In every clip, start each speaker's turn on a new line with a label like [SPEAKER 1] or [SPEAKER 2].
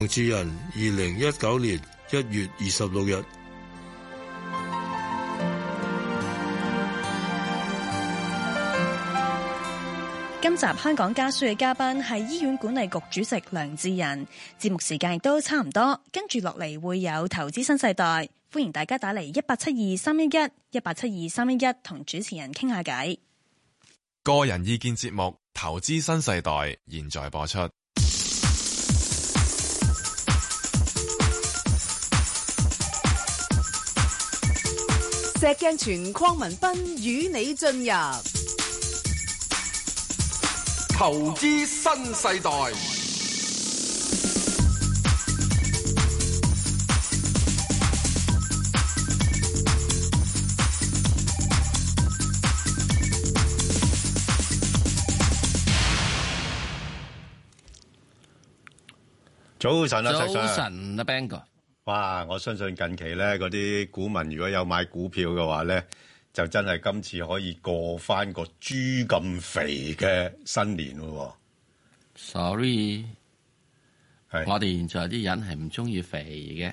[SPEAKER 1] 梁智仁，二零一九年一月二十六日。
[SPEAKER 2] 今集香港家書嘅嘉賓係醫院管理局主席梁智仁，節目時間亦都差唔多，跟住落嚟會有投資新世代，歡迎大家打嚟一八七二三一一一八七二三一一同主持人傾下偈。
[SPEAKER 3] 個人意見節目《投資新世代》現在播出。
[SPEAKER 4] 石鏡泉鄺民彬與你進入
[SPEAKER 5] 投資新世代。
[SPEAKER 6] 早晨啊，石 Sir
[SPEAKER 7] 早晨啊，Bang 哥，
[SPEAKER 6] 哇！我相信近期咧，嗰啲股民如果有買股票嘅話咧，就真係今次可以過翻個豬咁肥嘅新年咯
[SPEAKER 7] sorry，
[SPEAKER 6] 係
[SPEAKER 7] 我哋現在啲人係唔中意肥嘅，
[SPEAKER 6] 喎。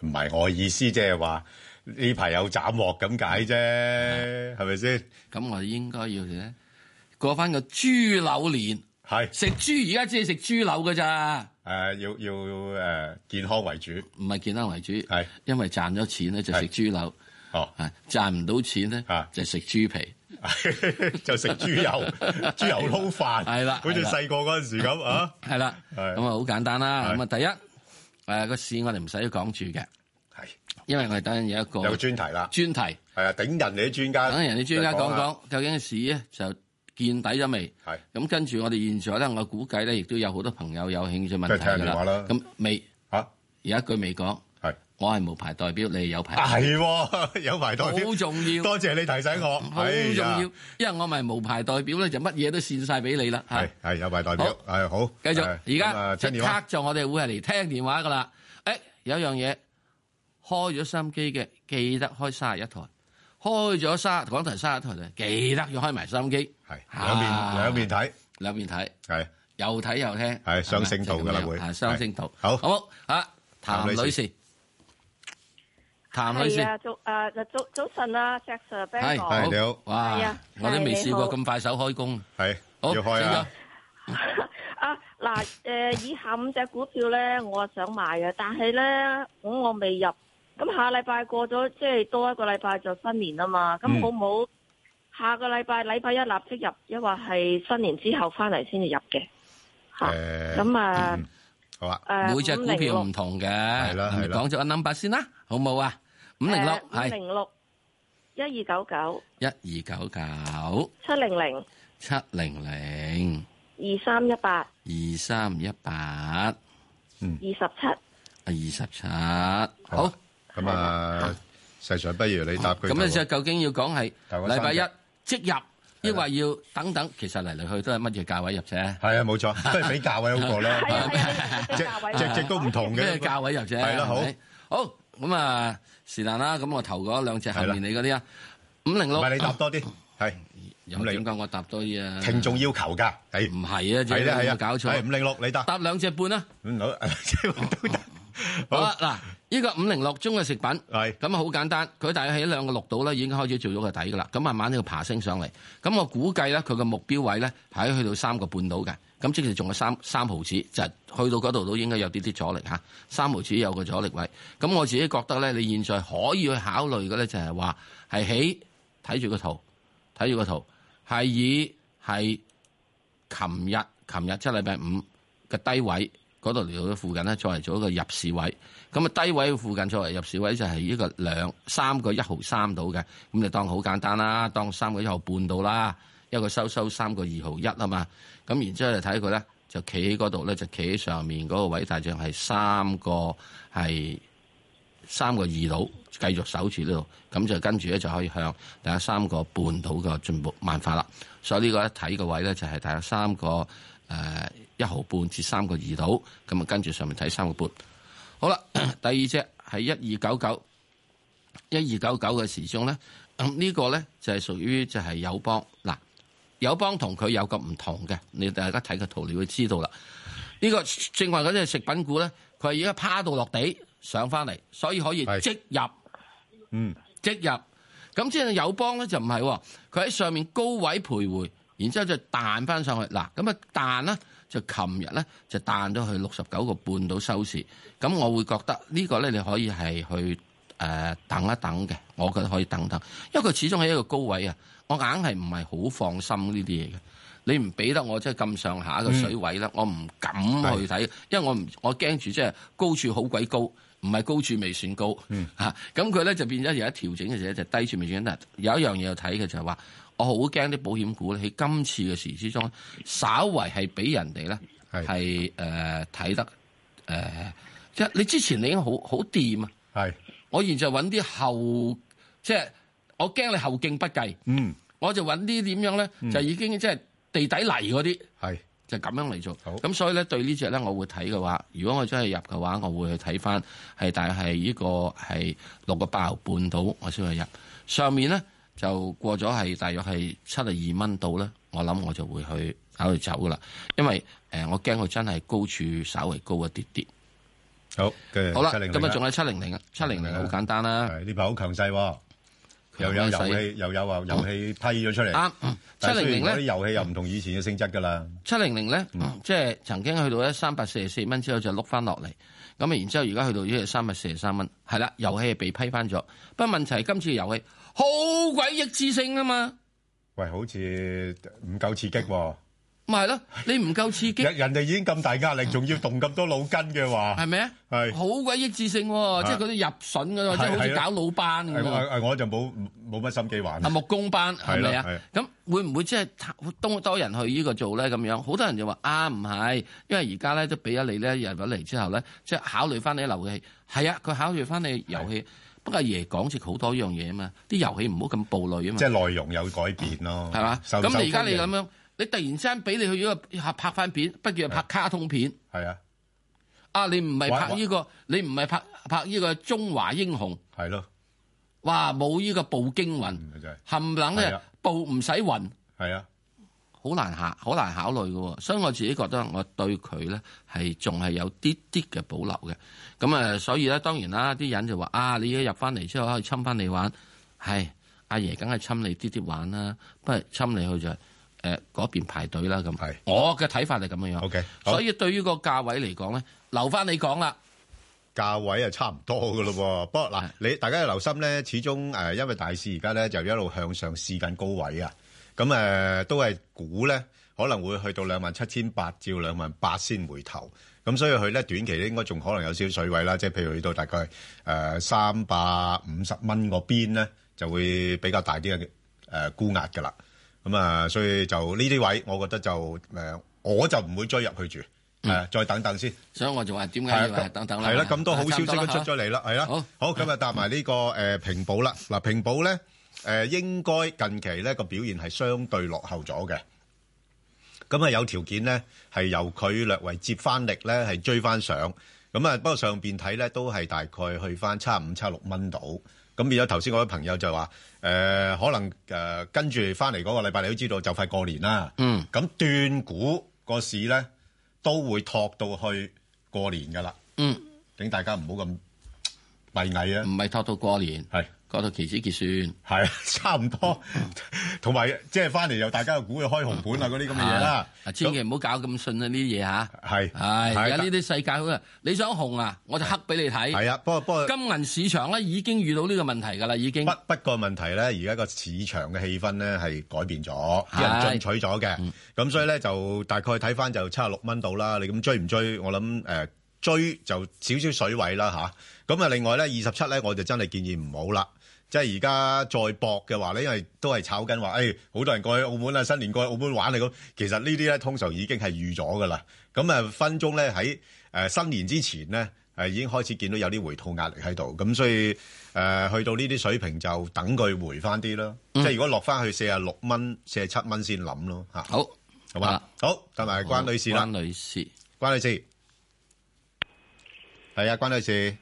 [SPEAKER 6] 唔係我意思，即係話呢排有斬獲咁解啫，係咪先？
[SPEAKER 7] 咁我哋應該要咧過翻個豬柳年，
[SPEAKER 6] 係
[SPEAKER 7] 食豬而家只係食豬柳㗎咋，
[SPEAKER 6] 誒、要要誒、健康為主，
[SPEAKER 7] 唔係健康為主，
[SPEAKER 6] 係
[SPEAKER 7] 因為賺咗錢咧就食
[SPEAKER 6] 係
[SPEAKER 7] 豬柳，
[SPEAKER 6] 哦，
[SPEAKER 7] 啊賺唔到錢咧
[SPEAKER 6] 啊
[SPEAKER 7] 就食豬皮，
[SPEAKER 6] 就食豬 油，豬油撈飯，
[SPEAKER 7] 係啦
[SPEAKER 6] 好似
[SPEAKER 7] 係啦
[SPEAKER 6] 細個嗰陣時咁啊，
[SPEAKER 7] 係啦，
[SPEAKER 6] 係
[SPEAKER 7] 咁啊好簡單啦，
[SPEAKER 6] 係
[SPEAKER 7] 咁啊第一誒個市我哋唔使講住嘅，
[SPEAKER 6] 係
[SPEAKER 7] 因為我哋等陣有一個
[SPEAKER 6] 有專題啦，
[SPEAKER 7] 專題，
[SPEAKER 6] 係啊，頂人哋啲專家，
[SPEAKER 7] 等人哋專家講
[SPEAKER 6] 嚟啦，
[SPEAKER 7] 講究竟個市咧就見底咗未？
[SPEAKER 6] 係。
[SPEAKER 7] 咁跟住我哋現在咧，我估計咧，亦都有好多朋友有興趣問題
[SPEAKER 6] 梗係
[SPEAKER 7] 㗎
[SPEAKER 6] 聽你話啦
[SPEAKER 7] 啦。咁未
[SPEAKER 6] 吓
[SPEAKER 7] 有一句未講，
[SPEAKER 6] 係
[SPEAKER 7] 我係無牌代表，你係有牌
[SPEAKER 6] 啊
[SPEAKER 7] 代表，
[SPEAKER 6] 係喎， 有排代表
[SPEAKER 7] 好，重要，
[SPEAKER 6] 多謝你提醒我，
[SPEAKER 7] 好
[SPEAKER 6] 哎
[SPEAKER 7] 重
[SPEAKER 6] 呀
[SPEAKER 7] 要，因為我咪無牌代表咧，就乜嘢都線晒俾你啦。嚇
[SPEAKER 6] 係係有排代表，係好，
[SPEAKER 7] 繼續，
[SPEAKER 6] 係咁
[SPEAKER 7] 而
[SPEAKER 6] 啊
[SPEAKER 7] 家
[SPEAKER 6] 聽
[SPEAKER 7] 即
[SPEAKER 6] 電話
[SPEAKER 7] 刻就我哋會係嚟聽電話㗎啦。誒，有樣嘢開咗心機嘅，記得開三十一台；開咗三港台三十一台就記得要開埋收音機，
[SPEAKER 6] 係兩面
[SPEAKER 7] 啊
[SPEAKER 6] 兩面睇，
[SPEAKER 7] 兩邊睇。
[SPEAKER 6] 係
[SPEAKER 7] 又睇又聽，
[SPEAKER 6] 係雙聲道㗎啦
[SPEAKER 7] 係咪
[SPEAKER 6] 會
[SPEAKER 7] 係雙聲道。
[SPEAKER 6] 係好
[SPEAKER 7] 好唔好啊，
[SPEAKER 6] 譚
[SPEAKER 7] 譚
[SPEAKER 6] 女
[SPEAKER 7] 女
[SPEAKER 6] 士
[SPEAKER 7] 士，譚女
[SPEAKER 8] 係
[SPEAKER 7] 士，
[SPEAKER 8] 啊，早誒早早晨啊，石 Sir、b
[SPEAKER 7] 係
[SPEAKER 8] a
[SPEAKER 6] 係
[SPEAKER 7] 好
[SPEAKER 6] 你好
[SPEAKER 8] 係
[SPEAKER 7] 哇
[SPEAKER 8] 啊！
[SPEAKER 7] 我都未
[SPEAKER 8] 係
[SPEAKER 7] 試
[SPEAKER 8] 你
[SPEAKER 7] 過
[SPEAKER 8] 好
[SPEAKER 7] 咁快手開工，
[SPEAKER 6] 係
[SPEAKER 7] 好
[SPEAKER 6] 要開啊，
[SPEAKER 8] 啊嗱誒，以下五隻股票咧，我啊想買嘅，但係咧咁我未入，咁下禮拜過咗，即係多一個禮拜就新年啊嘛，咁
[SPEAKER 6] 嗯
[SPEAKER 8] 好唔好？下個禮拜禮拜一立即入，抑或係新年之後翻嚟先至入嘅。嚇
[SPEAKER 6] 誒
[SPEAKER 8] 咁啊
[SPEAKER 6] 嗯好啊，
[SPEAKER 8] 誒，
[SPEAKER 7] 每隻股票唔同嘅，係
[SPEAKER 6] 啦係啦
[SPEAKER 7] 講咗個 number 先啦，好唔好啊？五
[SPEAKER 8] 五
[SPEAKER 9] À,
[SPEAKER 7] 零六
[SPEAKER 8] 呃五
[SPEAKER 7] 係
[SPEAKER 8] 零六一二九九
[SPEAKER 7] 一二九九
[SPEAKER 8] 七零零
[SPEAKER 7] 七零零
[SPEAKER 8] 二三一八
[SPEAKER 7] 二三一八啊
[SPEAKER 8] 二十七。
[SPEAKER 7] 二十七，好。
[SPEAKER 6] 咁啊，石 Sir 不如你答佢
[SPEAKER 7] 咁咧
[SPEAKER 6] 頭
[SPEAKER 7] 就究竟要講係
[SPEAKER 6] 頭嗰三
[SPEAKER 7] 禮拜
[SPEAKER 6] 隻
[SPEAKER 7] 一即入，抑或要等等？其實嚟嚟去都係乜嘢價位入啫？
[SPEAKER 6] 係啊，冇 錯，不如俾價位好過啦，
[SPEAKER 8] 係啊 係啊
[SPEAKER 6] 隻，隻隻都唔同
[SPEAKER 7] 咩
[SPEAKER 6] 嘅
[SPEAKER 7] 價位入啫？
[SPEAKER 6] 係啦好
[SPEAKER 7] 係咪好咁啊，是但啦。咁我投嗰兩隻後
[SPEAKER 6] 係啦
[SPEAKER 7] 面你嗰啲啊，五零
[SPEAKER 6] 唔
[SPEAKER 7] 六
[SPEAKER 6] 係你答多 啲，係
[SPEAKER 7] 又點解我答多啲 啊？
[SPEAKER 6] 聽眾要求㗎，係
[SPEAKER 7] 唔係啊，
[SPEAKER 6] 係啦係
[SPEAKER 7] 有
[SPEAKER 6] 啊，
[SPEAKER 7] 冇搞
[SPEAKER 6] 係
[SPEAKER 7] 錯
[SPEAKER 6] 五，零六你答，
[SPEAKER 7] 答兩隻半啦。
[SPEAKER 6] 五好，都得，
[SPEAKER 7] 好
[SPEAKER 6] 好
[SPEAKER 7] 啦，嗱，呢個五零六中嘅食品。
[SPEAKER 6] 係
[SPEAKER 7] 咁啊，好簡單，佢大概喺兩個六度咧，已經開始做咗個底噶啦。咁慢慢呢個爬升上嚟，咁我估計咧，佢個目標位咧喺去到三個半度嘅。咁即係仲有三三毫子，就係去到嗰度都應該有啲啲阻力嚇。三毫子有個阻力位，咁我自己覺得咧，你現在可以去考慮嘅咧就係話係喺睇住個圖，睇住個圖係以係琴日琴日即係禮拜五嘅低位嗰度嚟到附近咧，作為做一個入市位。咁啊低位附近作為入市位就係呢個兩三個一毫三到嘅，咁你當好簡單啦，當三個一毫半到啦，一個收收三個二毫一啊嘛，咁然之後就睇佢咧就企喺嗰度咧就企喺上面嗰個位，大約係三個係三個二到，繼續守住呢度，咁就跟住咧就可以向大家三個半到嘅進步慢法啦。所以呢個一睇個位咧就係大約三個誒一毫半至三個二到，咁啊跟住上面睇三個半。好啦， 第二隻係一二九九，一二九九嘅時鐘咧，咁呢個咧就係屬於就係友邦嗱，友邦同佢有個唔同嘅，你大家睇個圖你會知道啦。呢、個正話嗰隻食品股咧，佢佢係而家趴到落地上翻嚟，所以可以
[SPEAKER 6] 係
[SPEAKER 7] 即入
[SPEAKER 6] 嗯，
[SPEAKER 7] 即入。咁即係友邦咧就唔係喎，佢喺上面高位徘徊，然之後就彈翻上去。嗱，咁啊彈咧就琴日咧就彈咗去六十九個半到收市。咁我會覺得呢個咧你可以係去誒、呃等一等嘅，我覺得可以等等，因為佢始終喺一個高位啊，我硬係唔係好放心呢啲嘢嘅。你唔俾得我即係咁上下嘅水位咧，我唔敢去睇，因為我唔我驚住即係高處好鬼高，唔係高處未算高
[SPEAKER 6] 嗯
[SPEAKER 7] 嚇。咁佢咧就變咗而家調整嘅時候就低處未算低。有一樣嘢要睇嘅就係話，我好驚啲保險股咧喺今次嘅時之中，稍為係俾人哋咧
[SPEAKER 6] 係
[SPEAKER 7] 係誒睇得誒、呃即係你之前你已經好好掂啊！
[SPEAKER 6] 係，
[SPEAKER 7] 我現在揾啲後，即係我驚你後勁不計，
[SPEAKER 6] 嗯，
[SPEAKER 7] 我就揾啲點樣咧，就已經即係地底泥嗰啲。
[SPEAKER 6] 係，
[SPEAKER 7] 就咁樣嚟做。
[SPEAKER 6] 好
[SPEAKER 7] 咁所以咧對呢只咧，我會睇嘅話，如果我真係入嘅話，我會去睇翻係大概係呢個係六個八毫半到，我先去入。上面咧就過咗係大約係七啊二蚊到咧，我諗我就會去考慮走噶啦，因為誒、呃我驚佢真係高處稍微高一啲啲。
[SPEAKER 6] 好嘅。
[SPEAKER 7] 好啦，
[SPEAKER 6] 700
[SPEAKER 7] 咁啊仲有七零零啊，七零零好簡單啦，
[SPEAKER 6] 係呢排好強勢喎，
[SPEAKER 7] 強
[SPEAKER 6] 又有
[SPEAKER 7] 勢
[SPEAKER 6] 遊戲，又有話遊戲批咗出嚟。
[SPEAKER 7] 啱啊七
[SPEAKER 6] 但係雖
[SPEAKER 7] 零
[SPEAKER 6] 然
[SPEAKER 7] 零
[SPEAKER 6] 嗰啲
[SPEAKER 7] 咧。
[SPEAKER 6] 遊戲又唔同以前嘅性質㗎啦。嗯
[SPEAKER 7] 七零零咧，即係曾經去到咧三百四十四蚊之後就碌翻落嚟，咁啊然之後而家去到呢三百四十三蚊，係啦，遊戲係被批翻咗。不過問題係今次嘅遊戲好鬼益智性啊嘛，
[SPEAKER 6] 喂，好似唔夠刺激喎，
[SPEAKER 7] 咪係咯，你唔夠刺激
[SPEAKER 6] 人人哋已經咁大壓力，仲要動咁多腦筋嘅話
[SPEAKER 7] 係，咪啊？
[SPEAKER 6] 係。
[SPEAKER 7] 好鬼益智性喎，即係嗰啲入筍
[SPEAKER 6] 係
[SPEAKER 7] 嗰喎，即係好
[SPEAKER 6] 係
[SPEAKER 7] 似
[SPEAKER 6] 啊
[SPEAKER 7] 搞老班咁
[SPEAKER 6] 係
[SPEAKER 7] 喎。
[SPEAKER 6] 我我我就冇冇乜心機玩
[SPEAKER 7] 啊。木工班係
[SPEAKER 6] 係啦
[SPEAKER 7] 咪啊
[SPEAKER 6] 係啊？
[SPEAKER 7] 咁會唔會即係多多人去呢個做咧？咁樣好多人就話啊，唔係，因為而家咧都俾咗你咧入咗嚟之後咧，即係考慮翻你遊戲。係啊，佢考慮翻你遊戲。不過阿爺講直好多樣嘢啊嘛，啲遊戲唔好咁暴戾啊嘛
[SPEAKER 6] 即，係內容有改變咯，
[SPEAKER 7] 係嘛？
[SPEAKER 6] 受唔
[SPEAKER 7] 咁你而家
[SPEAKER 6] 受歡
[SPEAKER 7] 你
[SPEAKER 6] 迎
[SPEAKER 7] 咁樣，你突然之間俾你去咗個拍翻片，不如拍卡通片
[SPEAKER 6] 係啊，
[SPEAKER 7] 啊！你唔係
[SPEAKER 6] 玩
[SPEAKER 7] 拍呢個，你唔係拍拍呢個中華英雄，
[SPEAKER 6] 係咯，
[SPEAKER 7] 哇！冇呢個步驚雲，
[SPEAKER 6] 嗯就係
[SPEAKER 7] 冚
[SPEAKER 6] 係
[SPEAKER 7] 冷咧
[SPEAKER 6] 啊
[SPEAKER 7] 步唔使雲。
[SPEAKER 6] 係啊，
[SPEAKER 7] 好難考，好難考慮嘅喎，所以我自己覺得我對佢咧係仲係有啲啲嘅保留嘅。咁啊，所以咧當然啦，啲人就話啊，你一入翻嚟之後可以侵翻你玩，係阿爺梗係侵你啲啲玩啦，不過侵你去就誒嗰邊排隊啦咁
[SPEAKER 6] 係。
[SPEAKER 7] 我嘅睇法係咁樣樣。
[SPEAKER 6] OK，好
[SPEAKER 7] 所以對於個價位嚟講咧，留翻你講啦。
[SPEAKER 6] 價位啊差唔多噶咯喎。不過嗱
[SPEAKER 7] 係，
[SPEAKER 6] 你大家要留心咧，始終誒、呃因為大市而家咧就一路向上試緊高位啊，咁誒、呃都係估咧可能會去到兩萬七千八至兩萬八先回頭。咁所以佢咧短期咧應該仲可能有少少水位啦，即係譬如去到大概誒三百五十蚊嗰邊咧，就會比較大啲嘅誒沽壓㗎啦。咁啊，所以就呢啲位，我覺得就誒、呃我就唔會追入去住，誒、再等等先。
[SPEAKER 7] 所以我就話點解
[SPEAKER 6] 係啊，
[SPEAKER 7] 要話
[SPEAKER 6] 咁
[SPEAKER 7] 等等啦？
[SPEAKER 6] 係啦，咁多好消息
[SPEAKER 7] 差
[SPEAKER 6] 都
[SPEAKER 7] 唔多
[SPEAKER 6] 出
[SPEAKER 7] 啦
[SPEAKER 6] 咗嚟啦，係啦。
[SPEAKER 7] 好
[SPEAKER 6] 好，咁啊，搭埋呢個誒平保啦。嗱，平保咧誒應該近期咧個表現係相對落後咗嘅。咁啊，有條件咧係由佢略為接翻力咧係追翻上。咁啊，不過上邊睇咧都係大概去翻差五差六蚊度。咁變咗頭先嗰位朋友就話誒、呃可能誒、呃跟住翻嚟嗰個禮拜，你都知道就快過年啦。
[SPEAKER 7] 嗯，
[SPEAKER 6] 咁斷估個市咧都會托到去過年噶啦。
[SPEAKER 7] 嗯，
[SPEAKER 6] 請大家唔好咁閉翳啊！
[SPEAKER 7] 唔係拖到過年，
[SPEAKER 6] 係
[SPEAKER 7] 過到期指結算。嗯
[SPEAKER 6] 係啊，差唔多，同埋即係翻嚟又大家又估佢開紅盤啊嗰啲咁嘅嘢啦。
[SPEAKER 7] 啊千祈唔好搞咁信啊呢啲嘢吓。
[SPEAKER 6] 係
[SPEAKER 7] 係而家
[SPEAKER 6] 係
[SPEAKER 7] 呢啲世界好啊，你想紅啊，我就黑俾你睇。
[SPEAKER 6] 係啊，不過不過
[SPEAKER 7] 金銀市場咧已經遇到呢個問題㗎啦，已經
[SPEAKER 6] 不不過問題咧，而家個市場嘅氣氛咧係改變咗，啲人
[SPEAKER 7] 係嗯
[SPEAKER 6] 進取咗嘅，咁所以咧就大概睇翻就七十六蚊到啦。你咁追唔追？我諗誒、呃追就少少水位啦吓，咁啊，另外咧二十七咧，我就真係建議唔好啦。即係而家再搏嘅話咧，因為都係炒緊話，誒、好多人過去澳門啊，新年過去澳門玩啊咁。其實呢啲咧通常已經係預咗㗎啦。咁啊分鐘咧喺誒新年之前咧，誒、呃已經開始見到有啲回吐壓力喺度。咁所以誒、呃去到呢啲水平就等佢回翻啲啦。
[SPEAKER 7] 嗯
[SPEAKER 6] 即係如果落翻去四啊六蚊、四啊七蚊先諗咯嚇。
[SPEAKER 7] 好
[SPEAKER 6] 好嘛
[SPEAKER 7] 啊？
[SPEAKER 6] 好，同埋關女士啦
[SPEAKER 7] 關，女士，
[SPEAKER 6] 關女士，係啊，關女士，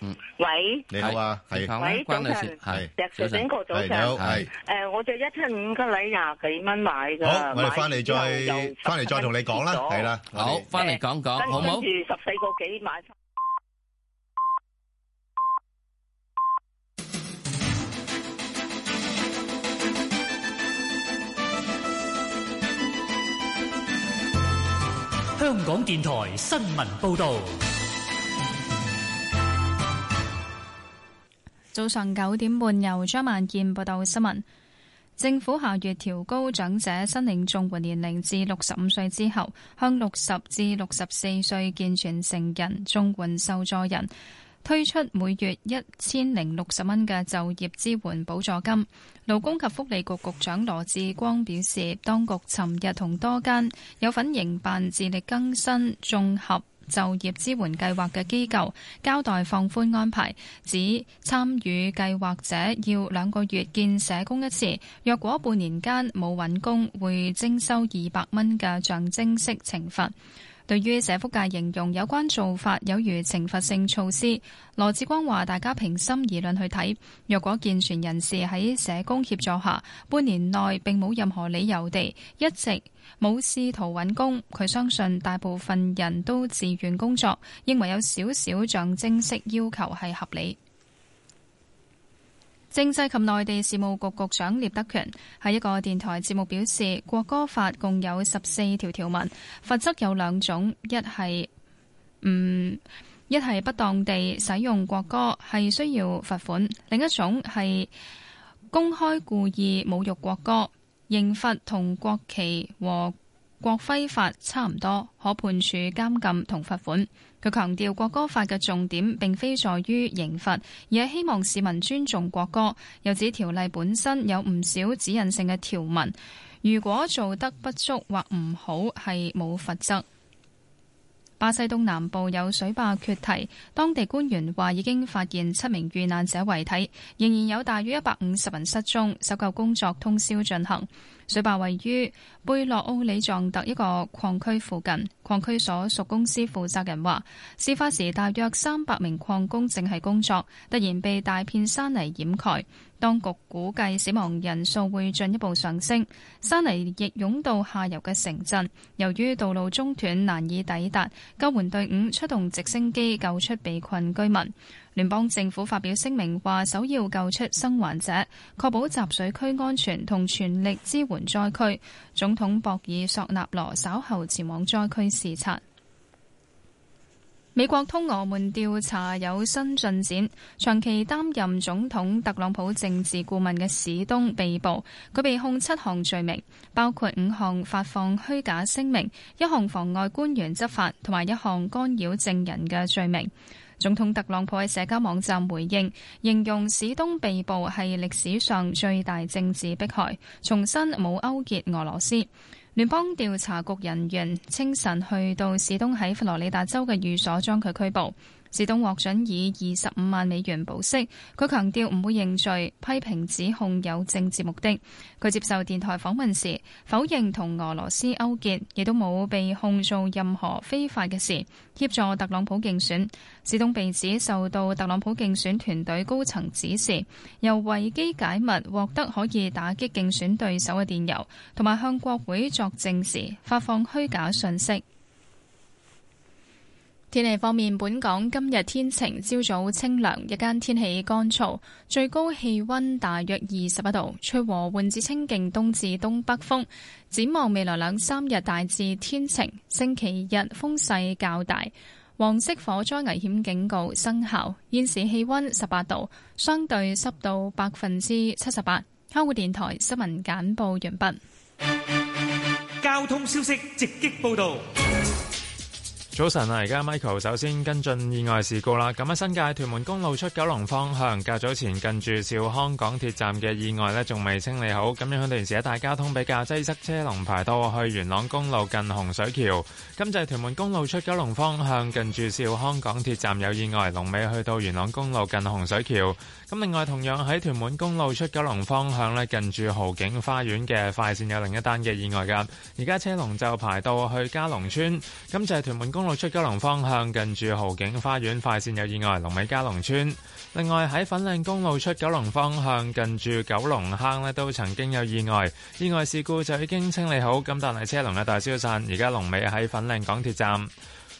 [SPEAKER 10] 喂，
[SPEAKER 6] 你好啊，
[SPEAKER 7] 係你
[SPEAKER 6] 係
[SPEAKER 7] 講啦
[SPEAKER 10] 喂
[SPEAKER 7] 關女士
[SPEAKER 10] 早晨
[SPEAKER 7] 係
[SPEAKER 10] 石 Sir 整個早
[SPEAKER 6] 係你
[SPEAKER 10] 上
[SPEAKER 6] 好，
[SPEAKER 7] 上
[SPEAKER 6] 係。
[SPEAKER 10] 诶、我就一七五个礼廿幾蚊買㗎，
[SPEAKER 6] 好，啊我哋
[SPEAKER 10] 買
[SPEAKER 6] 翻嚟再
[SPEAKER 10] 完之後又
[SPEAKER 6] 翻嚟再同你講啦，
[SPEAKER 10] 10蚊
[SPEAKER 6] 係啦，我哋
[SPEAKER 7] 好翻嚟講講
[SPEAKER 10] 跟
[SPEAKER 7] 好唔好
[SPEAKER 10] 跟住？十四個幾買翻。
[SPEAKER 11] 香港電台新聞報道。
[SPEAKER 12] 早上九點半，由張萬健報道新聞。政府下月調高長者申領綜援年齡至六十五歲之後，向六十至六十四歲健全成人綜援受助人推出每月一千零六十蚊嘅就業支援補助金。勞工及福利局局長羅致光表示，當局尋日同多間有份營辦自力更生綜合就業支援計劃嘅機構交代放寬安排，指參與計劃者要兩個月見社工一次，若果半年間冇揾工，會徵收二百蚊嘅象徵式懲罰。對於社福界形容有關做法有如懲罰性措施，羅致光話：大家平心而論去睇，若果健全人士喺社工協助下，半年內並冇任何理由地一直冇試圖揾工，佢相信大部分人都自願工作，認為有少少象徵式要求係合理。政制及內地事務局局長聶德權喺一個電台節目表示，國歌法共有十四條條文，罰則有兩種，一係嗯，一係不當地使用國歌係需要罰款，另一種係公開故意侮辱國歌，刑罰同國旗和國徽法差唔多，可判處監禁同罰款。佢強調國歌法嘅重點並非在於刑罰，而係希望市民尊重國歌。又指條例本身有唔少指引性嘅條文，如果做得不足或唔好，係冇罰則。巴西東南部有水壩決堤，當地官員話已經發現七名遇難者遺體，仍然有大約一百五十人失蹤，搜救工作通宵進行。水壩位於貝洛奧里藏特一個礦區附近，礦區所屬公司負責人話，事發時大約三百名礦工正係工作，突然被大片山泥掩蓋。當局估計死亡人數會進一步上升，山泥亦湧到下游嘅城鎮。由於道路中斷，難以抵達，救援隊伍出動直升機救出被困居民。聯邦政府發表聲明話，首要救出生還者，確保集水區安全同全力支援災區。總統博爾索納羅稍後前往災區視察。美國通俄門調查有新進展，長期擔任總統特朗普政治顧問嘅史東被捕，佢被控七項罪名，包括五項發放虛假聲明、一項妨礙官員執法同埋一項干擾證人嘅罪名。總統特朗普喺社交網站回應，形容史東被捕係歷史上最大政治迫害，重申冇勾結俄羅斯。聯邦調查局人員清晨去到史東喺佛羅里達州嘅寓所將佢拘捕。史東獲准以二十五萬美元保釋，佢強調唔會認罪，批評指控有政治目的。佢接受電台訪問時否認同俄羅斯勾結，亦都冇被控做任何非法嘅事，協助特朗普競選。史東被指受到特朗普競選團隊高層指示，由維基解密獲得可以打擊競選對手嘅電郵，同埋向國會作證時發放虛假信息。天氣方面，本港今日天晴，朝早清涼，日間天氣乾燥，最高氣溫大約二十一度，吹和緩至清勁東至東北風。展望未來兩三日大致天晴，星期日風勢較大。黃色火災危險警告生效。現時氣溫十八度，相對濕度百分之七十八。香港電台新聞簡報完畢。
[SPEAKER 13] 交通消息直擊報道。
[SPEAKER 14] 早晨啊！而家 Michael 首先跟進意外事故啦。咁喺啊新界屯門公路出九龍方向，較早前近住兆康港鐵站嘅意外呢，仲未清理好。咁樣響段時一帶交通比較擠塞，車龍排到去元朗公路近洪水橋。咁就係屯門公路出九龍方向，近住兆康港鐵站有意外，龍尾去到元朗公路近洪水橋。咁另外同樣喺屯門公路出九龍方向呢，近住豪景花園嘅快線有另一單嘅意外㗎。而家車龍就排到去嘉龍村。咁就係屯門公公路出九龍方向，近住豪景花園快線有意外，龍尾嘉龍村。另外喺粉嶺公路出九龍方向，近住九龍坑呢，都曾經有意外，意外事故就已經清理好，咁但係車龍嘅大消散，而家龍尾喺粉嶺港鐵站。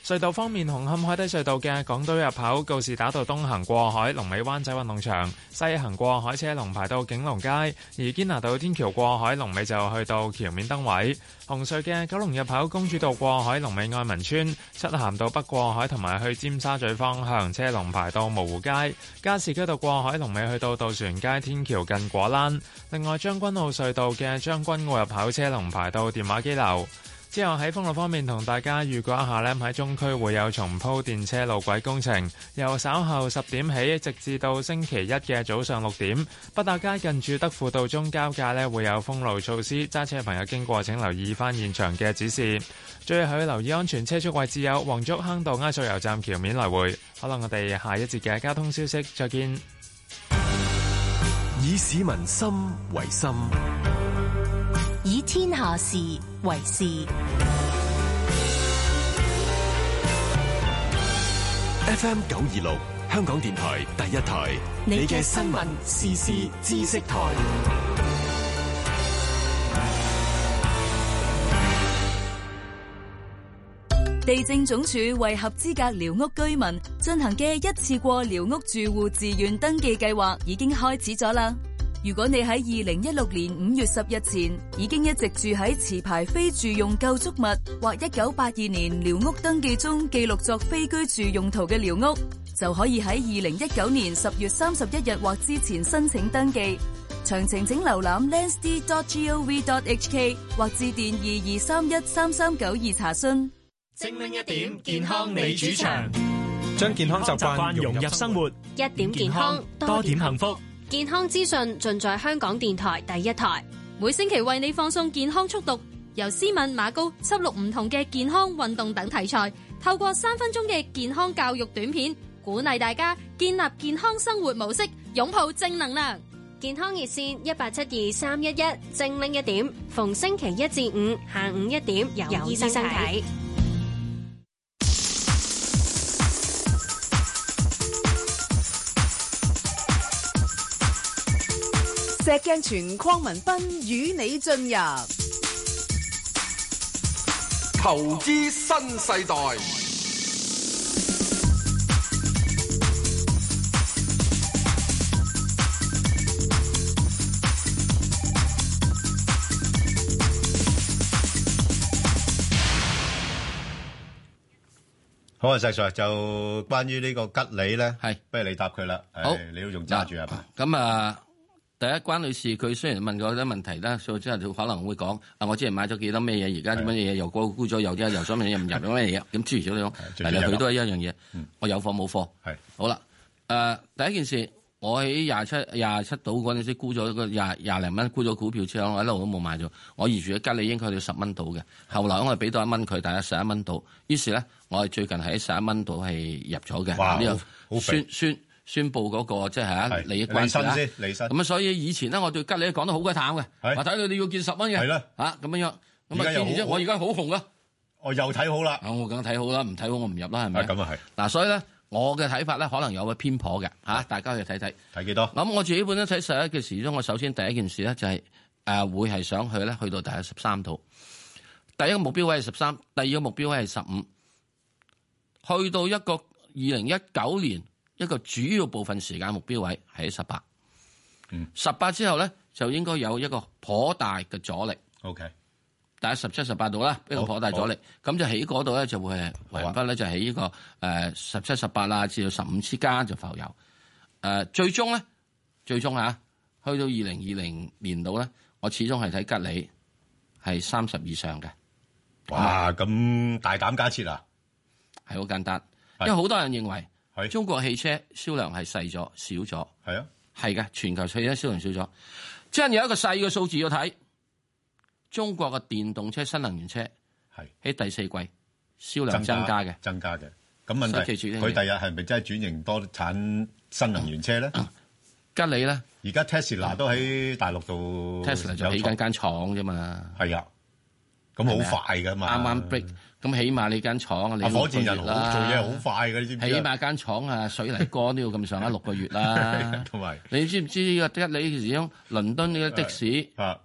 [SPEAKER 14] 隧道方面，紅磡海底隧道嘅港島入口告士打道東行過海，龍尾灣仔運動場；西行過海車龍排到景隆街，而堅拿道天橋過海龍尾就去到橋面燈位。紅隧嘅九龍入口公主道過海，龍尾愛民村；漆咸道北過海同埋去尖沙咀方向，車龍排到蕪湖街；加士居道過海，龍尾去到渡船街天橋近果欄。另外將軍澳隧道嘅將軍澳入口，車龍排到電話機樓。之後喺封路方面同大家預告一下呢，喺中區會有重鋪電車路軌工程，由稍後十點起，直至到星期一嘅早上六點，北大街近住德輔道中交界呢會有封路措施，揸車嘅朋友經過請留意翻現場嘅指示。最後要留意安全車速位置有黃竹坑道埃索油站橋面來回。好啦，我哋下一節嘅交通消息再見。
[SPEAKER 15] 以市民心為心。
[SPEAKER 16] 以天下事為事。
[SPEAKER 15] FM 九二六，香港電台第一台，你嘅新聞、時事、知識台。
[SPEAKER 17] 地政總署為合資格寮屋居民進行嘅一次過寮屋住戶自願登記計劃已經開始咗啦。如果你喺二零一六年五月十日前已經一直住喺持牌非住用構築物或一九八二年寮屋登記中記錄作非居住用途嘅寮屋，就可以喺二零一九年十月三十一日或之前申請登記。詳情請瀏覽 landsd.gov.hk 或致電二二三一三三九二查詢。
[SPEAKER 9] 精靈一點，健康你主場，
[SPEAKER 18] 將健康習慣融入生活，
[SPEAKER 19] 一點健康，
[SPEAKER 18] 多點幸福。
[SPEAKER 19] 健康資訊盡在香港電台第一台，每星期為你放送健康速讀，由斯敏馬高輯錄唔同嘅健康運動等題材，透過三分鐘嘅健康教育短片，鼓勵大家建立健康生活模式，擁抱正能量。健康熱線一八七二三一一，精靈一點，逢星期一至五下午一點有醫生睇。
[SPEAKER 4] 石鏡泉鄺民彬與你進入
[SPEAKER 5] 投資新世代。
[SPEAKER 6] 好啊，石 Sir，就關於呢個吉利咧，係不如你答佢啦。
[SPEAKER 7] 好
[SPEAKER 6] 誒你都仲揸住係嘛？
[SPEAKER 7] 咁啊，第一關女士佢雖然問過啲問題啦，所以之後佢可能會講啊，我之前買咗幾多咩嘢，而家點樣嘢又高估咗，又啲又想問嘢唔入咗咩嘢，咁諸如此類。
[SPEAKER 6] 最緊
[SPEAKER 7] 但係
[SPEAKER 6] 要
[SPEAKER 7] 佢
[SPEAKER 6] 有
[SPEAKER 7] 都係一樣嘢，我有貨冇貨。
[SPEAKER 6] 係
[SPEAKER 7] 好啦，誒第一件事，我喺廿七廿七度嗰陣時沽咗個廿廿零蚊沽咗股票之後，我一路都冇買咗。我預住喺吉利應該去到十蚊度嘅，後來我係俾到一蚊佢，大概十一蚊度。於是咧，我係最近喺十一蚊度係入咗嘅。啊
[SPEAKER 6] 哇
[SPEAKER 7] 呢
[SPEAKER 6] 好好肥
[SPEAKER 7] 個宣宣宣佈嗰個即係啊利益關係
[SPEAKER 6] 利申
[SPEAKER 7] 啦
[SPEAKER 6] 先利申
[SPEAKER 7] 咁啊，所以以前咧我對吉利講得好鬼淡嘅，話睇到你要見十蚊嘅，
[SPEAKER 6] 係啦
[SPEAKER 7] 嚇咁樣樣。咁
[SPEAKER 6] 而
[SPEAKER 7] 啊，
[SPEAKER 6] 家又好
[SPEAKER 7] 見完之後我而家好紅啊！
[SPEAKER 6] 我又睇好啦，
[SPEAKER 7] 我梗睇好啦，唔睇好我唔入啦，係咪？
[SPEAKER 6] 咁啊係。啊
[SPEAKER 7] 嗱，所以咧，我嘅睇法咧，可能有個偏頗嘅嚇，大家去睇睇。
[SPEAKER 6] 睇幾多？
[SPEAKER 7] 咁我自己本身睇十一嘅時鐘，我首先第一件事咧就係、誒、會係想去咧，去到大概十三度。第一個目標位係十三，第二個目標位係十五。去到一個二零一九年一個主要部分時間目標位係十八。
[SPEAKER 6] 嗯
[SPEAKER 7] 十八之後咧就應該有一個頗大嘅阻力。
[SPEAKER 6] OK，
[SPEAKER 7] 大概十七、十八度啦，一個
[SPEAKER 6] 好啊
[SPEAKER 7] 頗大阻力。咁就喺嗰度咧就會係雲不咧就喺呢個誒十七、十八啦，至到十五之間就浮遊。誒、最終咧，最終嚇、去到二零二零年度咧，我始終係睇吉利係三十以上嘅。
[SPEAKER 6] 哇！咁大膽假設啊，
[SPEAKER 7] 係好簡單，因為好多人認為中國汽車銷量係細咗、少咗。
[SPEAKER 6] 係啊，
[SPEAKER 7] 係嘅，全球汽車銷量少咗。即係有一個細嘅數字要睇，中國嘅電動車、新能源車
[SPEAKER 6] 係
[SPEAKER 7] 喺第四季銷量增加嘅。
[SPEAKER 6] 增加嘅。咁問題
[SPEAKER 7] 所以記住呢樣嘢
[SPEAKER 6] 佢第日係咪真係轉型多產新能源車 咧？
[SPEAKER 7] 吉利咧，
[SPEAKER 6] 而家 Tesla 都喺大陸度
[SPEAKER 7] Tesla 就
[SPEAKER 6] 有
[SPEAKER 7] 起
[SPEAKER 6] 廠
[SPEAKER 7] 緊間廠啫嘛。啊
[SPEAKER 6] 係啊，咁好快噶嘛，
[SPEAKER 7] 啱啱 break，咁起碼你間廠啊，你
[SPEAKER 6] 啊火箭人好
[SPEAKER 7] 六個月啦
[SPEAKER 6] 做嘢好快嘅，你知唔知啊
[SPEAKER 7] 起 碼間廠啊，水泥乾都要咁上下六個月啦。
[SPEAKER 6] 同埋
[SPEAKER 7] 你知唔知呢個吉利始終倫敦呢個的士
[SPEAKER 6] 啊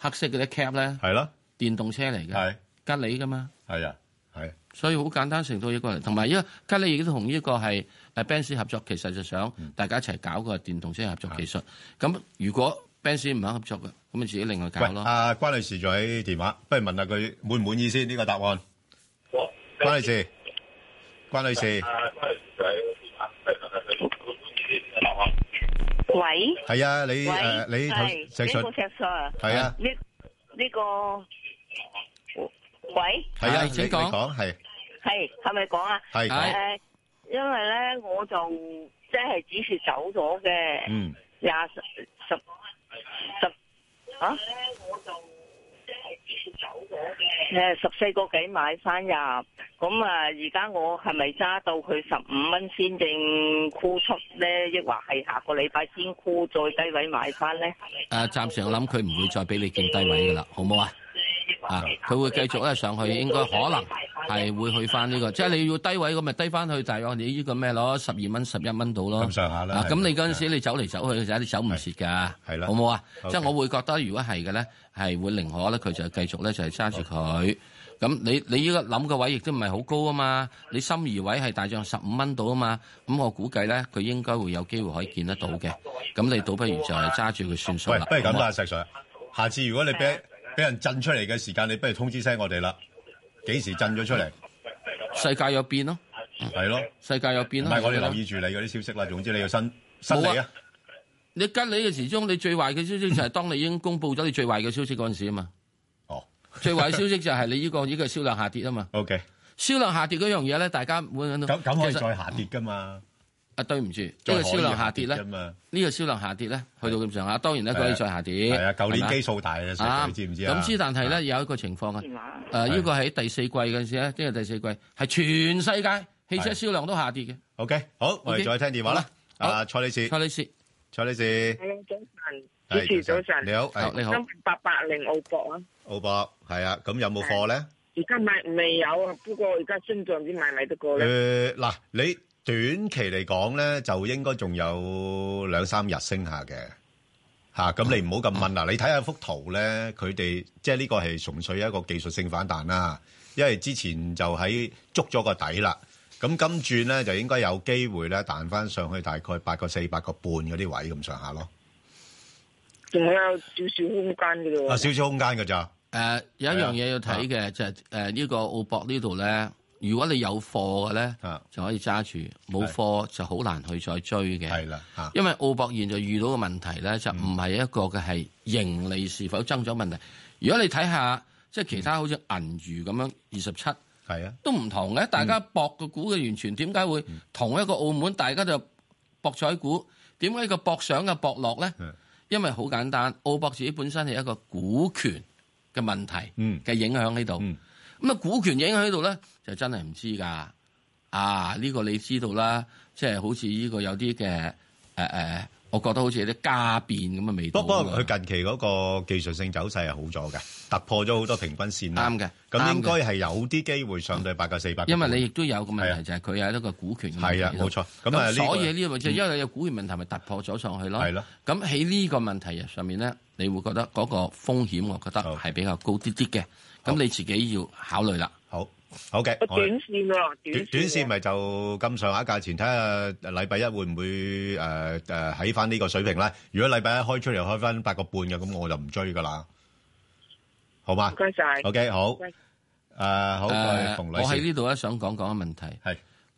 [SPEAKER 7] 黑色嗰啲 cap 咧
[SPEAKER 6] 係咯，
[SPEAKER 7] 電動車嚟嘅，
[SPEAKER 6] 係
[SPEAKER 7] 吉利噶嘛。
[SPEAKER 6] 係啊，係
[SPEAKER 7] 所以好簡單成套嘢過嚟，同埋因為吉利亦都同呢個係誒 Benz 合作，其實就想
[SPEAKER 6] 嗯
[SPEAKER 7] 大家一齊搞個電動車合
[SPEAKER 6] 啊
[SPEAKER 7] 作技術。咁如果 Benz 唔肯合作嘅，咁咪自己另外搞
[SPEAKER 6] 喂，
[SPEAKER 7] 咯。
[SPEAKER 6] 阿關女士仲喺電話，不如問下佢滿唔滿意先呢個答案。關女士，關女士，
[SPEAKER 10] 喂，
[SPEAKER 6] 係啊，你
[SPEAKER 10] 喂
[SPEAKER 6] 誒你頭
[SPEAKER 10] 係
[SPEAKER 6] 石
[SPEAKER 10] 呢
[SPEAKER 6] Sir
[SPEAKER 10] 個石 Sir
[SPEAKER 6] 係啊
[SPEAKER 10] 呢呢個喂
[SPEAKER 6] 係啊，
[SPEAKER 10] 係
[SPEAKER 6] 你你講係
[SPEAKER 10] 係係咪講啊？
[SPEAKER 6] 係講
[SPEAKER 10] 誒，因為咧我就即係只是走咗嘅，
[SPEAKER 6] 嗯
[SPEAKER 10] 廿十十十啊。誒十四個幾買翻入，咁啊而家我係咪揸到佢十五蚊先正沽出咧？抑或係下個禮拜先沽再低位買翻咧？
[SPEAKER 7] 誒，暫啊時我諗佢唔會再俾你見低位㗎啦，好唔好啊？啊，佢會繼續咧上去，應該可能係會去翻呢個，即係你要低位咁咪低翻去，大約你呢個咩咯，十二蚊、十一蚊度咯。
[SPEAKER 6] 咁上下啦
[SPEAKER 7] 啊
[SPEAKER 6] 係
[SPEAKER 7] 咁你嗰陣時你走嚟走去嘅時候，你走唔切㗎，係啦，好唔好啊？
[SPEAKER 6] OK
[SPEAKER 7] 即係我會覺得，如果係嘅咧，係會寧可咧，佢就繼續咧就係揸住佢。咁你你依家諗嘅位亦都唔係好高啊嘛，你心儀位係大約十五蚊度啊嘛，咁我估計咧佢應該會有機會可以見得到嘅。咁你倒不如就係揸住佢算數
[SPEAKER 6] 喂
[SPEAKER 7] 啦。，
[SPEAKER 6] 不如咁
[SPEAKER 7] 好
[SPEAKER 6] 啦，
[SPEAKER 7] 嘛
[SPEAKER 6] 石 Sir，下次如果你俾俾人震出嚟嘅時間，你不如通知聲我哋啦，幾時震咗出嚟？
[SPEAKER 7] 世界有變咯，
[SPEAKER 6] 係咯，
[SPEAKER 7] 世界有變
[SPEAKER 6] 唔
[SPEAKER 7] 咯。
[SPEAKER 6] 係我哋
[SPEAKER 7] 係咯
[SPEAKER 6] 留意住你嗰啲消息啦，總之你要新新理
[SPEAKER 7] 冇
[SPEAKER 6] 啊
[SPEAKER 7] 啊，你吉你嘅時鐘，你最壞嘅消息就係當你已經公布咗你最壞嘅消息嗰陣時啊嘛。
[SPEAKER 6] 哦，
[SPEAKER 7] 最壞嘅消息就係你呢、個呢、個銷量下跌 啊嘛。
[SPEAKER 6] O K，
[SPEAKER 7] 銷量下跌嗰樣嘢咧，大家會揾到。
[SPEAKER 6] 咁咁可以
[SPEAKER 7] 其實
[SPEAKER 6] 再下跌噶嘛？
[SPEAKER 7] 啊，對唔住，呢
[SPEAKER 6] 再
[SPEAKER 7] 個
[SPEAKER 6] 可以
[SPEAKER 7] 銷量下跌咧，
[SPEAKER 6] 下跌㗎
[SPEAKER 7] 呢
[SPEAKER 6] 嘛
[SPEAKER 7] 個銷量下跌咧，去到咁上下，當然咧佢可以再下跌。
[SPEAKER 6] 係啊舊年
[SPEAKER 7] 係咪
[SPEAKER 6] 基數大啊實在
[SPEAKER 7] 啱
[SPEAKER 6] 你知唔知啊
[SPEAKER 7] 咁之但係咧有一個情況啊，誒呢個喺第四季嗰陣時咧，即係第四季係全世界汽車銷量都下跌嘅。
[SPEAKER 6] O K，好，我哋
[SPEAKER 7] OK，
[SPEAKER 6] 再聽電話啦。
[SPEAKER 7] 好啦
[SPEAKER 6] 啊，蔡女士，蔡
[SPEAKER 7] 女士，
[SPEAKER 6] 蔡女士，
[SPEAKER 10] 係早晨，
[SPEAKER 6] 係
[SPEAKER 10] 主持早晨，
[SPEAKER 6] 你好係你好
[SPEAKER 10] 三八八零澳博啊，
[SPEAKER 6] 澳博，係啊，咁有冇貨咧？
[SPEAKER 10] 而家買未有啊？不過而家升漲啲買唔買得過咧？
[SPEAKER 6] 誒呃嗱，你短期嚟講咧，就應該仲有兩三日升下嘅嚇。咁你唔好咁問
[SPEAKER 7] 嗯
[SPEAKER 6] 啦，你睇下幅圖咧，佢哋即係呢個係純粹一個技術性反彈啦。因為之前就喺捉咗個底啦，咁今轉咧就應該有機會咧彈翻上去大概八個四、八個半嗰啲位咁上下咯。
[SPEAKER 10] 仲有少少空間嘅喎。
[SPEAKER 6] 啊，少少空間㗎咋？啊
[SPEAKER 7] 誒呃有一樣嘢要睇嘅就係誒呢個澳博呢度咧，如果你有貨嘅咧，
[SPEAKER 6] 啊
[SPEAKER 7] 就可以揸住；冇貨就好難去再追嘅。係
[SPEAKER 6] 啦，啊嗯
[SPEAKER 7] 因為澳博現在遇到嘅問題咧，就唔係一個嘅係盈利是否增長問題。如果你睇下即係其他好似銀娛咁樣二十七，
[SPEAKER 6] 係啊，嗯
[SPEAKER 7] 都唔同嘅。大家博個股嘅完全點解會同一個澳門，大家就博彩股，點解個博上嘅博落咧？
[SPEAKER 6] 嗯
[SPEAKER 7] 因為好簡單，澳博自己本身係一個股權嘅問題
[SPEAKER 6] 嗯
[SPEAKER 7] 嘅影響喺度。咁啊、股權影響喺度咧，就真係唔知㗎。啊，呢、個你知道啦，即係好似呢個有啲嘅誒誒，我覺得好似有啲家變咁嘅味道
[SPEAKER 6] 不
[SPEAKER 7] 㗎。
[SPEAKER 6] 不過佢近期嗰個技術性走勢係好咗嘅，突破咗好多平均線啦。
[SPEAKER 7] 啱嘅
[SPEAKER 6] 咁應該
[SPEAKER 7] 啱嘅
[SPEAKER 6] 係有啲機會上到八個四、八。
[SPEAKER 7] 因為你亦都有個
[SPEAKER 6] 啊
[SPEAKER 7] 問題就係佢係一個股權嘅問題
[SPEAKER 6] 係啊冇錯咁啊呢個
[SPEAKER 7] 嗯所以呢個咪即係
[SPEAKER 6] 嗯
[SPEAKER 7] 因為有股權問題，咪突破咗上去咯。
[SPEAKER 6] 係咯。
[SPEAKER 7] 咁喺呢個問題上面咧，你會覺得嗰個風險，我覺得係比較高啲啲嘅。咁你自己要考慮啦。
[SPEAKER 6] 好，好嘅。我
[SPEAKER 10] 短
[SPEAKER 6] 哋
[SPEAKER 10] 線喎，
[SPEAKER 6] 短短線咪就咁上下價錢，睇下禮拜一會唔會誒誒喺翻呢個水平啦。如果禮拜一開出嚟開翻八個半嘅，咁我就唔追噶啦，好嘛？
[SPEAKER 10] 唔該晒。
[SPEAKER 6] OK，好
[SPEAKER 10] 唔該
[SPEAKER 6] 誒啊好，
[SPEAKER 7] 誒
[SPEAKER 6] 馮
[SPEAKER 7] 呃我喺
[SPEAKER 6] 女士
[SPEAKER 7] 呢度咧想講講個問題，
[SPEAKER 6] 係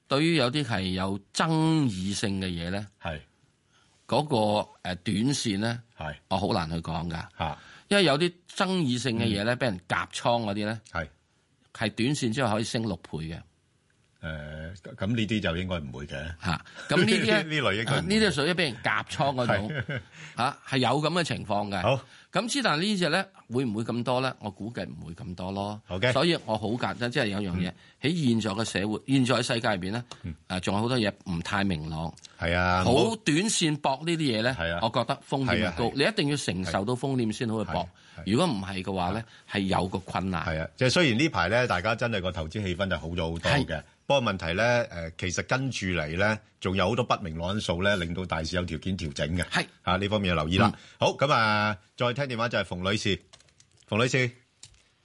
[SPEAKER 7] 對於有啲係有爭議性嘅嘢咧，
[SPEAKER 6] 係
[SPEAKER 7] 嗰個誒短線咧，
[SPEAKER 6] 係
[SPEAKER 7] 我好難去講噶，
[SPEAKER 6] 嚇，嗯
[SPEAKER 7] 因為有啲爭議性嘅嘢咧，俾人夾倉嗰啲咧，
[SPEAKER 6] 係
[SPEAKER 7] 係短線之後可以升六倍嘅。
[SPEAKER 6] 誒咁呢啲就應該唔會嘅
[SPEAKER 7] 嚇。咁呢 啲咧
[SPEAKER 6] 呢類應該
[SPEAKER 7] 啊
[SPEAKER 6] 唔
[SPEAKER 7] 呢啲係屬於俾人夾倉嗰種
[SPEAKER 6] 係
[SPEAKER 7] 嚇，係有咁嘅情況嘅。
[SPEAKER 6] 好，
[SPEAKER 7] 咁之但呢只咧會唔會咁多咧？我估計唔會咁多咯。
[SPEAKER 6] OK 嗯
[SPEAKER 7] 所以我好簡單，即係有樣嘢喺現在嘅社會、現在嘅世界入邊咧，誒仲有好多嘢唔太明朗。
[SPEAKER 6] 係啊，唔
[SPEAKER 7] 好
[SPEAKER 6] 好
[SPEAKER 7] 短線搏呢啲嘢咧，我覺得風
[SPEAKER 6] 係啊
[SPEAKER 7] 險
[SPEAKER 6] 係
[SPEAKER 7] 高
[SPEAKER 6] 啊，
[SPEAKER 7] 你一定要承受到風險先好去搏。如果唔係嘅話咧，係有個困難。
[SPEAKER 6] 啊係啊，即係雖然呢排咧，大家真係個投資氣氛就好咗好多嘅。不過問題咧，誒、其實跟住嚟咧，仲有好多不明朗因素咧，令到大市有條件調整嘅。
[SPEAKER 7] 係
[SPEAKER 6] 啊，
[SPEAKER 7] 嗯
[SPEAKER 6] 呢方面要留意啦。好，咁啊，再聽電話就係馮女士，馮女士，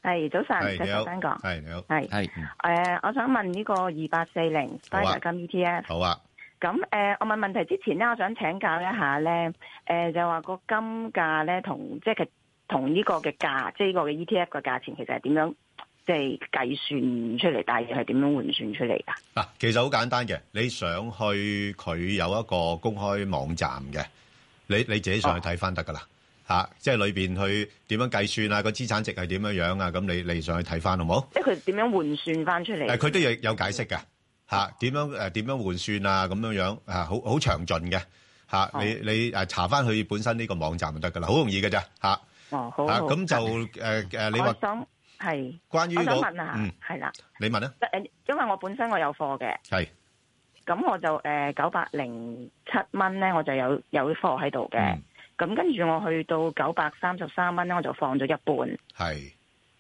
[SPEAKER 9] 係早晨，
[SPEAKER 6] 係，
[SPEAKER 9] 石
[SPEAKER 6] 你好。
[SPEAKER 9] 生講，
[SPEAKER 6] 係，你好。
[SPEAKER 9] 係
[SPEAKER 7] 嗯
[SPEAKER 9] 誒，呃我想問呢個二八四零低
[SPEAKER 6] 好啊
[SPEAKER 9] 價金 ETF。
[SPEAKER 6] 嗯，好啊。
[SPEAKER 9] 咁誒、呃我問問題之前咧，我想請教一下咧，誒、就話個金價咧同即係其同呢個嘅價，即係呢個嘅 ETF 嘅價錢，其實係點樣即係計算出嚟，大約係點樣換算出嚟㗎？
[SPEAKER 6] 嗱，其實好簡單嘅，你上去佢有一個公開網站嘅，你你自己上去睇翻得噶啦，嚇、即係裏邊去點樣計算啊，個資產值係點樣樣啊，咁你你上去睇翻好冇？
[SPEAKER 9] 即係佢點樣換算翻出嚟？
[SPEAKER 6] 誒，佢都有有解釋嘅嚇，點樣誒點樣換算啊，咁樣樣啊，好好詳盡嘅嚇，
[SPEAKER 9] 哦
[SPEAKER 6] 你你誒查翻佢本身呢個網站就得噶啦，好容易嘅咋嚇。
[SPEAKER 9] 哦，好
[SPEAKER 6] 啊
[SPEAKER 9] 好
[SPEAKER 6] 咁就誒誒，你話
[SPEAKER 9] 我想係
[SPEAKER 6] 關於
[SPEAKER 9] 我想
[SPEAKER 6] 個
[SPEAKER 9] 問下
[SPEAKER 6] 嗯，
[SPEAKER 9] 係啦、
[SPEAKER 6] 你問啊，
[SPEAKER 9] 誒因為我本身我有貨嘅。
[SPEAKER 6] 係
[SPEAKER 9] 咁我就誒九百零七蚊咧，我就有有貨喺度
[SPEAKER 6] 嗯
[SPEAKER 9] 嘅。咁、跟住我去到九百三十三蚊咧，我就放咗一半。
[SPEAKER 6] 係。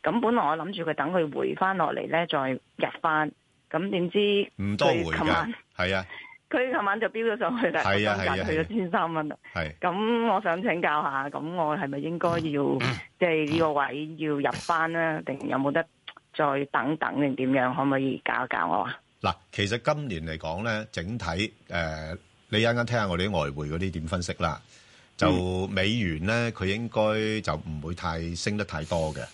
[SPEAKER 9] 咁本來我諗住佢等佢回翻落嚟咧，再入翻。咁點知
[SPEAKER 6] 唔多回
[SPEAKER 9] 佢琴晚
[SPEAKER 6] 嘅，係啊
[SPEAKER 9] 佢琴晚就飆咗上去啦，
[SPEAKER 6] 係啊
[SPEAKER 9] 個金價
[SPEAKER 6] 係啊
[SPEAKER 9] 去咗千三蚊啦。
[SPEAKER 6] 係。
[SPEAKER 9] 咁我想請教下，咁我係咪應該要
[SPEAKER 6] 嗯
[SPEAKER 9] 即係呢個位要入翻咧？定有冇得再等等定點樣？可唔可以教一教我啊？
[SPEAKER 6] 嗱，其實今年嚟講咧，整體誒、呃你一陣間聽下我哋啲外匯嗰啲點分析啦。
[SPEAKER 9] 嗯
[SPEAKER 6] 就美元咧，佢應該就唔會太升得太多嘅。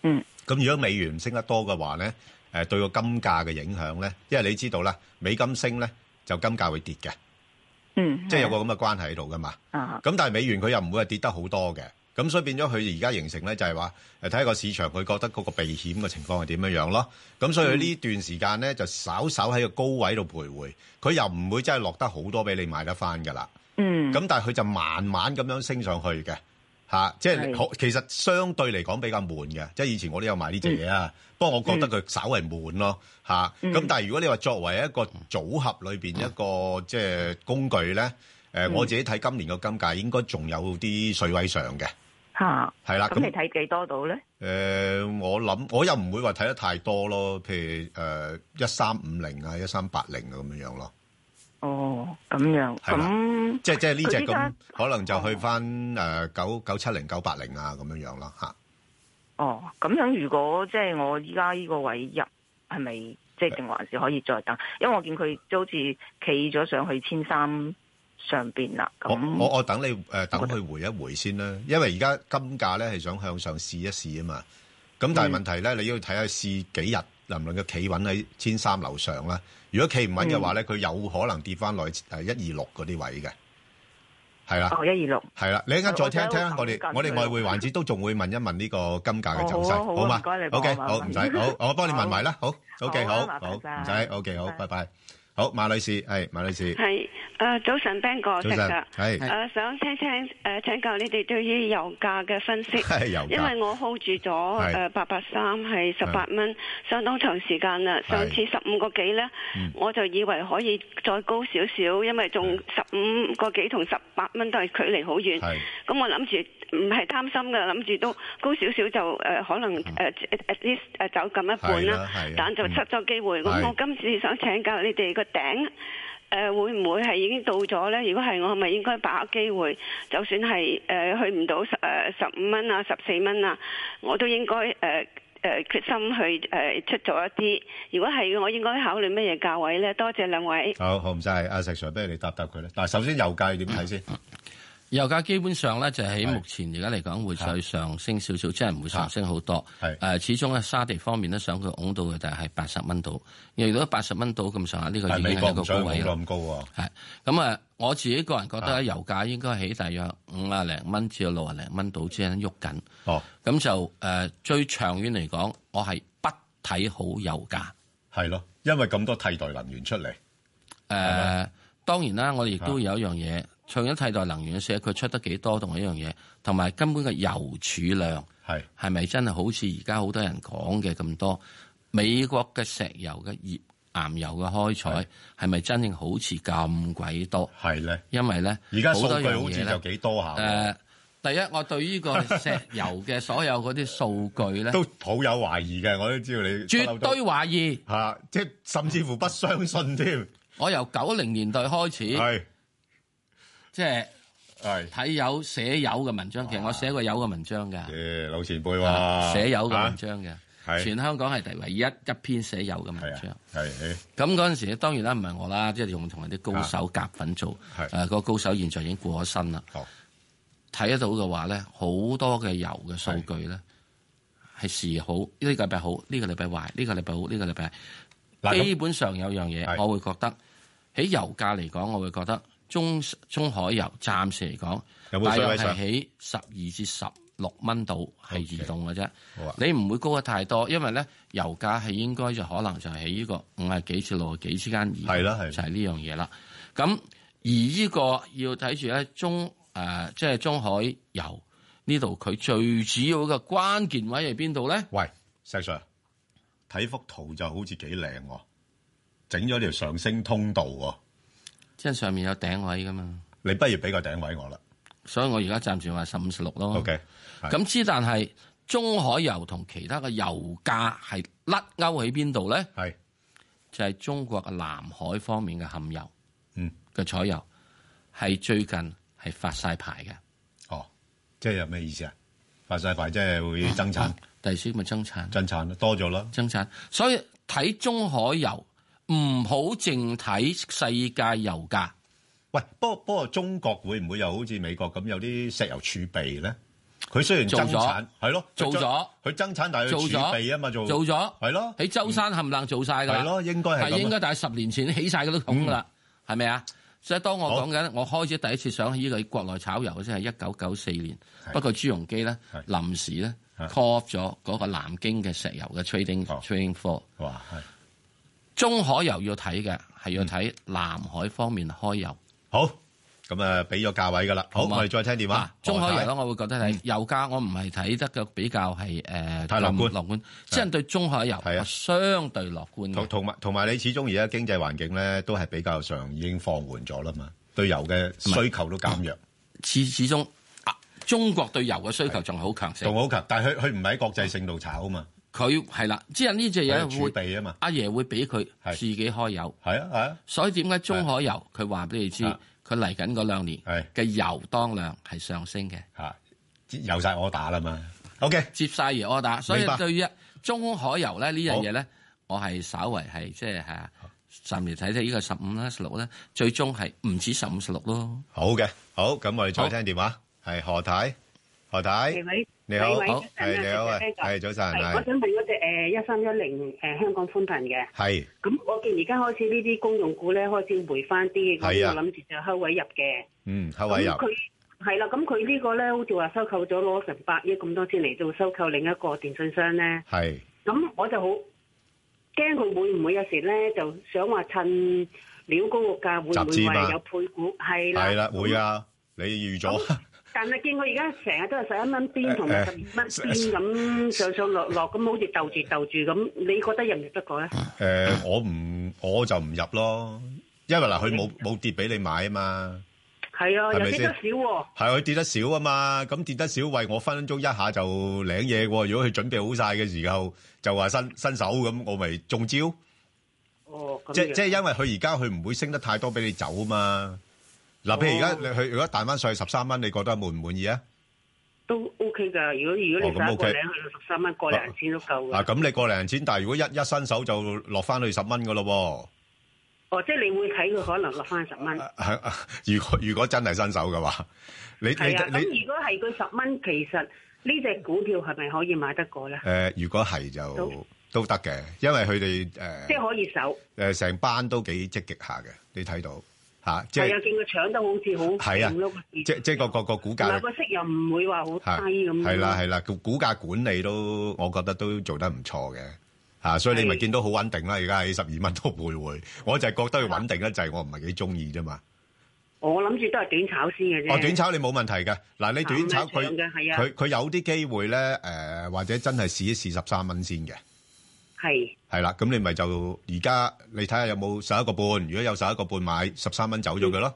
[SPEAKER 9] 嗯。
[SPEAKER 6] 咁如果美元升得多嘅話咧，誒、對個金價嘅影響咧，因為你知道啦，美金升咧就金價會跌嘅，
[SPEAKER 9] 嗯，
[SPEAKER 6] 即係有個咁嘅關係喺度噶嘛。
[SPEAKER 9] 啊，
[SPEAKER 6] 咁但係美元佢又唔會係跌得好多嘅，咁所以變咗佢而家形成咧就係話誒睇下個市場佢覺得嗰個避險嘅情況係點樣樣咯。咁所以佢呢段時間咧就稍稍喺個高位度徘徊，佢又唔會真係落得好多俾你買得翻㗎啦。
[SPEAKER 9] 嗯，
[SPEAKER 6] 咁但係佢就慢慢咁樣升上去嘅，嚇、即係
[SPEAKER 9] 係
[SPEAKER 6] 好其實相對嚟講比較悶嘅，即係以前我都有買呢只嘢
[SPEAKER 9] 嗯
[SPEAKER 6] 啊，不過我覺得佢稍為悶咯，嚇、
[SPEAKER 20] 嗯
[SPEAKER 6] 咁但係如果你話作為一個組合裏邊一個即係工具咧，誒、
[SPEAKER 9] 嗯
[SPEAKER 6] 我自己睇今年個金價應該仲有啲水位上嘅，
[SPEAKER 9] 嚇，
[SPEAKER 6] 係啦，
[SPEAKER 9] 咁你睇幾多到咧？
[SPEAKER 6] 誒、呃我諗我又唔會話睇得太多咯，譬如誒一三五零啊、一三八零啊咁樣樣咯。
[SPEAKER 9] 哦，咁樣
[SPEAKER 6] 係啦
[SPEAKER 9] 咁
[SPEAKER 6] 即係即係呢只
[SPEAKER 9] 佢依家哦
[SPEAKER 6] 咁，可能就去翻誒九九七零九八零啊咁樣樣啦嚇。
[SPEAKER 9] 哦，咁樣如果即係我依家呢個位入，係咪即係定還是可以再等？因為我見佢都好似企咗上去千三上邊啦。
[SPEAKER 6] 我
[SPEAKER 9] 咁
[SPEAKER 6] 我我等你誒、呃等佢回一回先啦，因為而家金價咧係想向上試一試啊嘛。咁
[SPEAKER 9] 嗯
[SPEAKER 6] 但係問題咧，你要睇下試幾日能唔能夠企穩喺千三樓上啦。如果企唔穩嘅
[SPEAKER 9] 嗯
[SPEAKER 6] 話咧，佢、有可能跌翻落去誒一二六嗰啲位嘅。係啦，
[SPEAKER 9] 哦一二六
[SPEAKER 6] 係啦，你一陣間再聽一
[SPEAKER 9] 我啊
[SPEAKER 6] 聽
[SPEAKER 9] 想
[SPEAKER 6] 我哋
[SPEAKER 9] 等緊
[SPEAKER 6] 我哋
[SPEAKER 9] 佢
[SPEAKER 6] 外匯環節都仲會問一問呢個金價嘅走勢，
[SPEAKER 9] 哦好啊好啊
[SPEAKER 6] 好嘛
[SPEAKER 9] 唔該你幫我
[SPEAKER 6] OK，
[SPEAKER 9] 問
[SPEAKER 6] 好唔使，好我幫你問埋啦，好，OK，
[SPEAKER 21] 好啊
[SPEAKER 6] 好，
[SPEAKER 21] 麻煩
[SPEAKER 6] 好唔
[SPEAKER 21] 晒
[SPEAKER 6] 使，OK，好，拜拜，好，馬女士係馬女士，
[SPEAKER 21] 係誒早晨 Ben 哥，
[SPEAKER 6] 早晨
[SPEAKER 21] 石 Sir
[SPEAKER 6] 係
[SPEAKER 21] 誒想聽聽誒請教你哋對於油價嘅分析，
[SPEAKER 6] 係油價
[SPEAKER 21] 因為我 hold 住咗
[SPEAKER 6] 係
[SPEAKER 21] 誒八八三係十八蚊，相當長時間啦。
[SPEAKER 6] 係嗯
[SPEAKER 21] 上次十五個幾呢，我就以為可以再高少少，因為仲十五個幾同十八蚊都係距離好遠。
[SPEAKER 6] 係
[SPEAKER 21] 咁我諗住唔係擔心嘅，諗住都高少少就誒可能誒呃 at least 誒走咁一
[SPEAKER 6] 嗯
[SPEAKER 21] 半
[SPEAKER 6] 係啦
[SPEAKER 21] 啦
[SPEAKER 6] 係啦，
[SPEAKER 21] 但就失咗機會。咁
[SPEAKER 6] 係
[SPEAKER 21] 我今次想請教你哋個頂。誒、呃會唔會係已經到咗呢？如果係，我係咪應該把握機會？就算係誒、呃去唔到十誒十五蚊啊、十四蚊啊，我都應該誒誒、決心去誒、呃出咗一啲。如果係，我應該考慮乜嘢價位呢？多謝兩位。
[SPEAKER 6] 好好唔晒，阿石 Sir，不如你答答佢啦。嗱，首先油價你點睇先？
[SPEAKER 7] 油價基本上咧就喺目前而家嚟講會再上升少少，即係唔會上升好多。
[SPEAKER 6] 係
[SPEAKER 7] 誒，始終喺沙地方面咧，想佢拱到嘅就係八十蚊度。如果八十蚊度咁上下，呢個
[SPEAKER 6] 係
[SPEAKER 7] 已
[SPEAKER 6] 美
[SPEAKER 7] 經
[SPEAKER 6] 國
[SPEAKER 7] 係一個
[SPEAKER 6] 唔
[SPEAKER 7] 高
[SPEAKER 6] 想
[SPEAKER 7] 位啦。
[SPEAKER 6] 咁高喎，
[SPEAKER 7] 係咁啊，我自己個人覺得咧，油價應該喺大約五啊零蚊至到六啊零蚊度之間喐緊。
[SPEAKER 6] 哦，
[SPEAKER 7] 咁就誒、最長遠嚟講，我係不睇好油價。
[SPEAKER 6] 係咯，因為咁多替代能源出嚟。啊
[SPEAKER 7] 誒、當然啦，我哋亦都有一樣嘢，除咗替代能源嘅時候，佢出得幾多同埋一樣嘢，同埋根本嘅油儲量
[SPEAKER 6] 係
[SPEAKER 7] 係咪真係好似而家好多人講嘅咁多？美國嘅石油嘅頁岩油嘅開採係咪真正好似咁鬼多？
[SPEAKER 6] 係咧，
[SPEAKER 7] 因為咧
[SPEAKER 6] 而家數
[SPEAKER 7] 多
[SPEAKER 6] 據
[SPEAKER 7] 樣
[SPEAKER 6] 好
[SPEAKER 7] 嘢
[SPEAKER 6] 似
[SPEAKER 7] 呢
[SPEAKER 6] 就幾多下
[SPEAKER 7] 誒、
[SPEAKER 6] 喎，
[SPEAKER 7] 第一我對 呢個石油嘅所有嗰啲數據咧，
[SPEAKER 6] 都好有懷疑嘅。我都知道你
[SPEAKER 7] 絕對懷疑
[SPEAKER 6] 嚇，即係甚至乎不相信添。
[SPEAKER 7] 我由九零年代開始，
[SPEAKER 6] 係
[SPEAKER 7] 即係睇有寫有嘅文章，其實我寫過有嘅文章㗎。
[SPEAKER 6] 誒，老前輩
[SPEAKER 7] 啊
[SPEAKER 6] 話
[SPEAKER 7] 寫有嘅文章嘅
[SPEAKER 6] 啊係，
[SPEAKER 7] 全香港係第唯一一篇寫有嘅文章。
[SPEAKER 6] 係啊
[SPEAKER 7] 咁嗰陣時當然啦，唔係我啦，即係用同人啲高手夾份做。
[SPEAKER 6] 啊
[SPEAKER 7] 誒、個高手現在已經過咗身啦。睇得到嘅話咧，好多嘅油嘅數據咧係時好，呢、個禮拜好，呢、個禮拜壞，呢、個禮拜好，呢、個禮拜
[SPEAKER 1] 嗱咁
[SPEAKER 7] 基本上有樣嘢，我會覺得喺油價嚟講，我會覺得中中海油暫時嚟講，
[SPEAKER 6] 有冇
[SPEAKER 7] 大
[SPEAKER 6] 水
[SPEAKER 7] 約
[SPEAKER 6] 位上
[SPEAKER 7] 係喺十二至十六蚊度係移動嘅啫。
[SPEAKER 6] 啊
[SPEAKER 7] 你唔會高得太多，因為咧油價係應該就可能就喺呢個五十幾至六十幾之間移動，係啦，係就係呢樣嘢啦。咁而呢個要睇住咧中誒、呃即係中海油呢度佢最主要嘅關鍵位係邊度咧？
[SPEAKER 6] 喂，石 Sir，睇幅圖就好似幾靚喎，整咗條上升通道喎。
[SPEAKER 7] 即係上面有頂位噶嘛？
[SPEAKER 6] 你不如俾個頂位我啦。
[SPEAKER 7] 所以我而家暫時話十五十六咯。
[SPEAKER 6] OK，係
[SPEAKER 7] 咁之但係中海油同其他嘅油價係甩鈎喺邊度咧？
[SPEAKER 6] 係
[SPEAKER 7] 就係中國嘅南海方面嘅含油，
[SPEAKER 6] 嗯
[SPEAKER 7] 嘅採油係最近係發晒牌嘅。
[SPEAKER 6] 哦，即係有咩意思啊？發晒牌即係會增產，
[SPEAKER 7] 哦第時咪增產，
[SPEAKER 6] 增產多咗啦，
[SPEAKER 7] 增產。所以睇中海油唔好淨睇世界油價。
[SPEAKER 6] 喂，不過不過中國會唔會又好似美國咁有啲石油儲備咧？佢雖然
[SPEAKER 7] 做
[SPEAKER 6] 增
[SPEAKER 7] 咗
[SPEAKER 6] 產，係咯，佢
[SPEAKER 7] 做咗
[SPEAKER 6] 佢增產，但係
[SPEAKER 7] 做
[SPEAKER 6] 佢儲
[SPEAKER 7] 咗
[SPEAKER 6] 備啊嘛，做
[SPEAKER 7] 做咗
[SPEAKER 6] 係咯，
[SPEAKER 7] 喺舟山冚冷做晒㗎啦，
[SPEAKER 6] 係咯應該係咁啊嗯
[SPEAKER 7] 係應該，但係十年前起晒嗰啲桶㗎啦，係咪啊？所以當我講緊，我開始第一次想呢個國內炒油嘅先係一九九四年，不過朱鎔基咧臨時咧 call off 咗嗰個南京嘅石油嘅 trading trading floor。
[SPEAKER 6] 哦哇！嗯
[SPEAKER 7] 中海油要睇嘅係要睇南海方面開油。
[SPEAKER 6] 好，咁啊，俾咗價位㗎啦。好，
[SPEAKER 7] 嘛
[SPEAKER 6] 我哋再聽電話
[SPEAKER 7] 啊。中海油
[SPEAKER 6] 何
[SPEAKER 7] 咧，我會覺得係油價，我唔係睇得嘅比較係誒
[SPEAKER 6] 嗯太樂觀啊
[SPEAKER 7] 樂觀，即係對中海油我相對樂觀嘅
[SPEAKER 6] 同。同埋同埋，你始終而家經濟環境咧都係比較上已經放緩咗啦嘛，對油嘅需求都減弱。
[SPEAKER 7] 嗯始始終啊，中國對油嘅需求仲好強盛，
[SPEAKER 6] 仲好強，但係佢佢唔喺國際性度炒啊嘛。
[SPEAKER 7] 佢係啦，即係呢隻
[SPEAKER 6] 佢
[SPEAKER 7] 嘢
[SPEAKER 6] 儲
[SPEAKER 7] 會
[SPEAKER 6] 備啊嘛，
[SPEAKER 7] 阿爺會俾佢自己開油。
[SPEAKER 6] 係啊係啊，
[SPEAKER 7] 所以點解中海油佢話俾你知，佢嚟緊嗰兩年嘅油當量係上升嘅。
[SPEAKER 6] 嚇，有晒我打啦嘛。OK，
[SPEAKER 7] 接晒而我打，所以
[SPEAKER 6] 明白
[SPEAKER 7] 對於中海油咧呢樣嘢咧，我係稍為係即係嚇。暫時睇睇呢個十五啦、十六啦，最終係唔止十五、十六咯。
[SPEAKER 6] 好嘅，好，咁我哋再聽電話，係何太，何太，
[SPEAKER 22] 喂
[SPEAKER 6] 你好，
[SPEAKER 22] 喂
[SPEAKER 6] 好係你好啊，係
[SPEAKER 22] 喂
[SPEAKER 6] 早晨，
[SPEAKER 22] 係我
[SPEAKER 6] 係
[SPEAKER 22] 想問嗰只誒一三一零誒香港寬頻嘅，
[SPEAKER 6] 係
[SPEAKER 22] 咁我見而家開始呢啲公用股咧開始回翻啲，咁
[SPEAKER 6] 係啊
[SPEAKER 22] 我諗住就收位入嘅。
[SPEAKER 6] 嗯，後位入
[SPEAKER 22] 咁佢係啦，咁佢呢個咧好似話收購咗攞成百億咁多錢嚟做收購另一個電信商咧，
[SPEAKER 6] 係
[SPEAKER 22] 咁我就好驚佢會唔會有時咧就想話趁料高個價會唔
[SPEAKER 6] 集資
[SPEAKER 22] 會
[SPEAKER 6] 嘛
[SPEAKER 22] 話有配股係啦，
[SPEAKER 6] 係啦，會啊，你預咗
[SPEAKER 22] 但係見佢而家成日都係十一蚊邊同埋十二蚊邊咁上上落落，咁好似鬥住鬥住咁，你覺得入唔入得過咧？
[SPEAKER 6] 啊誒，我唔我就唔入咯，因為嗱佢冇冇跌俾你買啊嘛，
[SPEAKER 22] 係啊，
[SPEAKER 6] 係
[SPEAKER 22] 又
[SPEAKER 6] 咪
[SPEAKER 22] 跌
[SPEAKER 6] 先
[SPEAKER 22] 得少喎。
[SPEAKER 6] 係佢跌得少啊嘛，咁跌得少，喂我分分鐘一下就領嘢喎，如果佢準備好晒嘅時候就話新新手咁，我咪中招。
[SPEAKER 22] 哦，咁
[SPEAKER 6] 即
[SPEAKER 22] 樣
[SPEAKER 6] 即係因為佢而家佢唔會升得太多俾你走啊嘛。嗱，譬如而家你佢如果彈翻上去十三蚊，你覺得滿唔滿意啊？
[SPEAKER 22] 都 OK 㗎。如果如
[SPEAKER 6] 哦
[SPEAKER 22] 果
[SPEAKER 6] 咁
[SPEAKER 22] 你打
[SPEAKER 6] OK
[SPEAKER 22] 個零去到十三蚊，個零錢都夠
[SPEAKER 6] 啊，
[SPEAKER 22] 㗎。
[SPEAKER 6] 咁你個零錢，但係如果一一伸手就落翻去十蚊噶咯
[SPEAKER 22] 哦，即係你會睇佢可能落翻十蚊。
[SPEAKER 6] 喎。係啊 如果如果真係伸手嘅話，你
[SPEAKER 22] 係啊，
[SPEAKER 6] 你
[SPEAKER 22] 咁
[SPEAKER 6] 你
[SPEAKER 22] 如果係佢十蚊，其實呢只股票係咪可以買得過咧？
[SPEAKER 6] 誒，如果係就都得嘅，因為佢
[SPEAKER 22] 即係
[SPEAKER 6] 哋
[SPEAKER 22] 可以守。
[SPEAKER 6] 誒誒成班都幾積極下嘅，你睇到嚇，即
[SPEAKER 22] 係啊，
[SPEAKER 6] 係
[SPEAKER 22] 見佢搶得好似
[SPEAKER 6] 係
[SPEAKER 22] 好勁咯。
[SPEAKER 6] 啊，即即係個個個股
[SPEAKER 22] 同
[SPEAKER 6] 價
[SPEAKER 22] 埋個息又唔會話好低咁。
[SPEAKER 6] 係啦係啦，個股價管理都我覺得都做得唔錯嘅嚇，所以你咪見到好穩定啦。而家喺十二蚊度徘徊， 我就係覺得佢穩定得滯，我唔係幾中意啫嘛。
[SPEAKER 22] 我諗住都係短炒先嘅啫。
[SPEAKER 6] 哦，短炒你冇問題嘅，嗱你短炒佢
[SPEAKER 22] 咁樣上嘅係啊
[SPEAKER 6] 佢佢有啲機會咧誒，或者真係試一試十三蚊先嘅，
[SPEAKER 22] 係
[SPEAKER 6] 係啦，咁你咪就而家你睇下有冇十一個半，如果有十一個半買十三蚊走咗佢咯。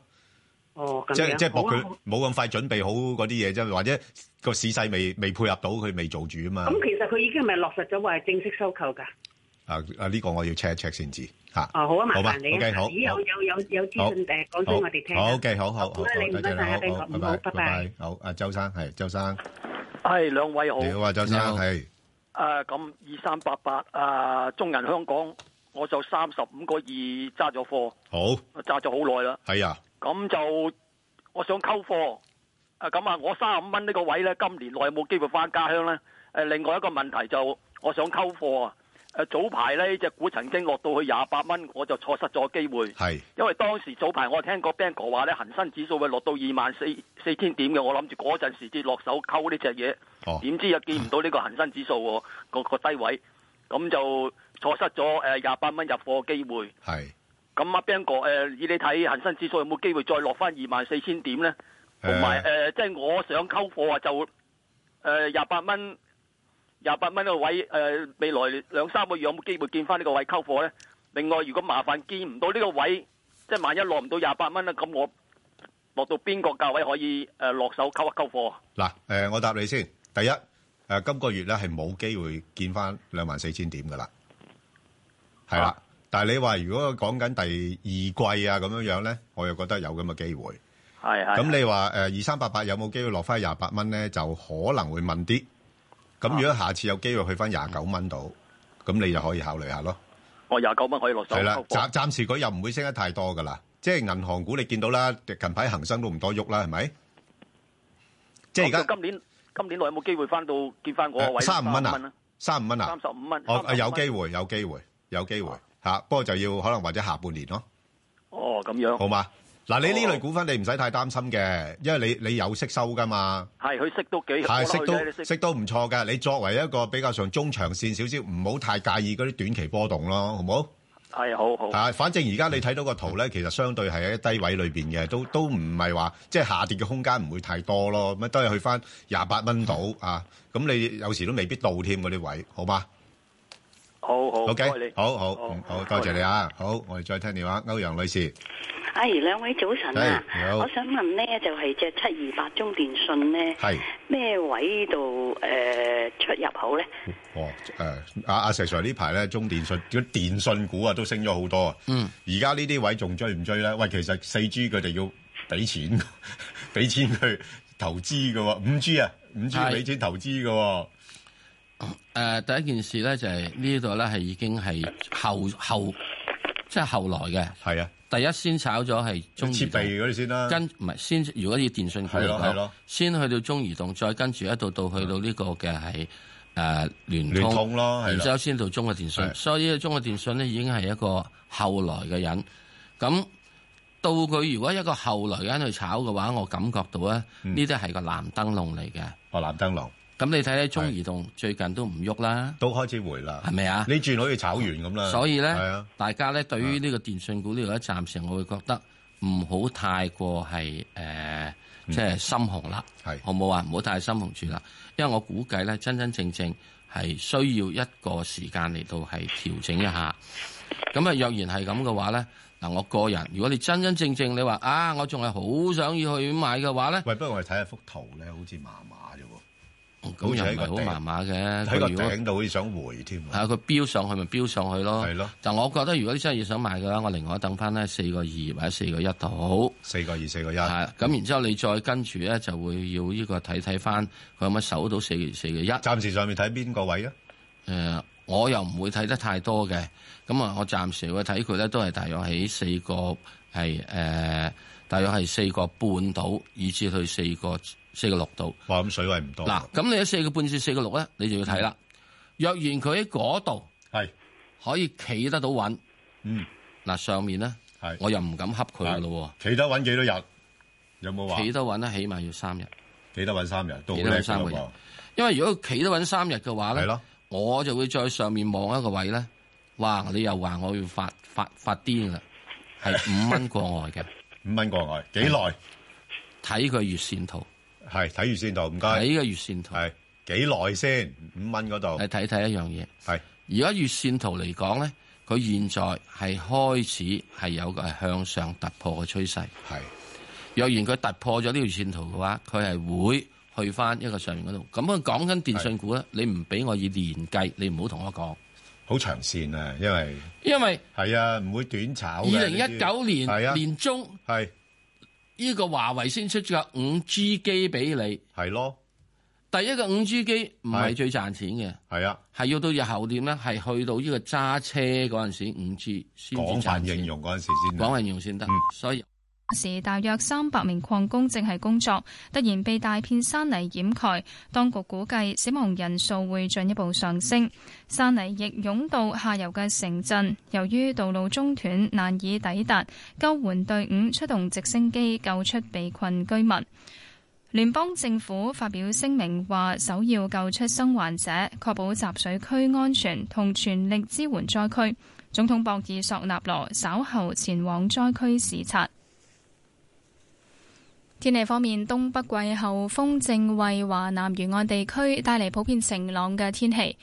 [SPEAKER 22] 哦，咁
[SPEAKER 6] 即
[SPEAKER 22] 樣
[SPEAKER 6] 即係搏佢
[SPEAKER 22] 好啊
[SPEAKER 6] 冇咁快準備好嗰啲嘢啫，或者個市勢未未配合到佢未做住啊嘛。
[SPEAKER 22] 好咁其實佢已經係咪落實咗話係正式收購
[SPEAKER 6] 誒、
[SPEAKER 22] 㗎？
[SPEAKER 6] 啊啊呢個我要 check 一 check 先知嚇。
[SPEAKER 22] 哦，好啊，麻
[SPEAKER 6] 好嘛
[SPEAKER 22] 煩你啊，
[SPEAKER 6] ，OK，好，
[SPEAKER 22] 咦有
[SPEAKER 6] 好
[SPEAKER 22] 有有有資訊誒講俾我哋聽啊。
[SPEAKER 6] 好嘅，好好好，
[SPEAKER 22] 啊你唔該晒啊，你
[SPEAKER 6] 好，
[SPEAKER 22] 唔好，拜拜。。
[SPEAKER 6] 好，阿周生係周生，
[SPEAKER 1] 系兩位好。
[SPEAKER 6] 你好啊，周生係
[SPEAKER 1] 誒啊咁二三八八啊，中銀香港，我就三十五個二揸咗貨，
[SPEAKER 6] 好
[SPEAKER 1] 揸咗好耐啦。
[SPEAKER 6] 係啊，
[SPEAKER 1] 咁就我想溝貨。啊咁啊，我三十五蚊呢個位咧，今年內有冇機會翻家鄉咧？誒，另外一個問題就我想溝貨啊。誒，早排呢只股曾經落到去廿八蚊，我就錯失咗機會。
[SPEAKER 6] 係
[SPEAKER 1] 因為當時早排我聽過 Bang 哥話咧，恒生指數會落到二萬四四千點嘅，我諗住嗰陣時至落手溝呢只嘢，點、知又見唔到呢個恒生指數喎個個低位，咁就錯失咗誒廿八蚊入貨嘅機會。
[SPEAKER 6] 係
[SPEAKER 1] 咁阿 Bang 哥誒、呃以你睇恒生指數有冇機會再落翻二萬四千點咧？同埋誒，即係我想溝貨啊，就誒廿八蚊，廿八蚊呢個位誒、呃未來兩三個月有冇機會見翻呢個位溝貨咧？另外，如果麻煩見唔到呢個位，即係萬一落唔到廿八蚊咧，咁我落到邊個價位可以誒、呃落手溝一溝貨啊？
[SPEAKER 6] 嗱誒，我答你先。第一誒，今個月咧係冇機會見翻兩萬四千點噶啦，係啦。但係你話如果講緊第二季啊咁樣樣咧，我又覺得有咁嘅機會。
[SPEAKER 1] 係係。
[SPEAKER 6] 咁你話誒二三八八有冇機會落翻廿八蚊咧？就可能會問啲。咁如果下次有機會去翻廿九蚊度，咁你就可以考慮下咯。
[SPEAKER 1] 我廿九蚊可以落手
[SPEAKER 6] 係啦
[SPEAKER 1] 溝，貨啊
[SPEAKER 6] 暫。暫時佢又唔會升得太多噶啦。即係銀行股你見到啦，近排恒生都唔多喐啦，係咪？即係而家
[SPEAKER 1] 咁今年今年內有冇機會翻到見翻嗰個位？
[SPEAKER 6] 三五蚊
[SPEAKER 1] 35
[SPEAKER 6] 啊，三五蚊啊，
[SPEAKER 1] 三十五蚊。
[SPEAKER 6] 哦，
[SPEAKER 1] 35蚊
[SPEAKER 6] 有機會，有機會，有機會嚇，不過就要可能或者下半年咯，
[SPEAKER 1] 哦，咁樣。哦
[SPEAKER 6] 好嘛？嗱，你呢類股份你唔使太擔心嘅，因為你你有息收噶嘛，
[SPEAKER 1] 係佢息都幾
[SPEAKER 6] 係
[SPEAKER 1] 我覺得
[SPEAKER 6] 息
[SPEAKER 1] 佢呢
[SPEAKER 6] 都息都唔錯㗎。你作為一個比較上中長線少少，唔好太介意嗰啲短期波動咯，好唔好？
[SPEAKER 1] 係好好。嗯
[SPEAKER 6] 啊，反正而家你睇到個圖咧，其實相對係喺低位裏邊嘅，都都唔係話即係下跌嘅空間唔會太多咯，咁都係去翻廿八蚊度啊，咁你有時都未必到添嗰啲位，好嘛？
[SPEAKER 1] 好好
[SPEAKER 6] OK，
[SPEAKER 1] 唔該你
[SPEAKER 6] 好好嗯好，多謝你啊！好，我哋再聽電話，歐陽女士，
[SPEAKER 2] 係哎兩位早晨啊
[SPEAKER 6] 係你好！
[SPEAKER 2] 我想問呢，就係只七二八中電信呢，
[SPEAKER 6] 係
[SPEAKER 2] 咩位度誒、呃出入口呢？
[SPEAKER 6] 哦，誒阿阿石 Sir 呢排咧，中電信嗰電信股啊都升咗好多啊！
[SPEAKER 7] 嗯，
[SPEAKER 6] 而家呢啲位仲追唔追咧？喂，其實四 G 佢哋要俾錢， 俾錢去投資嘅喎，五 G 啊，五 G
[SPEAKER 7] 係
[SPEAKER 6] 俾錢投資嘅喎，
[SPEAKER 7] 誒、第一件事咧就係、呢度咧係已經係後後即係後來嘅。
[SPEAKER 6] 係啊，
[SPEAKER 7] 第一先炒咗係中移
[SPEAKER 6] 設
[SPEAKER 7] 動
[SPEAKER 6] 備嗰啲先啦。
[SPEAKER 7] 跟唔係先，如果以電信股嚟
[SPEAKER 6] 係咯係
[SPEAKER 7] 講
[SPEAKER 6] 咯，
[SPEAKER 7] 先去到中移動，再跟住一度到去到呢個嘅係誒聯
[SPEAKER 6] 聯通咯係啦
[SPEAKER 7] 然之後先到中國電信。所以呢個中國電信咧已經係一個後來嘅人。咁到佢如果一個後來嘅人去炒嘅話，我感覺到咧呢啲係個藍燈籠嚟嘅。
[SPEAKER 6] 嗯哦，藍燈籠。
[SPEAKER 7] 咁你睇睇中移動最近都唔喐啦，
[SPEAKER 6] 都開始回啦，
[SPEAKER 7] 係咪啊？
[SPEAKER 6] 呢轉好似炒完咁啦。
[SPEAKER 7] 所以咧
[SPEAKER 6] 係啊，
[SPEAKER 7] 大家咧對於呢個電信股呢度咧，暫時我會覺得唔好太過係誒、呃即係心紅啦，
[SPEAKER 6] 嗯係
[SPEAKER 7] 好冇啊？唔好太心紅住啦，因為我估計咧真真正正係需要一個時間嚟到係調整一下。咁啊，若然係咁嘅話咧，嗱，我個人如果你真真正正你話啊，我仲係好想要去買嘅話咧，
[SPEAKER 6] 喂，不過我哋睇下幅圖咧，好似麻麻啫喎，
[SPEAKER 7] 咁又唔係好
[SPEAKER 6] 頂
[SPEAKER 7] 麻麻嘅，
[SPEAKER 6] 喺個
[SPEAKER 7] 佢如果
[SPEAKER 6] 頂度好似想回添喎。
[SPEAKER 7] 係佢飆上去咪飆上去咯。係
[SPEAKER 6] 咯。
[SPEAKER 7] 但我覺得如果你真係要想買嘅話，我另外等翻咧四個二或者四個一度好。
[SPEAKER 6] 四個二、四個一。
[SPEAKER 7] 係啊咁，然之後你再跟住咧就會要呢個睇睇翻佢有冇守到四個二、四個一。
[SPEAKER 6] 暫時上面睇邊個位啊？
[SPEAKER 7] 誒、我又唔會睇得太多嘅。咁啊，我暫時會睇佢咧都係大約喺四個係誒、大約係四個半度，以至去四個四個六度。
[SPEAKER 6] 哇！咁水位唔多。
[SPEAKER 7] 嗱，咁你喺四個半至四個六咧，你就要睇啦。若然佢喺嗰度
[SPEAKER 6] 嗯係
[SPEAKER 7] 可以企得到穩，
[SPEAKER 6] 嗯，
[SPEAKER 7] 嗱上面咧，我又唔敢恰佢噶咯喎。
[SPEAKER 6] 企得穩幾多日？有冇話？
[SPEAKER 7] 企得穩咧，起碼要三日。
[SPEAKER 6] 企得穩三日，都好
[SPEAKER 7] 企得
[SPEAKER 6] 叻
[SPEAKER 7] 穩三
[SPEAKER 6] 㗎
[SPEAKER 7] 個日
[SPEAKER 6] 喎。
[SPEAKER 7] 因為如果佢企得穩三日嘅話
[SPEAKER 6] 係
[SPEAKER 7] 咧
[SPEAKER 6] 咯，
[SPEAKER 7] 我就會再上面望一個位咧，哇！你又話我要發發發癲啦，係五蚊過外嘅，
[SPEAKER 6] 五蚊過外幾耐？
[SPEAKER 7] 睇佢月線圖，
[SPEAKER 6] 係睇月線圖，唔該。
[SPEAKER 7] 睇個月線圖
[SPEAKER 6] 係幾耐先？五蚊嗰度。
[SPEAKER 7] 係睇睇一樣嘢。
[SPEAKER 6] 係
[SPEAKER 7] 而家月線圖嚟講咧，佢現在係開始係有個係向上突破嘅趨勢。
[SPEAKER 6] 係，
[SPEAKER 7] 若然佢突破咗呢條線圖嘅話，佢係會去翻一個上面嗰度。咁啊，講緊電信股咧，你唔俾我以年計，你唔好同我講。
[SPEAKER 6] 好長線啊，因為
[SPEAKER 7] 因為
[SPEAKER 6] 係啊，唔會短炒嘅。
[SPEAKER 7] 二零一九
[SPEAKER 6] 係啊
[SPEAKER 7] 年年中
[SPEAKER 6] 係
[SPEAKER 7] 呢個華為先出咗五 G 機俾你，
[SPEAKER 6] 係咯。
[SPEAKER 7] 第一個五 G 機唔係最賺錢嘅，
[SPEAKER 6] 係啊，
[SPEAKER 7] 係要到日後點咧？係去到呢個揸車嗰陣時，五 G 先至
[SPEAKER 6] 廣
[SPEAKER 7] 賺
[SPEAKER 6] 泛
[SPEAKER 7] 錢。
[SPEAKER 6] 應用嗰陣時先啊嗯
[SPEAKER 7] 廣泛應用先得，所以。
[SPEAKER 12] 時大約三百名礦工正係工作，突然被大片山泥掩蓋，當局估計死亡人數會進一步上升。山泥亦湧到下游嘅城鎮，由於道路中斷，難以抵達，救援隊伍出動直升機救出被困居民。聯邦政府發表聲明話，首要救出生還者，確保集水區安全，同全力支援災區。總統博爾索納羅稍後前往災區視察。天氣方面，東北季候風正為華南沿岸地區帶嚟普遍晴朗嘅天氣。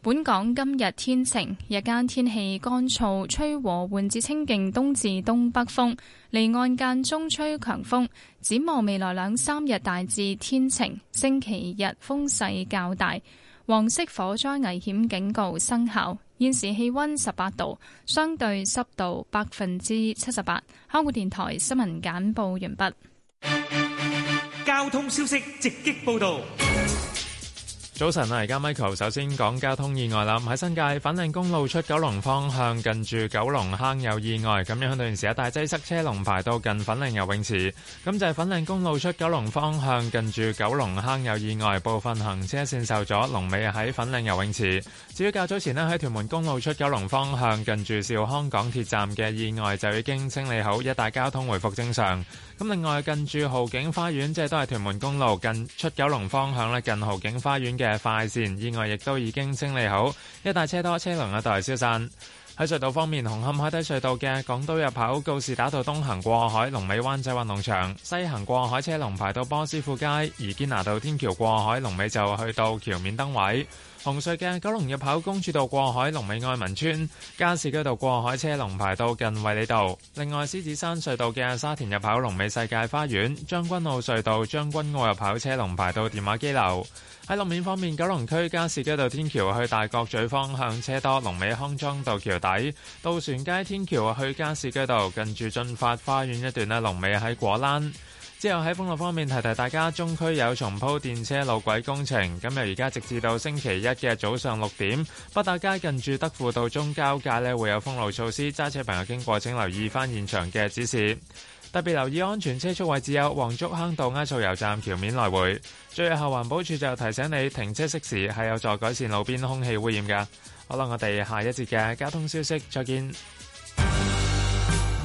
[SPEAKER 12] 本港今日天晴，日間天氣乾燥，吹和緩至清勁東至東北風，離岸間中吹強風。展望未來兩三日大致天晴，星期日風勢較大。黃色火災危險警告生效。現時氣溫十八度，相對濕度百分之七十八。香港電台新聞簡報完畢。
[SPEAKER 13] 交通消息直擊報道。
[SPEAKER 14] 早晨啊，而家 Michael 首先講交通意外啦。喺新界粉嶺公路出九龍方向，近住九龍坑有意外，咁樣段時間大擠塞車龍排到近粉嶺游泳池。咁就係粉嶺公路出九龍方向，近住九龍坑有意外，部分行車線受阻，龍尾喺粉嶺游泳池。至於較早前呢，喺屯門公路出九龍方向，近住兆康港鐵站嘅意外就已經清理好，一帶交通回復正常。咁另外近住豪景花園，即係都係屯門公路近出九龍方向咧，近豪景花園嘅快線意外亦都已經清理好，一帶車多車龍一待消散。喺隧道方面，紅磡海底隧道嘅港島入口告士打道東行過海，龍尾灣仔運動場；西行過海車龍排到波斯富街，而堅拿道天橋過海龍尾就去到橋面燈位。紅隧嘅九龍入口公主道過海，龍尾愛民村；加士居道過海車龍排到近衛理道。另外，獅子山隧道嘅沙田入口龍尾世界花園；將軍澳隧道將軍澳入口車龍排到電話機樓。喺路面方面，九龍區加士居道天橋去大角咀方向車多，龍尾康莊道橋底；渡船街天橋去加士居道，近住進發花園一段咧，龍尾喺果欄。之後喺封路方面提提大家，中區有重鋪電車路軌工程，咁由而家直至到星期一嘅早上六點，北打街近住德輔道中交界呢會有封路措施，揸車朋友經過請留意翻現場嘅指示，特別留意安全車速位置有黃竹坑道埃素油站橋面來回。最後環保署就提醒你停車熄匙係有助改善路邊空氣污染㗎。好啦，我哋下一節嘅交通消息再見。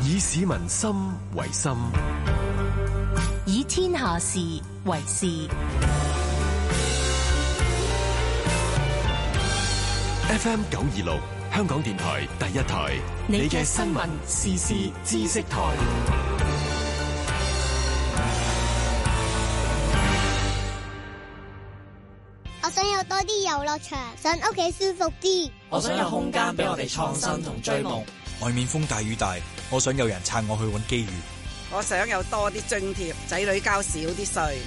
[SPEAKER 15] 以市民心為心，
[SPEAKER 16] 以天下事為事。
[SPEAKER 15] FM 九二六香港電台第一台，你嘅新聞時事知識台，
[SPEAKER 3] 我想有多啲遊樂場，想屋企舒服啲。
[SPEAKER 8] 我想有空間俾我哋創新同追夢。
[SPEAKER 23] 外面風大雨大，我想有人撐我去揾機遇。
[SPEAKER 24] 我想有多啲津貼，仔女交少啲税。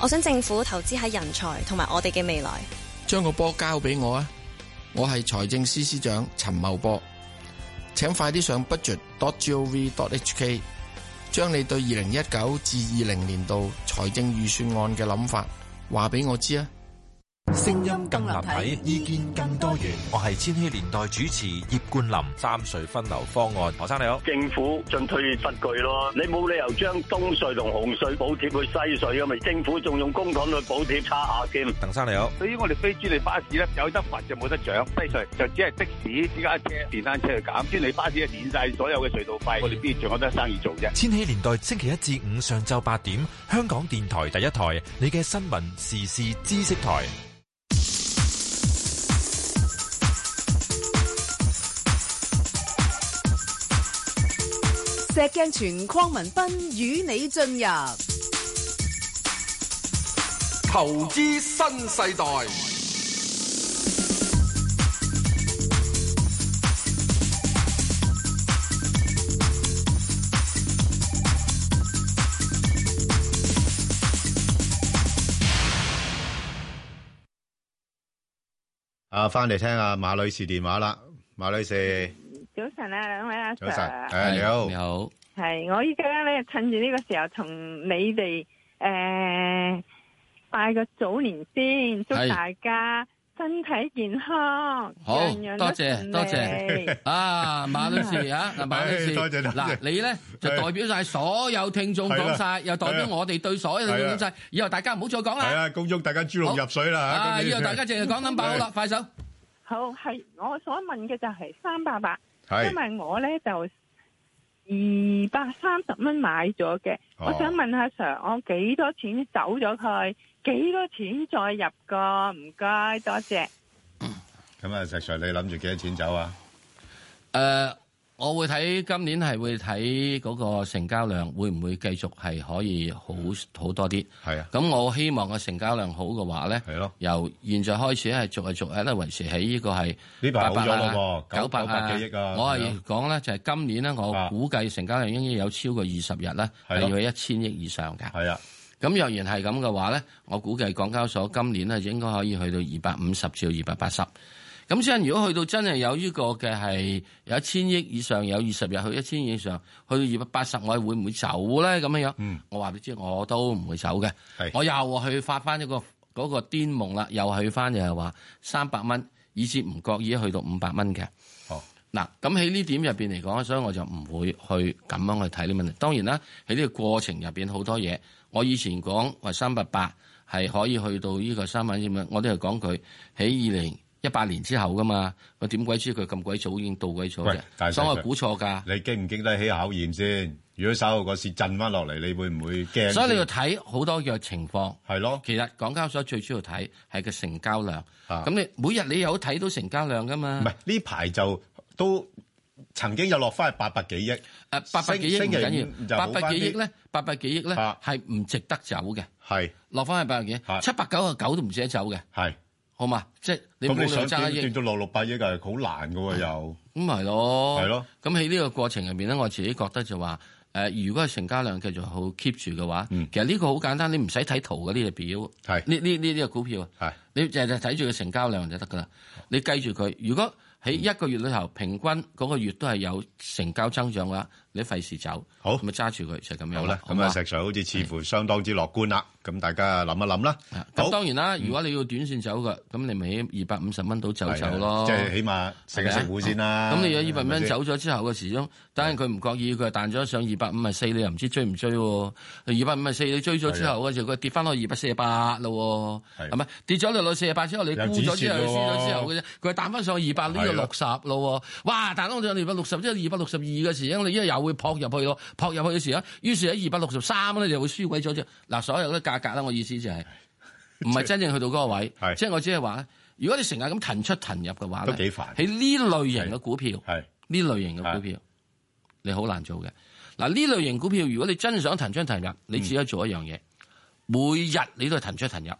[SPEAKER 25] 我想政府投資喺人才同埋我哋嘅未來。
[SPEAKER 26] 將個波交俾我啊！我係財政司司長陳茂波，請快啲上 budget.gov.hk，將你對二零一九至二零年度財政預算案嘅諗法話俾我知啊！
[SPEAKER 27] 聲音更立體，意見更多元。
[SPEAKER 28] 我係千禧年代主持葉冠霖。三隧分流方案，何生你好。
[SPEAKER 29] 政府進退失據咯，你冇理由將東隧同紅隧補貼去西隧噶嘛？政府仲用公帑去補貼差下添。
[SPEAKER 28] 鄧生你好。
[SPEAKER 30] 對於我哋非專利巴士咧，有得罰就冇得獎，西隧就只係的士、私家車、電單車去減，專利巴士係免晒所有嘅隧道費，我哋邊仲有得生意做啫？
[SPEAKER 28] 千禧年代星期一至五上晝八點，香港電台第一台，你嘅新聞時事知識台。
[SPEAKER 4] 石鏡泉鄺民彬與你進入
[SPEAKER 5] 投資新世代，
[SPEAKER 6] 啊，翻嚟聽下馬女士電話啦。馬女士，
[SPEAKER 1] 早晨啊，兩位阿
[SPEAKER 6] 早晨，
[SPEAKER 1] Sir，
[SPEAKER 6] 誒你好，
[SPEAKER 7] 你好，
[SPEAKER 1] 係我依家咧趁住呢個時候同你哋誒拜個早年先，祝
[SPEAKER 7] 係
[SPEAKER 1] 大家身體健康，
[SPEAKER 7] 好
[SPEAKER 1] 樣樣都
[SPEAKER 7] 多謝
[SPEAKER 1] 順
[SPEAKER 7] 多
[SPEAKER 1] 利
[SPEAKER 7] 謝啊，馬女士啊，嗱馬女士，
[SPEAKER 6] 係多謝多謝
[SPEAKER 7] 嗱你咧就代表晒所有聽眾講
[SPEAKER 6] 係啦
[SPEAKER 7] 晒，又代表
[SPEAKER 6] 係啦
[SPEAKER 7] 我哋對所有聽眾講晒，以後大家唔好再講
[SPEAKER 6] 係
[SPEAKER 7] 啦，
[SPEAKER 6] 啊，恭祝大家豬籠入水啦嚇
[SPEAKER 7] 啊，
[SPEAKER 6] 今
[SPEAKER 7] 以
[SPEAKER 6] 年
[SPEAKER 7] 後大家淨係講 number 好啦，快手，
[SPEAKER 1] 好係，我所問嘅就係三百八，
[SPEAKER 7] 係
[SPEAKER 1] 因為我咧就二百三十蚊買咗嘅，
[SPEAKER 6] 哦
[SPEAKER 1] 我想問下 Sir，我幾多錢走咗佢，幾多錢再入個？唔該，多謝。
[SPEAKER 6] 咁啊，石 Sir 你諗住幾多錢走啊？
[SPEAKER 7] 誒，呃我會睇今年係會睇嗰個成交量會唔會繼續係可以好好多啲，
[SPEAKER 6] 嗯係啊，
[SPEAKER 7] 咁我希望個成交量好嘅話咧，
[SPEAKER 6] 係咯，
[SPEAKER 7] 由現在開始係逐日逐日咧維持喺呢個係
[SPEAKER 6] 呢排好咗咯喎
[SPEAKER 7] 九百
[SPEAKER 6] 九百幾億啊
[SPEAKER 7] 我
[SPEAKER 6] 係
[SPEAKER 7] 係
[SPEAKER 6] 啊
[SPEAKER 7] 講咧就係今年咧，我估計成交量應該有超過二十日咧，
[SPEAKER 6] 係
[SPEAKER 7] 係
[SPEAKER 6] 咯
[SPEAKER 7] 要一千億以上嘅。
[SPEAKER 6] 係啊。
[SPEAKER 7] 咁若然係咁嘅話咧，我估計港交所今年咧應該可以去到二百五十至二百八十。咁即係如果去到真係有呢個嘅係有一千億以上，有二十日去一千億以上，去到二百八十，我會唔會走咧？咁樣樣，
[SPEAKER 6] 嗯
[SPEAKER 7] 我話俾你知，我都唔會走嘅。我又去發翻一個嗰、個癲夢啦，又去翻就係話三百蚊，以至唔覺意去到五百蚊嘅。
[SPEAKER 6] 哦，
[SPEAKER 7] 嗱，咁喺呢點入邊嚟講，所以我就唔會去咁樣去睇呢個問題。當然啦，喺呢個過程入邊好多嘢，我以前講話三百八係可以去到呢個三萬點蚊，我都係講佢喺二零一八年之後噶嘛，我點鬼知佢咁鬼早已經到鬼咗
[SPEAKER 6] 喂，大
[SPEAKER 7] 嘅，所以我
[SPEAKER 6] 細
[SPEAKER 7] 估錯㗎。
[SPEAKER 6] 你經唔經得起考驗先？如果稍後個市震翻落嚟，你會唔會驚先？
[SPEAKER 7] 所以你要睇好多嘅情況。
[SPEAKER 6] 係咯，
[SPEAKER 7] 其實港交所最主要睇係個成交量。咁你每日你有睇到成交量噶嘛
[SPEAKER 6] 啊唔？係呢排就都曾經有落翻去八百幾億，
[SPEAKER 7] 誒八百幾億唔緊要，八百幾億
[SPEAKER 6] 咧
[SPEAKER 7] 咧，八百幾億咧
[SPEAKER 6] 啊
[SPEAKER 7] 係唔值得走嘅。
[SPEAKER 6] 係
[SPEAKER 7] 落翻去八百幾，七百九啊九都唔值得走嘅。
[SPEAKER 6] 係
[SPEAKER 7] 好嘛？即係你
[SPEAKER 6] 咁
[SPEAKER 7] 冇
[SPEAKER 6] 你
[SPEAKER 7] 理
[SPEAKER 6] 想
[SPEAKER 7] 由爭一億
[SPEAKER 6] 斷。到落六百億係好難嘅喎又。
[SPEAKER 7] 咁咪咯，
[SPEAKER 6] 係咯。
[SPEAKER 7] 咁喺呢個過程入面咧，我自己覺得就話，誒、如果係成交量繼續好 keep 住嘅話，其實呢個好簡單，你唔使睇圖嘅呢隻表，
[SPEAKER 6] 嗯係
[SPEAKER 7] 呢呢呢呢個股票，啊
[SPEAKER 6] 係
[SPEAKER 7] 你就就睇住個成交量就得噶啦。你計住佢，如果喺
[SPEAKER 6] 嗯
[SPEAKER 7] 一個月裏頭平均嗰個月都係有成交增長嘅話，你費事走，
[SPEAKER 6] 好
[SPEAKER 7] 咪揸住佢就咁樣
[SPEAKER 6] 好啦，
[SPEAKER 7] 好
[SPEAKER 6] 咁啊
[SPEAKER 7] 嘛
[SPEAKER 6] 石 Sir 好似似乎相當之樂觀啦，咁大家諗一諗啦。
[SPEAKER 7] 啊咁當然啦，如果你要短線走嘅，咁你咪喺二百五十蚊度走走
[SPEAKER 6] 係
[SPEAKER 7] 咯。
[SPEAKER 6] 啊即係起碼食一食糊先啦
[SPEAKER 7] 係咪啊咁你有二
[SPEAKER 6] 係
[SPEAKER 7] 百
[SPEAKER 6] 咪
[SPEAKER 7] 蚊
[SPEAKER 6] 先
[SPEAKER 7] 走咗之後嘅時鐘，當然佢唔覺意佢彈咗上二百五十四，你又唔知追唔追喎？二百五十四你追咗之後嘅時候，佢跌翻落二百四十八咯喎，係咪？跌咗落四十八之後，你沽
[SPEAKER 6] 又
[SPEAKER 7] 咗之後，
[SPEAKER 6] 止蝕
[SPEAKER 7] 輸
[SPEAKER 6] 咯
[SPEAKER 7] 咗之後嘅啫，佢彈翻上二百呢
[SPEAKER 6] 係啊咯
[SPEAKER 7] 個六十咯喎，哇！彈翻上二百六十，即係二百六十二嘅時候，你一又會撲入去咯，撲入去嘅時候，於是喺二百六十三咧就會輸鬼咗啫。嗱，所有嘅價格啦，我意思就係、 唔係真正去到嗰個位，即係我只係話，如果你成日咁騰出騰入嘅話咧，
[SPEAKER 6] 都幾煩
[SPEAKER 7] 喺呢類型嘅股票，呢類型嘅股票，你好難做嘅。嗱，呢類型股票，如果你真想騰出騰入，你只可以做一樣嘢，
[SPEAKER 6] 嗯
[SPEAKER 7] 每日你都係騰出騰入。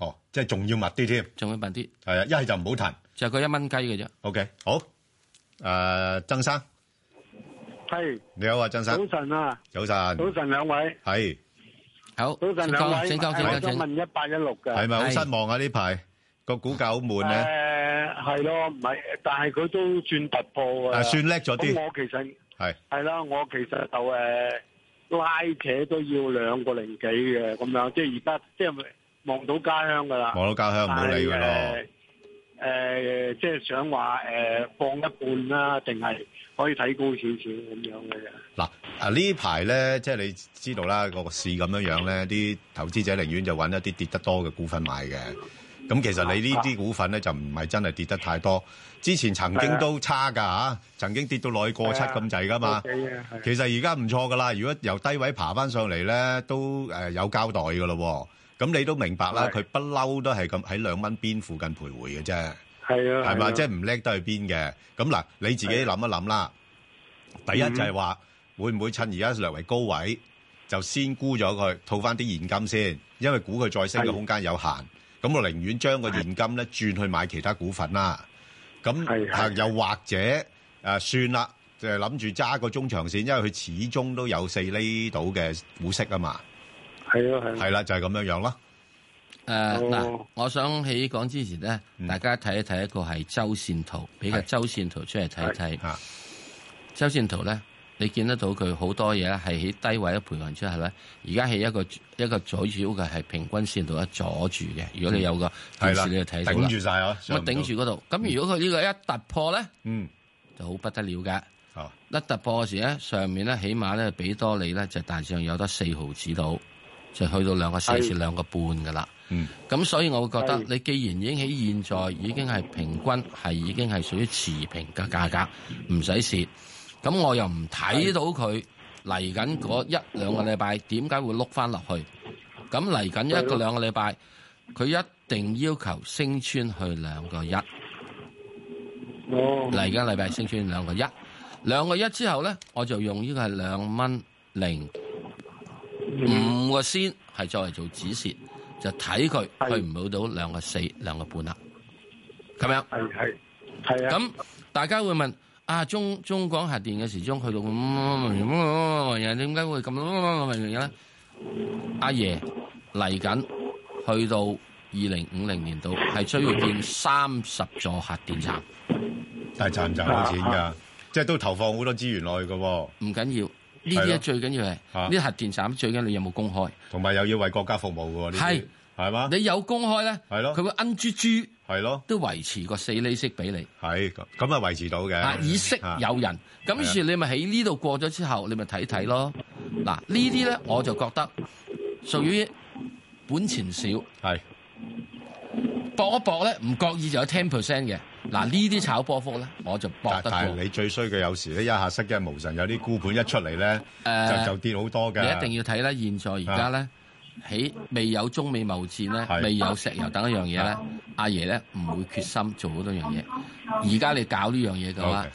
[SPEAKER 6] 哦，即係仲要密啲添，
[SPEAKER 7] 仲要密啲。
[SPEAKER 6] 係啊，一係就唔好騰，
[SPEAKER 7] 就係佢一蚊雞嘅啫。
[SPEAKER 6] OK，好。誒，曾生
[SPEAKER 10] 系
[SPEAKER 6] 你好啊，曾
[SPEAKER 10] 早
[SPEAKER 6] 生，
[SPEAKER 10] 晨啊，
[SPEAKER 6] 早晨，
[SPEAKER 10] 早晨兩位，
[SPEAKER 6] 係
[SPEAKER 7] 好，
[SPEAKER 10] 早晨兩位，
[SPEAKER 6] 請講請講
[SPEAKER 10] 誒我
[SPEAKER 6] 請
[SPEAKER 10] 想
[SPEAKER 6] 講
[SPEAKER 10] 問一八一六嘅，
[SPEAKER 6] 係咪好失望啊？呢排個股價好悶咧。
[SPEAKER 10] 誒係咯，唔係，但係佢都算突破啊，
[SPEAKER 6] 啊算叻咗啲
[SPEAKER 10] 咁我其實
[SPEAKER 6] 係
[SPEAKER 10] 係啦，我其實就誒拉扯都要兩個零幾嘅咁樣，即係而家即係望到家鄉噶啦，
[SPEAKER 6] 望到家鄉唔好理佢咯
[SPEAKER 10] 但係誒誒，即係想話誒放一半啦，定係可以睇高少少咁樣嘅啫。
[SPEAKER 6] 嗱，啊呢排咧，即係你知道啦，個市咁樣樣咧，啲投資者寧願就揾一啲跌得多嘅股份買嘅。咁其實你呢啲股份咧就唔係真係跌得太多，之前曾經都差㗎嚇，曾經跌到內過
[SPEAKER 10] 啊
[SPEAKER 6] 七咁滯㗎嘛
[SPEAKER 10] 都幾嘅係。啊
[SPEAKER 6] 其實而家唔錯㗎啦，如果由低位爬翻上嚟咧，都誒有交代㗎咯喎。咁你都明白啦，
[SPEAKER 10] 係
[SPEAKER 6] 佢不嬲都係咁喺兩蚊邊附近徘徊嘅啫。
[SPEAKER 10] 係啊，
[SPEAKER 6] 係嘛？
[SPEAKER 10] 啊
[SPEAKER 6] 即係唔叻得去邊嘅。咁嗱，你自己諗一諗啦。第一
[SPEAKER 10] 嗯
[SPEAKER 6] 就係話，會唔會趁而家略為高位，就先沽咗佢，套翻啲現金先，因為估佢再升嘅
[SPEAKER 10] 係
[SPEAKER 6] 空間有限。咁我寧願將個現金咧轉去買其他股份啦。咁啊，又或者誒、呃算啦，就係諗住揸個中長線，因為佢始終都有四厘到嘅股息啊嘛。
[SPEAKER 10] 係啊，係啊。
[SPEAKER 6] 係啦，就係咁樣樣咯。
[SPEAKER 7] 誒呃嗱
[SPEAKER 2] 哦，
[SPEAKER 7] 我想喺講之前咧，
[SPEAKER 6] 嗯
[SPEAKER 7] 大家睇一睇一個係周線圖，俾個周線圖出嚟睇睇。
[SPEAKER 6] 啊
[SPEAKER 7] 周線圖咧，你見得到佢好多嘢咧，係喺低位一培養出嚟咧。而家係一個一個左腰嘅係平均線度一阻住嘅。如果你有個
[SPEAKER 6] 嗯
[SPEAKER 7] 電
[SPEAKER 6] 係啦
[SPEAKER 7] 視，你就睇到啦
[SPEAKER 6] 頂住晒啊上
[SPEAKER 7] 我
[SPEAKER 6] 唔到
[SPEAKER 7] 頂住嗰度。咁如果佢呢個一突破咧，
[SPEAKER 6] 嗯，
[SPEAKER 7] 就好不得了㗎。一突破嘅時咧，上面咧起碼咧俾多你咧，就大致上有得四毫子到，就去到兩個四至
[SPEAKER 11] 係
[SPEAKER 7] 兩個半㗎啦。
[SPEAKER 6] 嗯，
[SPEAKER 7] 咁所以我會覺得，你既然已經喺現在已經係平均係已經係屬於持平嘅價格，唔使蝕。咁我又唔睇到佢嚟緊嗰一兩個禮拜點解會碌翻落去？咁嚟緊一個兩個禮拜，佢一定要求升穿去兩個一。嚟緊禮拜升穿兩個一，兩個一之後咧，我就用呢個係兩蚊零五個先係作為做止蝕，就睇佢去唔去到兩個四、兩個半啦。咁樣
[SPEAKER 10] 係係係
[SPEAKER 7] 啊。咁大家會問啊，中中港核電嘅時鐘去到咁樣，人點解會咁樣咧？阿爺嚟緊去到二零五零年度係需要建三十座核電站。
[SPEAKER 6] 但係賺唔賺到錢㗎？即係都投放好多資源落去㗎喎。
[SPEAKER 7] 唔緊要。呢啲咧最緊要係呢啲核電站最緊要你有冇公開，
[SPEAKER 6] 同埋又要為國家服務㗎喎。係係嘛？
[SPEAKER 7] 你有公開咧，
[SPEAKER 6] 係咯，
[SPEAKER 7] 佢會恩豬豬
[SPEAKER 6] 係咯，
[SPEAKER 7] 都維持個四厘息俾你。
[SPEAKER 6] 係咁咁啊，維持到嘅。啊
[SPEAKER 7] 啊，以息有人，咁於是你咪喺呢度過咗之後，你咪睇睇咯。嗱，呢啲咧我就覺得屬於本錢少，
[SPEAKER 6] 係
[SPEAKER 7] 搏一搏咧，唔覺意就有 ten percent 嘅。嗱，呢啲炒波幅咧，我就搏
[SPEAKER 6] 但
[SPEAKER 7] 得
[SPEAKER 6] 但係
[SPEAKER 7] 過。
[SPEAKER 6] 你最衰嘅有時咧，一下失驚無神，有啲沽盤一出嚟咧，
[SPEAKER 7] 誒
[SPEAKER 6] 就就跌好多㗎。啊
[SPEAKER 7] 你一定要睇啦，現在而家咧喺未有中美貿易戰咧，
[SPEAKER 6] 係啊
[SPEAKER 7] 未有石油等一樣嘢咧，阿爺咧唔會決心做好多樣嘢。而家你搞呢樣嘢嘅話
[SPEAKER 6] OK，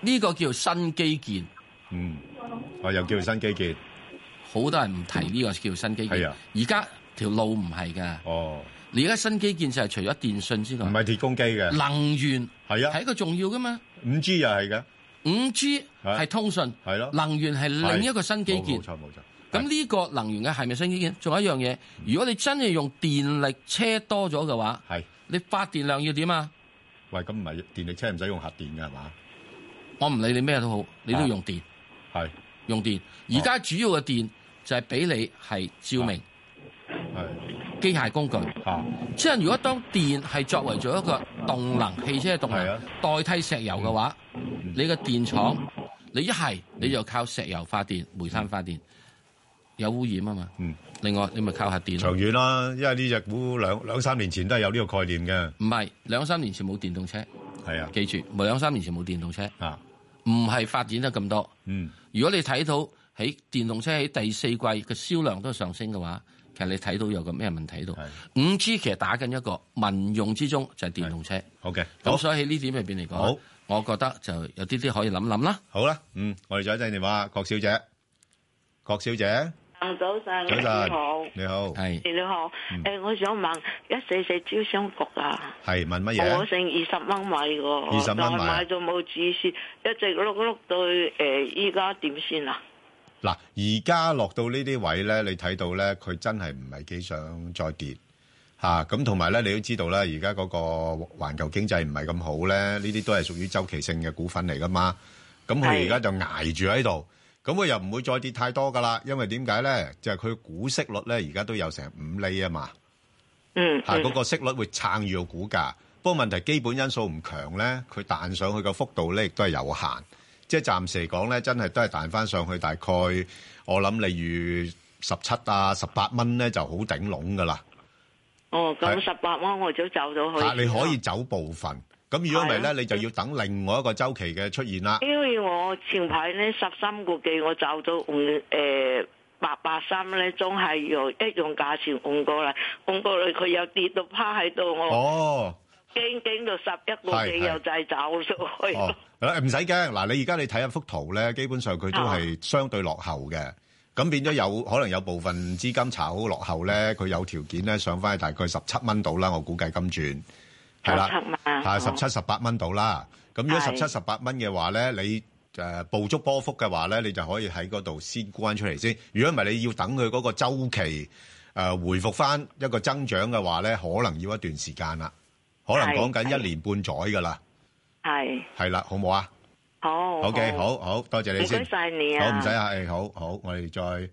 [SPEAKER 7] 呢個叫新基建。
[SPEAKER 6] 嗯，我又叫新基建。
[SPEAKER 7] 好多人唔提呢個叫新基
[SPEAKER 6] 係
[SPEAKER 7] 建
[SPEAKER 6] 啊。
[SPEAKER 7] 而家條路唔係㗎。
[SPEAKER 6] 哦，
[SPEAKER 7] 你而家新基建就係除咗電信之外，唔
[SPEAKER 6] 係鐵公機嘅
[SPEAKER 7] 能源
[SPEAKER 6] 係啊，
[SPEAKER 7] 係一個重要噶嘛。
[SPEAKER 6] 五 G 又係嘅，
[SPEAKER 7] 五 G 係通訊，
[SPEAKER 6] 係咯，
[SPEAKER 7] 能源係另一個新基建
[SPEAKER 6] 冇。錯冇錯。嗯
[SPEAKER 7] 咁呢個能源嘅係咪新基建？仲有一樣嘢，如果你真係用電力車多咗嘅話，
[SPEAKER 6] 係
[SPEAKER 7] 你發電量要點啊？
[SPEAKER 6] 喂，咁唔係電力車唔使用核電嘅係嘛？啊
[SPEAKER 7] 我唔理你咩都好，你都要用電。
[SPEAKER 6] 係
[SPEAKER 7] 用電。而
[SPEAKER 6] 哦
[SPEAKER 7] 家主要嘅電就係俾你係照明，
[SPEAKER 6] 啊
[SPEAKER 7] 係機械工具。即係如果當電係作為咗一個動能汽車嘅動
[SPEAKER 6] 啊
[SPEAKER 7] 能代替石油嘅話，
[SPEAKER 6] 嗯
[SPEAKER 7] 你個電廠你一係你就靠石油發電、煤炭發電，有污染啊嘛。另外你咪靠核電
[SPEAKER 6] 嗯
[SPEAKER 7] 咯。
[SPEAKER 6] 長遠啦，因為呢只股兩兩三年前都係有呢個概念嘅。
[SPEAKER 7] 唔係兩三年前冇電動車，
[SPEAKER 6] 係啊，
[SPEAKER 7] 記住，冇兩三年前冇電動車
[SPEAKER 6] 啊，
[SPEAKER 7] 唔係發展得咁多。
[SPEAKER 6] 嗯，
[SPEAKER 7] 如果你睇到喺電動車喺第四季嘅銷量都上升嘅話，其實你睇到有個咩問題喺度？五 G 其實打緊一個民用之中就係電動車。
[SPEAKER 6] OK，
[SPEAKER 7] 咁所以喺呢點入邊嚟
[SPEAKER 6] 好
[SPEAKER 7] 講，我覺得就有啲啲可以諗諗啦。
[SPEAKER 6] 好啦，嗯，我哋再聽電話，郭小姐，郭小姐，
[SPEAKER 12] 早晨，
[SPEAKER 6] 早晨
[SPEAKER 12] 你好，，
[SPEAKER 6] 你好，嗯
[SPEAKER 7] 係
[SPEAKER 12] 你好。誒，我想問一四四招商局啊，
[SPEAKER 6] 係問乜
[SPEAKER 12] 我
[SPEAKER 6] 嘢？
[SPEAKER 12] 剩二十蚊買個，
[SPEAKER 6] 20蚊買
[SPEAKER 12] 但
[SPEAKER 6] 啊
[SPEAKER 12] 係買到冇止蝕，一直碌碌到誒依家點算啊？
[SPEAKER 6] 嗱，而家落到呢啲位咧，你睇到咧，佢真係唔係幾想再跌嚇。咁同埋咧，你都知道啦，而家嗰個環球經濟唔係咁好咧，呢啲都係屬於周期性嘅股份嚟噶嘛。咁佢而家就捱住喺度，咁佢又唔會再跌太多噶啦。因為點解咧？就係佢股息率咧，而家都有成五厘啊嘛。
[SPEAKER 12] 嗯，
[SPEAKER 4] 啊
[SPEAKER 6] 嚇啊嗰個息率會撐住個股價。不過問題基本因素唔強咧，佢彈上去嘅幅度咧亦都係有限。即係暫時嚟講咧，真係都係彈翻上去大概，我諗例如十七啊、十八蚊咧就好頂籠噶啦。
[SPEAKER 12] 哦，咁
[SPEAKER 6] 係
[SPEAKER 12] 十八蚊我早走咗去。
[SPEAKER 6] 嚇，你可以走部分。咁如果唔係啊咧，你就要等另外一個周期嘅出現啦。
[SPEAKER 12] 因為我前排呢十三個幾，我找咗換誒八八三咧，總係用一樣價錢換過嚟，換過嚟佢又跌到趴喺度，我
[SPEAKER 6] 哦，
[SPEAKER 12] 驚驚到十一個
[SPEAKER 6] 係
[SPEAKER 12] 幾
[SPEAKER 6] 係
[SPEAKER 12] 又再走咗去。
[SPEAKER 6] 哦，嗱唔使驚。嗱，你而家你睇下幅圖咧，基本上佢
[SPEAKER 12] 啊
[SPEAKER 6] 都係相對落後嘅。咁變咗有可能有部分資金炒落後咧，佢有條件咧上翻去大概十七蚊度啦。我估計今轉係啦，
[SPEAKER 12] 17蚊
[SPEAKER 6] 係
[SPEAKER 12] 哦
[SPEAKER 6] 十七十八蚊度啦。咁如果十
[SPEAKER 12] 係
[SPEAKER 6] 七十八蚊嘅話咧，你誒捕捉波幅嘅話咧，你就可以喺嗰度先沽翻出嚟先。如果唔係，你要等佢嗰個週期誒、誒回復翻一個增長嘅話咧，可能要一段時間啦，可能講緊一年半載噶啦，
[SPEAKER 12] 系
[SPEAKER 6] 係啦，好冇啊？
[SPEAKER 12] 好
[SPEAKER 6] OK，好好多謝你先，
[SPEAKER 12] 唔該晒你啊
[SPEAKER 6] 好唔使客氣，好好，我哋再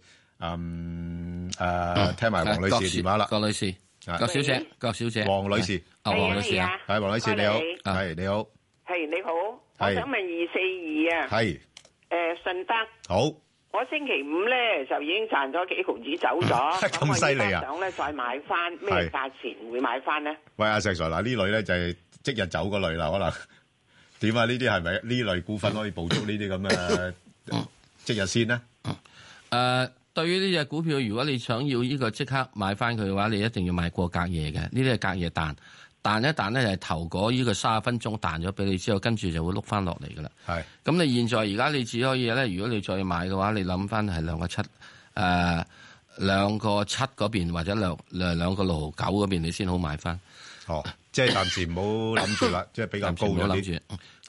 [SPEAKER 6] 嗯誒聽埋黃女
[SPEAKER 7] 郭
[SPEAKER 6] 士
[SPEAKER 7] 小
[SPEAKER 6] 電話啦，
[SPEAKER 7] 郭女士，郭小姐，郭小姐，
[SPEAKER 6] 黃女士，
[SPEAKER 7] 啊黃女士啊，
[SPEAKER 6] 係黃女士你好，
[SPEAKER 7] 啊
[SPEAKER 6] 係你好，
[SPEAKER 2] 系你好，我
[SPEAKER 6] 係
[SPEAKER 2] 想问二四二啊，
[SPEAKER 6] 係
[SPEAKER 2] 诶顺德，
[SPEAKER 6] 好。
[SPEAKER 2] 我星期五咧就已經賺咗幾毫子走咗，
[SPEAKER 6] 咁犀利啊
[SPEAKER 2] 咁我而家想咧再買翻咩
[SPEAKER 6] 係
[SPEAKER 2] 價錢會買翻咧？
[SPEAKER 6] 喂，阿石 Sir，嗱呢類咧就係即日走嗰類啦，可能 點啊？呢啲係咪呢類股份可以捕捉呢啲咁嘅即日先呢？
[SPEAKER 7] 誒，對呃於呢只股票，如果你想要呢個即刻買翻佢嘅話，你一定要買過隔夜嘅。呢啲係隔夜彈，彈一彈咧就係頭嗰呢個三十分鐘彈咗俾你之後，跟住就會碌翻落嚟噶啦。
[SPEAKER 6] 係。
[SPEAKER 7] 咁你現在而家你只可以咧，如果你再買嘅話，你諗翻係兩個七誒兩個七嗰邊或者兩兩兩個六毫九嗰邊，你先好買翻。
[SPEAKER 6] 哦，即係暫時唔好諗住 啦，即係比較高
[SPEAKER 7] 唔
[SPEAKER 6] 咗啲
[SPEAKER 7] 好諗住，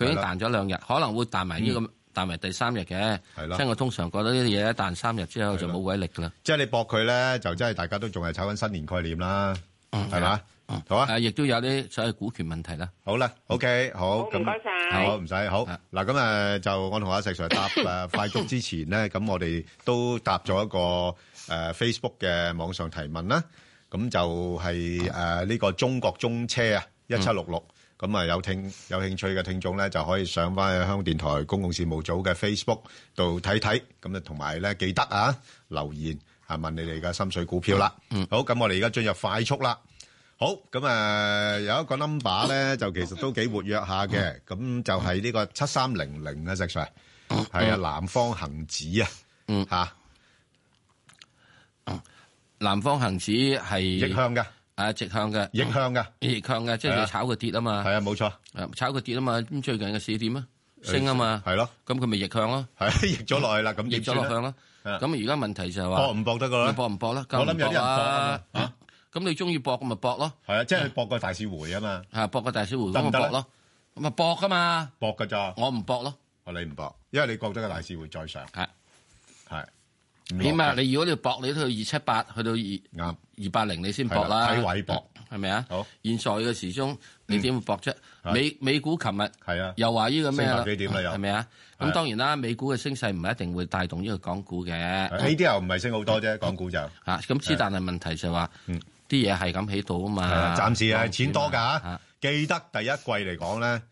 [SPEAKER 7] 佢已經彈咗兩日，可能會彈埋呢個
[SPEAKER 6] 嗯
[SPEAKER 7] 彈埋第三日嘅。
[SPEAKER 6] 係啦
[SPEAKER 7] 即係我通常覺得呢啲嘢一彈三日之後就冇鬼力㗎啦。
[SPEAKER 6] 即係你搏佢咧，就真係大家都仲係炒緊新年概念啦，係嘛？好啊，
[SPEAKER 7] 亦都有啲所謂股權問題啦。
[SPEAKER 6] 好啦，OK，好，咁
[SPEAKER 2] 唔該晒
[SPEAKER 6] 好唔使好嗱，咁誒就我同阿石 Sir 答誒快速之前咧，咁我哋都答咗一個誒 à, Facebook 嘅網上提問啦，咁就係誒呢個中國中車啊，一七六六。咁啊，有聽有興趣嘅聽眾咧，就可以上翻去香港電台公共事務組嘅 Facebook 度睇睇，咁啊，同埋咧記得啊留言啊問你哋嘅心水股票啦。嗯，好，咁我哋而家進入快速啦。好，咁啊有一個 number 咧，就其實都幾活躍下嘅，咁就係呢個七三零零啊，石 Sir，係啊，南方恒指啊，
[SPEAKER 7] 嗯
[SPEAKER 6] 嚇，
[SPEAKER 7] 南方恒指係
[SPEAKER 6] 逆向嘅，
[SPEAKER 7] 啊直向嘅，
[SPEAKER 6] 逆向嘅，
[SPEAKER 7] 逆向嘅，即
[SPEAKER 6] 係
[SPEAKER 7] 係
[SPEAKER 6] 啊
[SPEAKER 7] 你炒佢跌啊嘛。係
[SPEAKER 6] 啊，冇錯。
[SPEAKER 7] 炒佢跌啊嘛，咁最近嘅市點啊？升啊嘛。
[SPEAKER 6] 係咯。
[SPEAKER 7] 咁佢咪逆向咯。
[SPEAKER 6] 係逆咗落去啦，咁
[SPEAKER 7] 逆
[SPEAKER 6] 點
[SPEAKER 7] 咗
[SPEAKER 6] 算呢
[SPEAKER 7] 落向
[SPEAKER 6] 啊
[SPEAKER 7] 咯。咁而家問題就係話
[SPEAKER 6] 搏唔搏得㗎啦
[SPEAKER 7] 你搏唔搏啦？
[SPEAKER 6] 我諗有啲人搏啊
[SPEAKER 7] 梗係唔搏啦。咁你中意搏咁咪搏咯。
[SPEAKER 6] 係啊，即係搏個大市回啊嘛，
[SPEAKER 7] 係搏個大市回
[SPEAKER 6] 得
[SPEAKER 7] 咁
[SPEAKER 6] 唔
[SPEAKER 7] 咪
[SPEAKER 6] 得
[SPEAKER 7] 搏
[SPEAKER 6] 咧
[SPEAKER 7] 咯。咁啊搏㗎嘛。
[SPEAKER 6] 搏㗎咋，
[SPEAKER 7] 我唔搏咯，啊
[SPEAKER 6] 我你唔搏，因為你覺得個大市會再上，
[SPEAKER 7] 係
[SPEAKER 6] 係，
[SPEAKER 7] 點啊？你如果你搏，你都要二七八去到二啱二八零，你先搏啦。
[SPEAKER 6] 係啦睇位搏
[SPEAKER 7] 係咪啊？好，現在嘅時鐘你點會搏啫？
[SPEAKER 6] 嗯係
[SPEAKER 7] 美美股琴日係
[SPEAKER 6] 啊，
[SPEAKER 7] 又話呢個咩
[SPEAKER 6] 升
[SPEAKER 7] 啦？
[SPEAKER 6] 百幾點啦又
[SPEAKER 7] 係咪啊？
[SPEAKER 6] 係啊
[SPEAKER 7] 咁當然啦，美股嘅升勢唔一定會帶動呢個港股嘅。
[SPEAKER 6] 呢啲又唔係升好多啫，港股就
[SPEAKER 7] 嚇咁之，但係問題就係話啲嘢係咁起到啊
[SPEAKER 6] 嗯係
[SPEAKER 7] 啊嘛。
[SPEAKER 6] 啊暫時係
[SPEAKER 7] 當
[SPEAKER 6] 錢多㗎
[SPEAKER 7] 然啦
[SPEAKER 6] 嚇，記得第一季嚟講咧，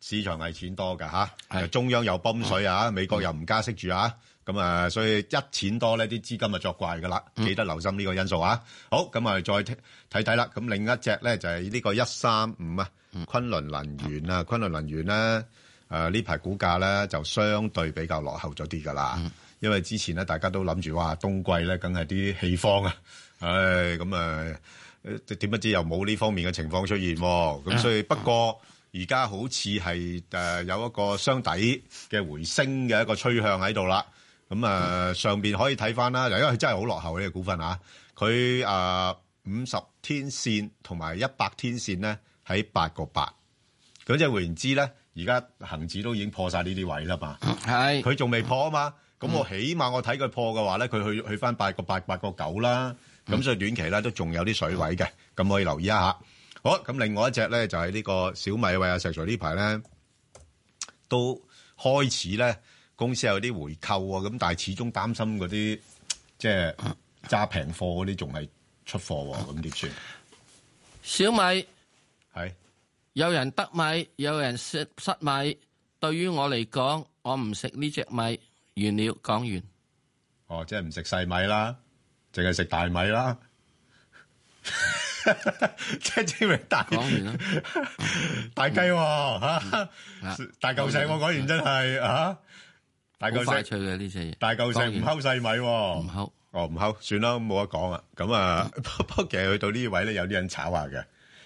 [SPEAKER 6] 市場係錢多㗎嚇，中央又泵水啊，美國又唔加息住啊，咁啊，所以一錢多咧，啲資金就作怪㗎啦，記得留心呢個因素啊。好，咁我哋再睇睇睇啦，咁另一隻咧就係呢個一三五啊，昆侖能源啊，昆侖能源咧。誒呃呢排股價咧就相對比較落後咗啲㗎啦，因為之前咧大家都諗住哇冬季咧梗係啲氣荒啊，唉咁啊誒點不知又冇呢方面嘅情況出現喎，咁所以不過而家好似係誒有一個雙底嘅回升嘅一個趨向喺度啦，咁啊上邊可以睇翻啦，因為佢真係好落後呢個股份啊，佢誒五十天線同埋一百天線咧喺八個八。咁即係換言之咧，而家恒指都已經破晒呢啲位啦嘛。
[SPEAKER 7] 係，
[SPEAKER 6] 佢仲未破啊嘛。咁我起碼我睇佢破嘅話咧，佢去去翻八個八八個九啦。咁所以短期咧都仲有啲水位嘅，咁可以留意一下。好，咁另外一隻咧就係呢個小米喂啊，石 Sir 呢排咧都開始咧公司有啲回購啊，咁但係始終擔心嗰啲即係揸平貨嗰啲仲係出貨喎，咁點算？
[SPEAKER 7] 小米
[SPEAKER 6] 係
[SPEAKER 7] 有人得米，有人失失米。對於我嚟講，我唔食呢只米。完了，講完。
[SPEAKER 6] 哦，即係唔食細米啦，淨係食大米啦。 即係證明大
[SPEAKER 7] 講完啦， 嗯
[SPEAKER 6] 大雞喎嚇大嚿石喎，講完真係嚇大嚿
[SPEAKER 7] 好快
[SPEAKER 6] 石
[SPEAKER 7] 脆嘅呢只嘢，
[SPEAKER 6] 大嚿石
[SPEAKER 7] 當
[SPEAKER 6] 唔
[SPEAKER 7] 然
[SPEAKER 6] 溝細米喎，唔
[SPEAKER 7] 溝
[SPEAKER 6] 哦唔溝，算啦冇得講啊。咁啊， 不不過其實去到呢位咧，有啲人炒下嘅，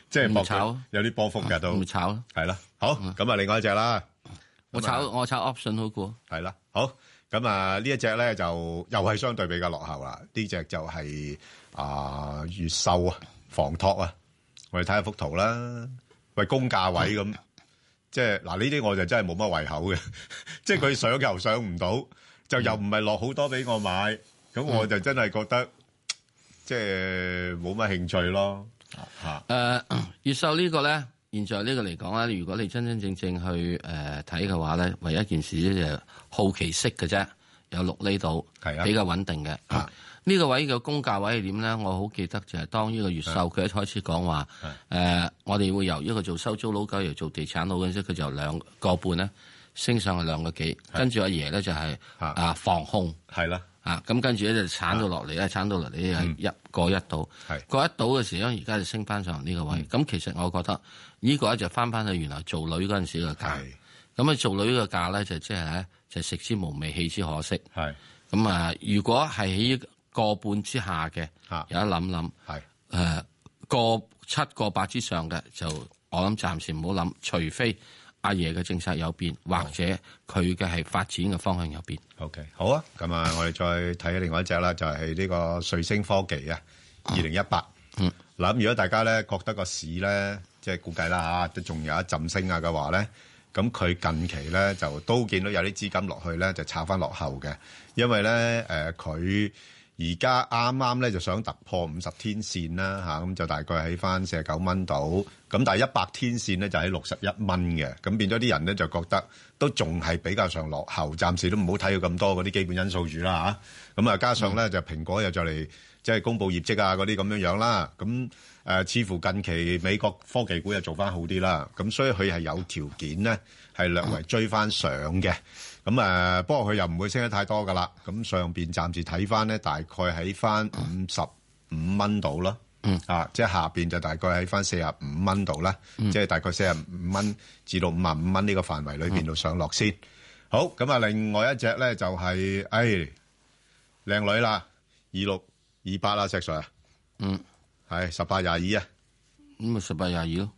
[SPEAKER 6] 即係
[SPEAKER 7] 嗯唔
[SPEAKER 6] 搏佢
[SPEAKER 7] 炒啊
[SPEAKER 6] 有啲波幅㗎都
[SPEAKER 7] 唔炒啊嗯啦，
[SPEAKER 6] 係啦。好咁啊，另外一隻啦，
[SPEAKER 7] 我
[SPEAKER 6] 咁啊
[SPEAKER 7] 炒我炒 option 好過。
[SPEAKER 6] 係啦，好咁啊！呢一隻咧就又係相對比較落後啦。呢只就係、啊、越秀啊、房託啊，我哋睇下幅圖啦。喂，公價位咁，即係嗱呢啲我就真係冇乜胃口嘅， 即係佢上又上唔到，就又唔係落好多俾我買，咁我就真係覺得即係冇乜興趣咯。嚇
[SPEAKER 7] 誒，呃越秀呢個咧，現在呢個嚟講咧，如果你真真正正去誒睇嘅話咧，唯一一件事咧就係好奇息嘅啫，有六厘度，比較穩定嘅。呢個位嘅公價位係點咧？我好記得就係當呢個越秀佢一開始講話誒，呃我哋會由一個做收租佬，又做地產佬嗰陣時，佢就兩個半咧升上去兩個幾，跟住阿爺咧就係啊防控
[SPEAKER 6] 係啦。
[SPEAKER 7] 啊，咁跟住咧就鏟到落嚟咧，鏟到落嚟係一個一度，過一度嘅時候，而家就升翻上呢個位。咁其實我覺得呢個咧就翻翻去原來做女嗰陣時嘅價。咁啊，做女嘅價咧就即係咧就食之無味，棄之可惜。咁啊，如果係喺個半之下嘅，有得呃諗諗。誒個七個八之上嘅就我諗暫時唔好諗，除非阿爺嘅政策有變，或者佢嘅係發展嘅方向有變。
[SPEAKER 6] OK，好啊，咁啊，我哋再睇另外一隻啦，就係呢個瑞星科技啊，二零一八。
[SPEAKER 7] 嗯，
[SPEAKER 6] 嗱，咁如果大家咧覺得個市咧，即係估計啦嚇，都仲有一陣升啊嘅話咧，咁佢近期咧就都見到有啲資金落去咧，就炒翻落後嘅，因為咧誒佢而家啱啱咧就想突破五十天線啦嚇，咁就大概喺翻四十九蚊度，咁但係一百天線咧就喺六十一蚊嘅，咁變咗啲人咧就覺得都仲係比較上落後，暫時都唔好睇佢咁多嗰啲基本因素住啦嚇，咁啊加上咧就蘋果又就嚟。即係公布業績啊嗰啲咁樣樣啦，咁誒、呃、似乎近期美國科技股又做翻好啲啦，咁所以佢係有條件咧係略為追翻上嘅，咁誒、呃、不過佢又唔會升得太多噶啦，咁上邊暫時睇翻咧大概喺翻五十五蚊度啦，
[SPEAKER 7] 嗯
[SPEAKER 6] 啊即係下邊就大概喺翻四十五蚊度啦，
[SPEAKER 7] 嗯
[SPEAKER 6] 即係大概四十五蚊至到五十五蚊呢個範圍裏邊度上落先。好，咁啊另外一隻咧就係、哎誒、靚女啦，二六。二八啦，石 Sir 啊，
[SPEAKER 7] 嗯，
[SPEAKER 6] 係十八廿二啊，
[SPEAKER 7] 咁啊十八廿二咯，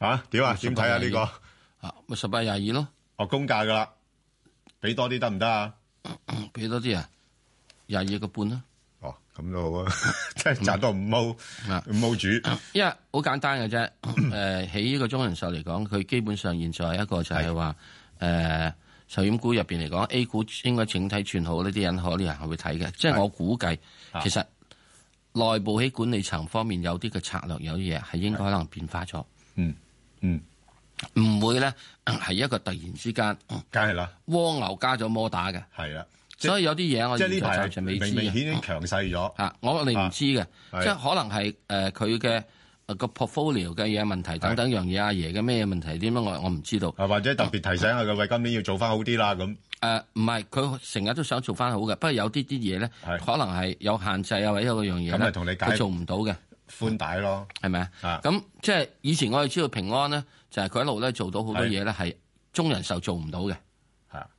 [SPEAKER 6] 嚇點 啊？點睇啊？呢個
[SPEAKER 7] 啊，咪十八廿二咯，
[SPEAKER 6] 哦公價噶啦，俾多啲得唔得啊？
[SPEAKER 7] 嗯俾多啲啊，廿二個半啊啦。
[SPEAKER 6] 哦，咁都好啊， 即係賺多五毛五毛主。
[SPEAKER 7] 嗯因為好簡單嘅 啫，誒喺呢個中人壽嚟講，佢基本上現在係一個就係話誒壽險股入邊嚟講，A 股應該整體轉好呢啲人可能人係會睇嘅，即係我估計
[SPEAKER 6] 啊
[SPEAKER 7] 其實內部喺管理層方面有啲嘅策略有啲嘢係應該可能變化咗。
[SPEAKER 6] 嗯嗯，
[SPEAKER 7] 唔會咧係一個突然之間，嗯
[SPEAKER 6] 梗係啦，
[SPEAKER 7] 蝸牛加咗摩打嘅，
[SPEAKER 6] 係啦，
[SPEAKER 7] 所以有啲嘢我
[SPEAKER 6] 即係呢排
[SPEAKER 7] 暫時未知啊
[SPEAKER 6] 明明顯已經
[SPEAKER 7] 嘅。
[SPEAKER 6] 強勢咗。啊
[SPEAKER 7] 嚇，啊我哋唔知嘅，
[SPEAKER 6] 係
[SPEAKER 7] 即係可能係誒佢嘅誒個 portfolio 嘅嘢問題等等樣嘢，阿爺嘅咩問題點樣，我我唔知道。
[SPEAKER 6] 啊，或者特別提醒下佢，喂，今年要做翻好啲啦咁。
[SPEAKER 7] 誒，呃唔係佢成日都想做翻好嘅，不過有啲啲嘢咧，可能係有限制啊，或者有樣嘢
[SPEAKER 6] 咁咪
[SPEAKER 7] 咧，
[SPEAKER 6] 同你解
[SPEAKER 7] 佢做唔到嘅
[SPEAKER 6] 寬帶咯，
[SPEAKER 7] 係咪啊？咁即係以前我哋知道平安咧，就係佢一路咧做到好多嘢咧，係中人壽做唔到嘅。
[SPEAKER 6] 嚇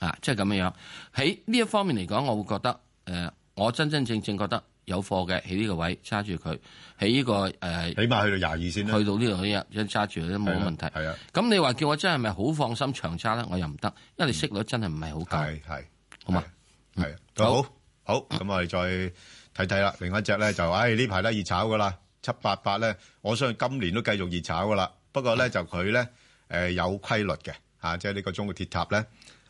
[SPEAKER 7] 啊，即係咁樣樣。喺呢一方面嚟講，我會覺得誒、呃我真真正正覺得有貨嘅喺呢個位揸住佢，喺呢、個誒，
[SPEAKER 6] 起碼去到廿二先
[SPEAKER 7] 啦。去到呢度呢一揸住佢都冇問題。
[SPEAKER 6] 係啊，
[SPEAKER 7] 咁你話叫我真係咪好放心長揸咧？我又唔得，因為你息率真係唔係好夠。
[SPEAKER 6] 係係，
[SPEAKER 7] 好嘛？
[SPEAKER 6] 係啊，好好，咁我哋再睇睇啦。另一隻咧就，唉呢排都熱炒噶啦，七八八咧，我相信今年都繼續熱炒噶啦。不過咧就佢咧誒有規律嘅嚇，即係呢個中國鐵塔咧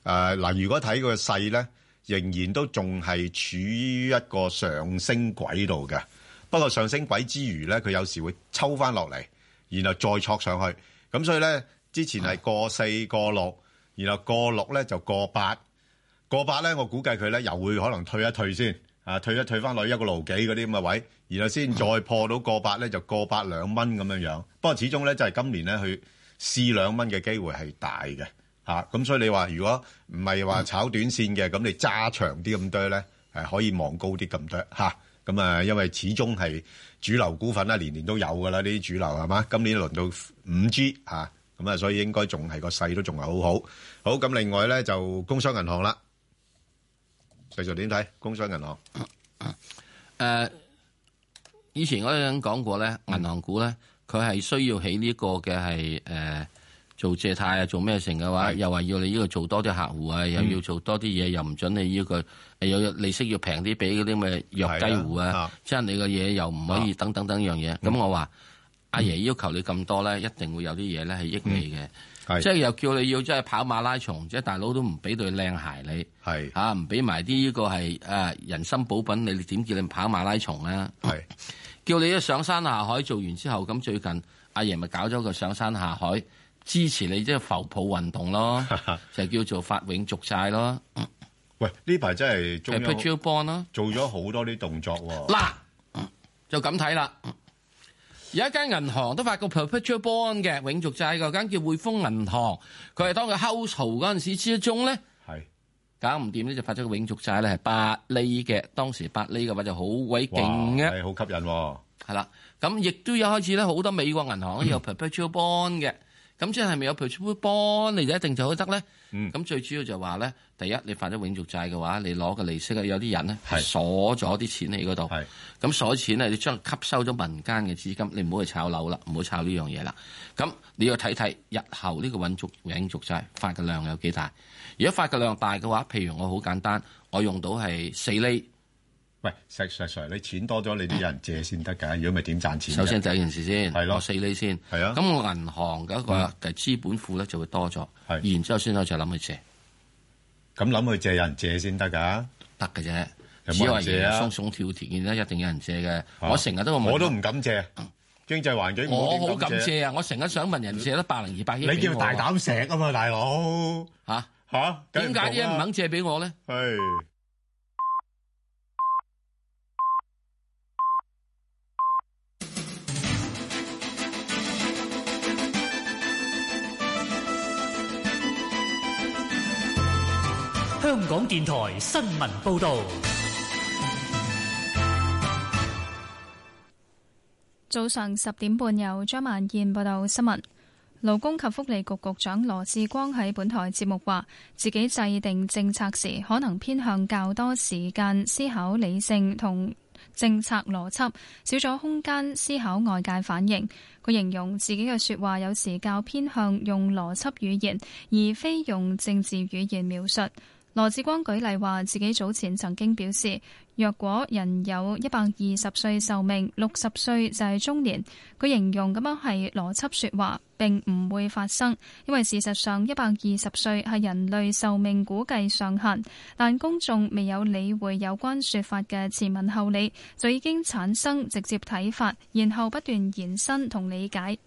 [SPEAKER 6] 誒嗱，如果睇個勢咧，仍然都仲係處於一個上升軌道嘅。不過上升軌之餘咧，佢有時會抽翻落嚟，然後再戳上去。咁所以咧，之前係過四過六，然後過六咧就過八。過百咧，我估計佢咧又會可能退一退先，啊退一退翻落去一個路幾嗰啲咁嘅位，然後先再破到過百咧，就過百兩蚊咁樣樣。不過始終咧就係、今年咧去試兩蚊嘅機會係大嘅，嚇、咁所以你話如果唔係話炒短線嘅，咁你揸長啲咁多咧，係可以望高啲咁多嚇。咁啊，因為始終係主流股份啦，年年都有㗎啦，呢啲主流係嘛？今年輪到五 G 嚇，咁啊，所以應該仲係個勢都仲係好好。好咁，另外咧就工商銀行啦。繼續點睇工商銀行？
[SPEAKER 7] 誒、呃以前我有講過咧，銀行股咧，佢係需要起呢個嘅係誒做借貸啊，做咩成嘅話，又話要你呢個做多啲客戶啊，又要做多啲嘢，又唔准你呢個又利息要平啲俾嗰啲咩弱雞戶啊，嗯即係你個嘢又唔可以等等等樣嘢。咁我話阿爺要求你咁多咧，一定會有啲嘢咧係益你嘅。係即係又叫你要即係跑馬拉松，即係大佬都唔俾對靚鞋你，
[SPEAKER 6] 係
[SPEAKER 7] 嚇唔俾埋啲呢個係誒人參補品你，你點叫你跑馬拉松啊？
[SPEAKER 6] 係
[SPEAKER 7] 叫你一上山下海做完之後，咁最近阿爺咪搞咗個上山下海支持你即係浮泡運動 咯，就叫做發永續債咯。
[SPEAKER 6] 喂，呢排真係中央
[SPEAKER 7] Perpetual bond 啦，
[SPEAKER 6] 做咗好多啲動作喎。
[SPEAKER 7] 嗱，就咁睇啦。有一間銀行都發過 perpetual bond 嘅永續債，嗰間叫匯豐銀行，佢係當佢 house 嗰陣時之中咧，
[SPEAKER 6] 係
[SPEAKER 7] 搞唔掂咧就發咗個永續債咧係八厘嘅，當時八厘嘅話就好鬼勁嘅，
[SPEAKER 6] 係好吸引喎。
[SPEAKER 7] 係啦，咁亦都有開始咧好多美國銀行
[SPEAKER 6] 嗯
[SPEAKER 7] 咧有 perpetual bond 嘅，咁即係咪有 perpetual bond 你就一定就得咧？
[SPEAKER 6] 嗯
[SPEAKER 7] 咁最主要就話咧，第一你發咗永續債嘅話，你攞個利息啊，有啲人咧鎖咗啲錢喺嗰度，咁鎖錢咧，你將吸收咗民間嘅資金，你唔好去炒樓啦，唔好炒呢樣嘢啦。咁你要睇睇日後呢個永續永續債發嘅量有幾大。如果發嘅量大嘅話，譬如我好簡單，我用到係四厘。
[SPEAKER 6] 喂，石石 Sir，你錢多咗，你都有人借先得㗎。如果咪點賺錢啫？
[SPEAKER 7] 首先第一件事先，
[SPEAKER 6] 係咯
[SPEAKER 7] 我，四厘先，
[SPEAKER 6] 係啊。
[SPEAKER 7] 咁我銀行嘅一個嘅資本庫咧就會多咗，然之後先可以就諗去借。
[SPEAKER 6] 咁諗去借有人借先得㗎，
[SPEAKER 7] 得嘅啫。
[SPEAKER 6] 有
[SPEAKER 7] 只
[SPEAKER 6] 冇人
[SPEAKER 7] 係
[SPEAKER 6] 借啊
[SPEAKER 7] 鬆？鬆跳條件咧，一定有人借嘅。我成日都問
[SPEAKER 6] 我都唔敢借，經濟環境
[SPEAKER 7] 我好
[SPEAKER 6] 點
[SPEAKER 7] 敢借啊！我成日想問人借得百零二百億俾我啊。
[SPEAKER 6] 你叫大膽石啊嘛，大佬
[SPEAKER 7] 嚇
[SPEAKER 6] 嚇，
[SPEAKER 7] 點解啲人唔肯借俾我咧？
[SPEAKER 6] 係
[SPEAKER 11] 香港電台新聞報導，
[SPEAKER 12] 早上十點半，由張萬燕報道新聞。勞工及福利局局長羅致光喺本台節目話，自己制定政策時，可能偏向較多時間思考理性同政策邏輯，少咗空間思考外界反應。佢形容自己嘅説話有時較偏向用邏輯語言，而非用政治語言描述。羅志光舉例話，自己早前曾經表示，若果人有一百二十歲壽命，六十歲就係中年。佢形容咁樣係邏輯説話，並唔會發生，因為事實上一百二十歲係人類壽命估計上限，但公眾未有理會有關説法嘅前文後理，就已經產生直接睇法，然後不斷延伸同理解。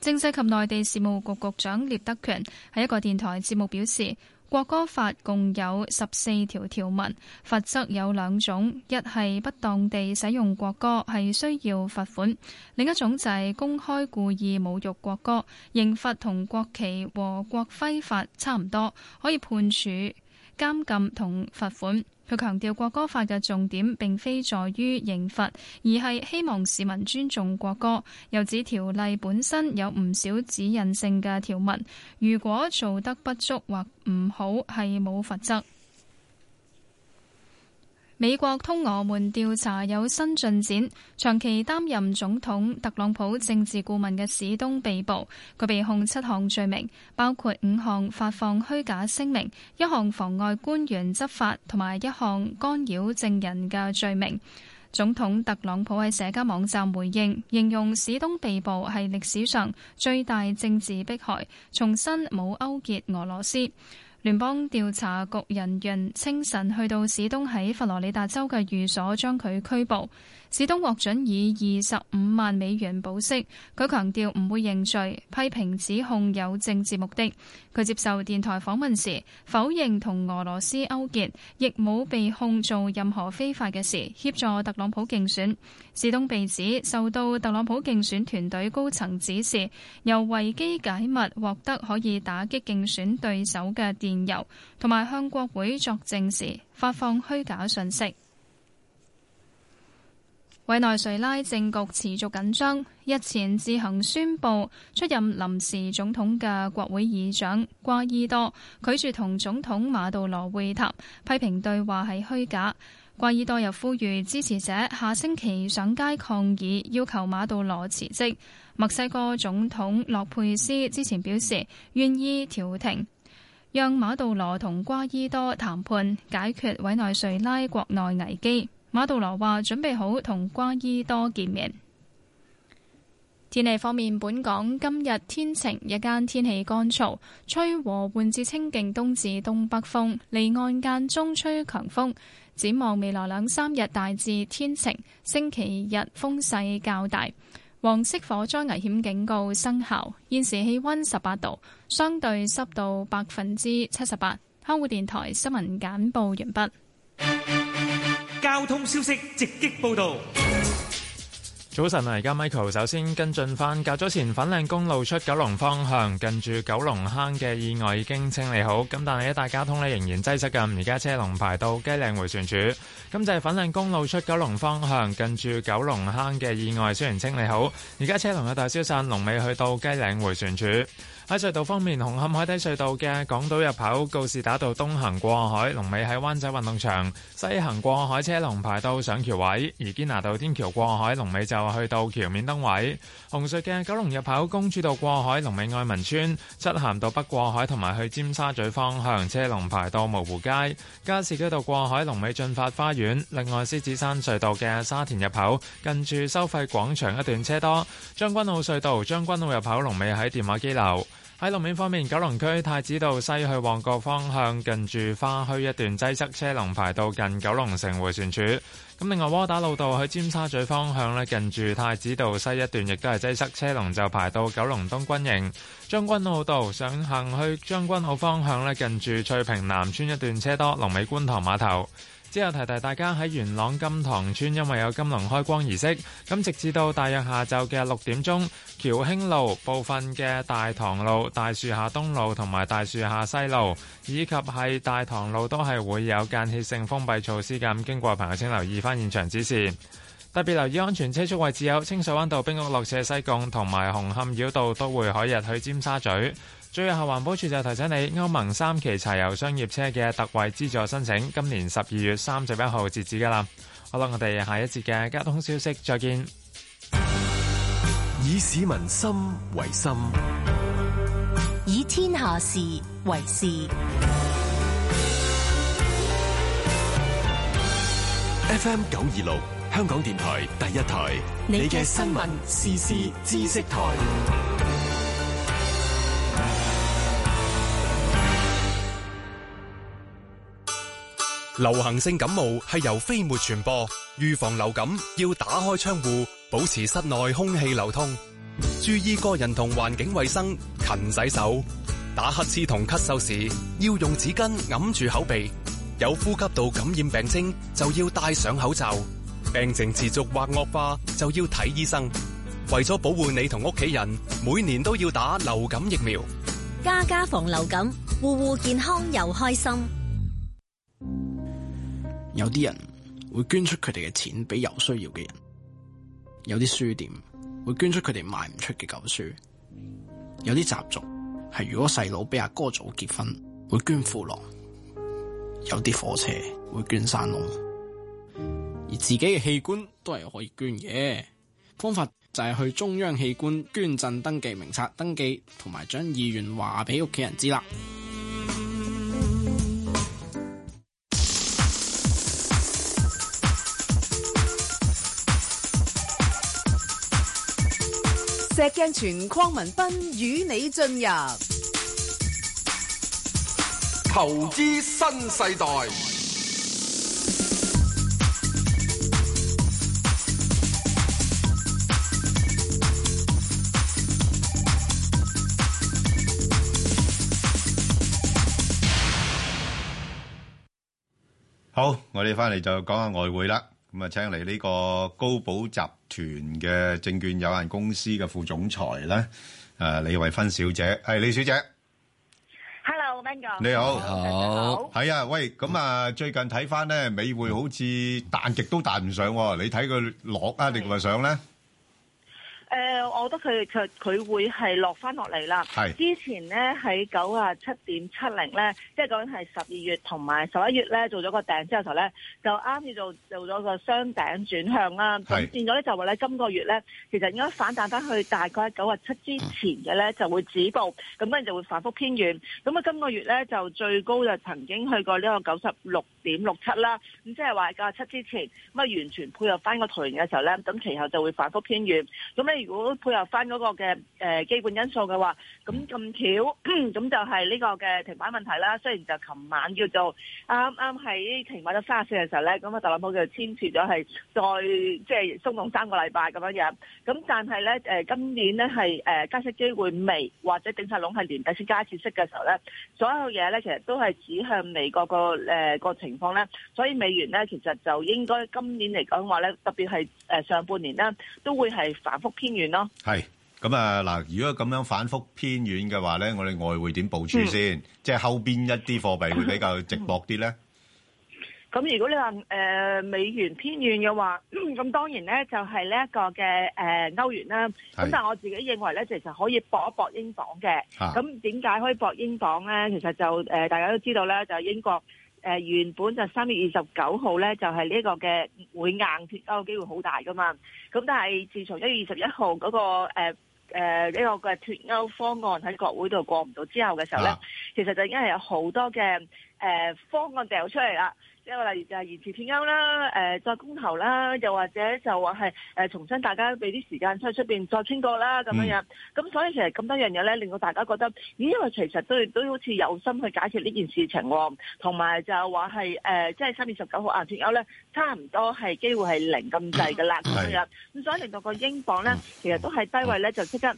[SPEAKER 12] 政制及內地事務局局長聶德權喺一個電台節目表示，國歌法共有十四條條文，罰則有兩種，一係不當地使用國歌係需要罰款，另一種就係公開故意侮辱國歌，刑罰同國旗和國徽法差唔多，可以判處監禁同罰款。佢強調國歌法嘅重點並非在於刑罰，而係希望市民尊重國歌。又指條例本身有唔少指引性嘅條文，如果做得不足或唔好，係冇罰則。美國通俄門調查有新進展，長期擔任總統特朗普政治顧問嘅史東被捕，佢被控七項罪名，包括五項發放虛假聲明、一項妨礙官員執法同埋一項干擾證人嘅罪名。總統特朗普喺社交網站回應，形容史東被捕係歷史上最大政治迫害，重申冇勾結俄羅斯。聯邦調查局人員清晨去到史東喺佛羅里達州嘅寓所，將佢拘捕。史東獲准以二十五萬美元保釋，佢強調唔會認罪，批評指控有政治目的。佢接受電台訪問時否認同俄羅斯勾結，亦冇被控做任何非法嘅事，協助特朗普競選。史東被指受到特朗普競選團隊高層指示，由維基解密獲得可以打擊競選對手嘅電郵，同埋向國會作證時發放虛假信息。委內瑞拉政局持續緊張，日前自行宣布出任臨時總統嘅國會議長瓜伊多拒絕同總統馬杜羅會談，批評對話係虛假。瓜伊多又呼籲支持者下星期上街抗議，要求馬杜羅辭職。墨西哥總統洛佩斯之前表示願意調停。讓馬杜羅同瓜伊多談判解決委內瑞拉國內危機。馬杜羅話準備好同瓜伊多見面。天氣方面，本港今日天晴，日間天氣乾燥，吹和緩至清勁東至東北風，離岸間中吹強風。展望未來兩三日大致天晴，星期日風勢較大。黃色火災危險警告生效。現時氣温十八度，相對濕度百分之七十八。香港電台新聞簡報完畢。
[SPEAKER 13] 交通消息直擊報導。
[SPEAKER 14] 早晨啊！而家 Michael 首先跟進翻，較早前粉嶺公路出九龍方向近住九龍坑嘅意外已經清理好，咁但係一帶交通呢仍然擠塞㗎。而家車龍排到雞嶺迴旋處。咁就係粉嶺公路出九龍方向近住九龍坑嘅意外，雖然清理好，而家車龍嘅大消散，龍尾去到雞嶺迴旋處。喺隧道方面，紅磡海底隧道嘅港島入口告士打道東行過海，龍尾喺灣仔運動場；西行過海車龍排到上橋位，而堅拿道天橋過海龍尾就去到橋面燈位。紅隧嘅九龍入口公主道過海，龍尾愛民村；漆咸道北過海同埋去尖沙咀方向車龍排到蕪湖街；加士居道過海龍尾進發花園。另外，獅子山隧道嘅沙田入口近住收費廣場一段車多。將軍澳隧道將軍澳入口龍尾喺電話機樓。喺路面方面，九龍區太子道西去旺角方向，近住花墟一段擠塞，車龍排到近九龍城迴旋處。咁另外，窩打老道去尖沙咀方向咧，近住太子道西一段亦都係擠塞，車龍就排到九龍東軍營。將軍澳道上行去將軍澳方向咧，近住翠屏南村一段車多，龍尾觀塘碼頭。之後提提大家喺元朗金塘村，因為有金龍開光儀式，咁直至到大約下晝嘅六點鐘，僑興路部分嘅大棠路、大樹下東路同埋大樹下西路，以及係大棠路都係會有間歇性封閉措施嘅，咁經過朋友請留意翻現場指示。特別留意安全車速位置有清水灣道、冰屋落斜西貢同埋紅磡繞道都會海日去尖沙咀。最後，環保署就提醒你，歐盟三期柴油商業車嘅特惠資助申請，今年十二月三十一號截止㗎啦。好啦，我哋下一節嘅交通消息再見。
[SPEAKER 15] 以市民心為心，
[SPEAKER 19] 以天下事為事。
[SPEAKER 15] FM 九二六，香港電台第一台，你嘅新聞時事知識台。
[SPEAKER 16] 流行性感冒係由飛沫傳播，預防流感要打開窗戶，保持室內空氣流通，注意個人同環境衛生，勤洗手。打乞嗤同咳嗽時，要用紙巾揞住口鼻。有呼吸道感染病徵就要戴上口罩。病情持續或惡化就要睇醫生。為咗保護你同屋企人，每年都要打流感疫苗。
[SPEAKER 19] 家家防流感，戶戶健康又開心。
[SPEAKER 31] 有啲人會捐出佢哋嘅錢俾有需要嘅人，有啲書店會捐出佢哋賣唔出嘅舊書，有啲習俗係如果細佬比阿哥早結婚會捐褲浪，有啲火車會捐山窿，而自己嘅器官都係可以捐嘅。方法就係去中央器官捐贈登記名冊登記，同埋將意願話俾屋企人知啦。
[SPEAKER 4] 石鏡泉鄺民彬與你進入
[SPEAKER 5] 投資新世代。
[SPEAKER 6] 好，我哋翻嚟就講下外匯啦。咁啊，請嚟呢個高寶集團嘅證券有限公司嘅副總裁咧，誒李慧芬小姐，係李小姐
[SPEAKER 9] ，Hello，Ben 哥，
[SPEAKER 6] 你好，
[SPEAKER 9] 好，
[SPEAKER 6] 係啊，喂，咁啊，最近睇翻咧，美匯好似彈極都彈唔上喎，你睇佢落啊定係上咧？
[SPEAKER 9] 誒、呃，我覺得佢佢佢會係落翻落嚟啦。
[SPEAKER 6] 係
[SPEAKER 9] 之前咧喺九啊七點七零咧，即係講緊係十二月同埋十一月咧做咗個頂之後頭咧，就啱要做做咗個雙頂轉向啦。咁變咗咧就話咧，今個月咧其實應該反彈翻去大概九啊七之前嘅咧就會止步，咁跟住就會反覆偏軟。咁啊，今個月咧就最高就曾經去過呢個九十六點六七啦。咁即係話九啊七之前咁啊，完全配合翻個圖形嘅時候咧，咁其後就會反覆偏軟。咁咧。係如果配合翻嗰個嘅誒、呃基本因素嘅話，咁咁巧咁就係呢個嘅停擺問題啦。雖然就琴晚叫做啱啱喺停擺咗三十四日嘅時候咧，咁啊特朗普就簽署咗係再即係鬆動三個禮拜咁樣樣。咁但係咧誒今年咧係誒加息機會未，或者頂晒籠係年底先加一次息嘅時候咧，所有嘢咧其實都係指向美國個誒個情況咧。所以美元咧其實就應該今年嚟講話咧，特別係誒上半年咧都會係反覆偏軟咯。
[SPEAKER 6] 係咁啊嗱，如果咁樣反覆偏遠嘅話咧，我哋外匯點部署先？即係後邊一啲貨幣會比較直薄啲咧？
[SPEAKER 9] 咁如果你話誒、呃美元偏遠嘅話， 咁當然咧就係呢一個嘅誒歐元啦。咁
[SPEAKER 3] 係
[SPEAKER 9] 但係我自己認為咧，其實可以搏一搏英鎊嘅。
[SPEAKER 3] 啊
[SPEAKER 9] 咁點解可以搏英鎊咧？其實就誒、呃大家都知道咧，就英國。誒、原本就三月二十九號咧，就係、呢個嘅會硬脱歐嘅機會好大噶嘛。咁但係自從一月二十一號嗰個誒誒呢個嘅脱歐方案喺國會度過唔到之後嘅時候咧，其實就已經係有好多嘅誒、呃方案掉出嚟啦。即係例如就係延遲脱歐啦，誒、再公投啦，又或者就話係誒重新大家俾啲時間出去出邊再傾過啦咁樣樣。咁、所以其實咁多樣嘢咧，令到大家覺得，咦？因為其實都都好似有心去解決呢件事情喎、同埋就係話係誒，即係三月十九號硬啊脱歐咧，差唔多係機會係零咁滯㗎啦咁樣樣。咁所以令到個英鎊
[SPEAKER 6] 嗯
[SPEAKER 9] 咧，其實都係低位咧就即刻。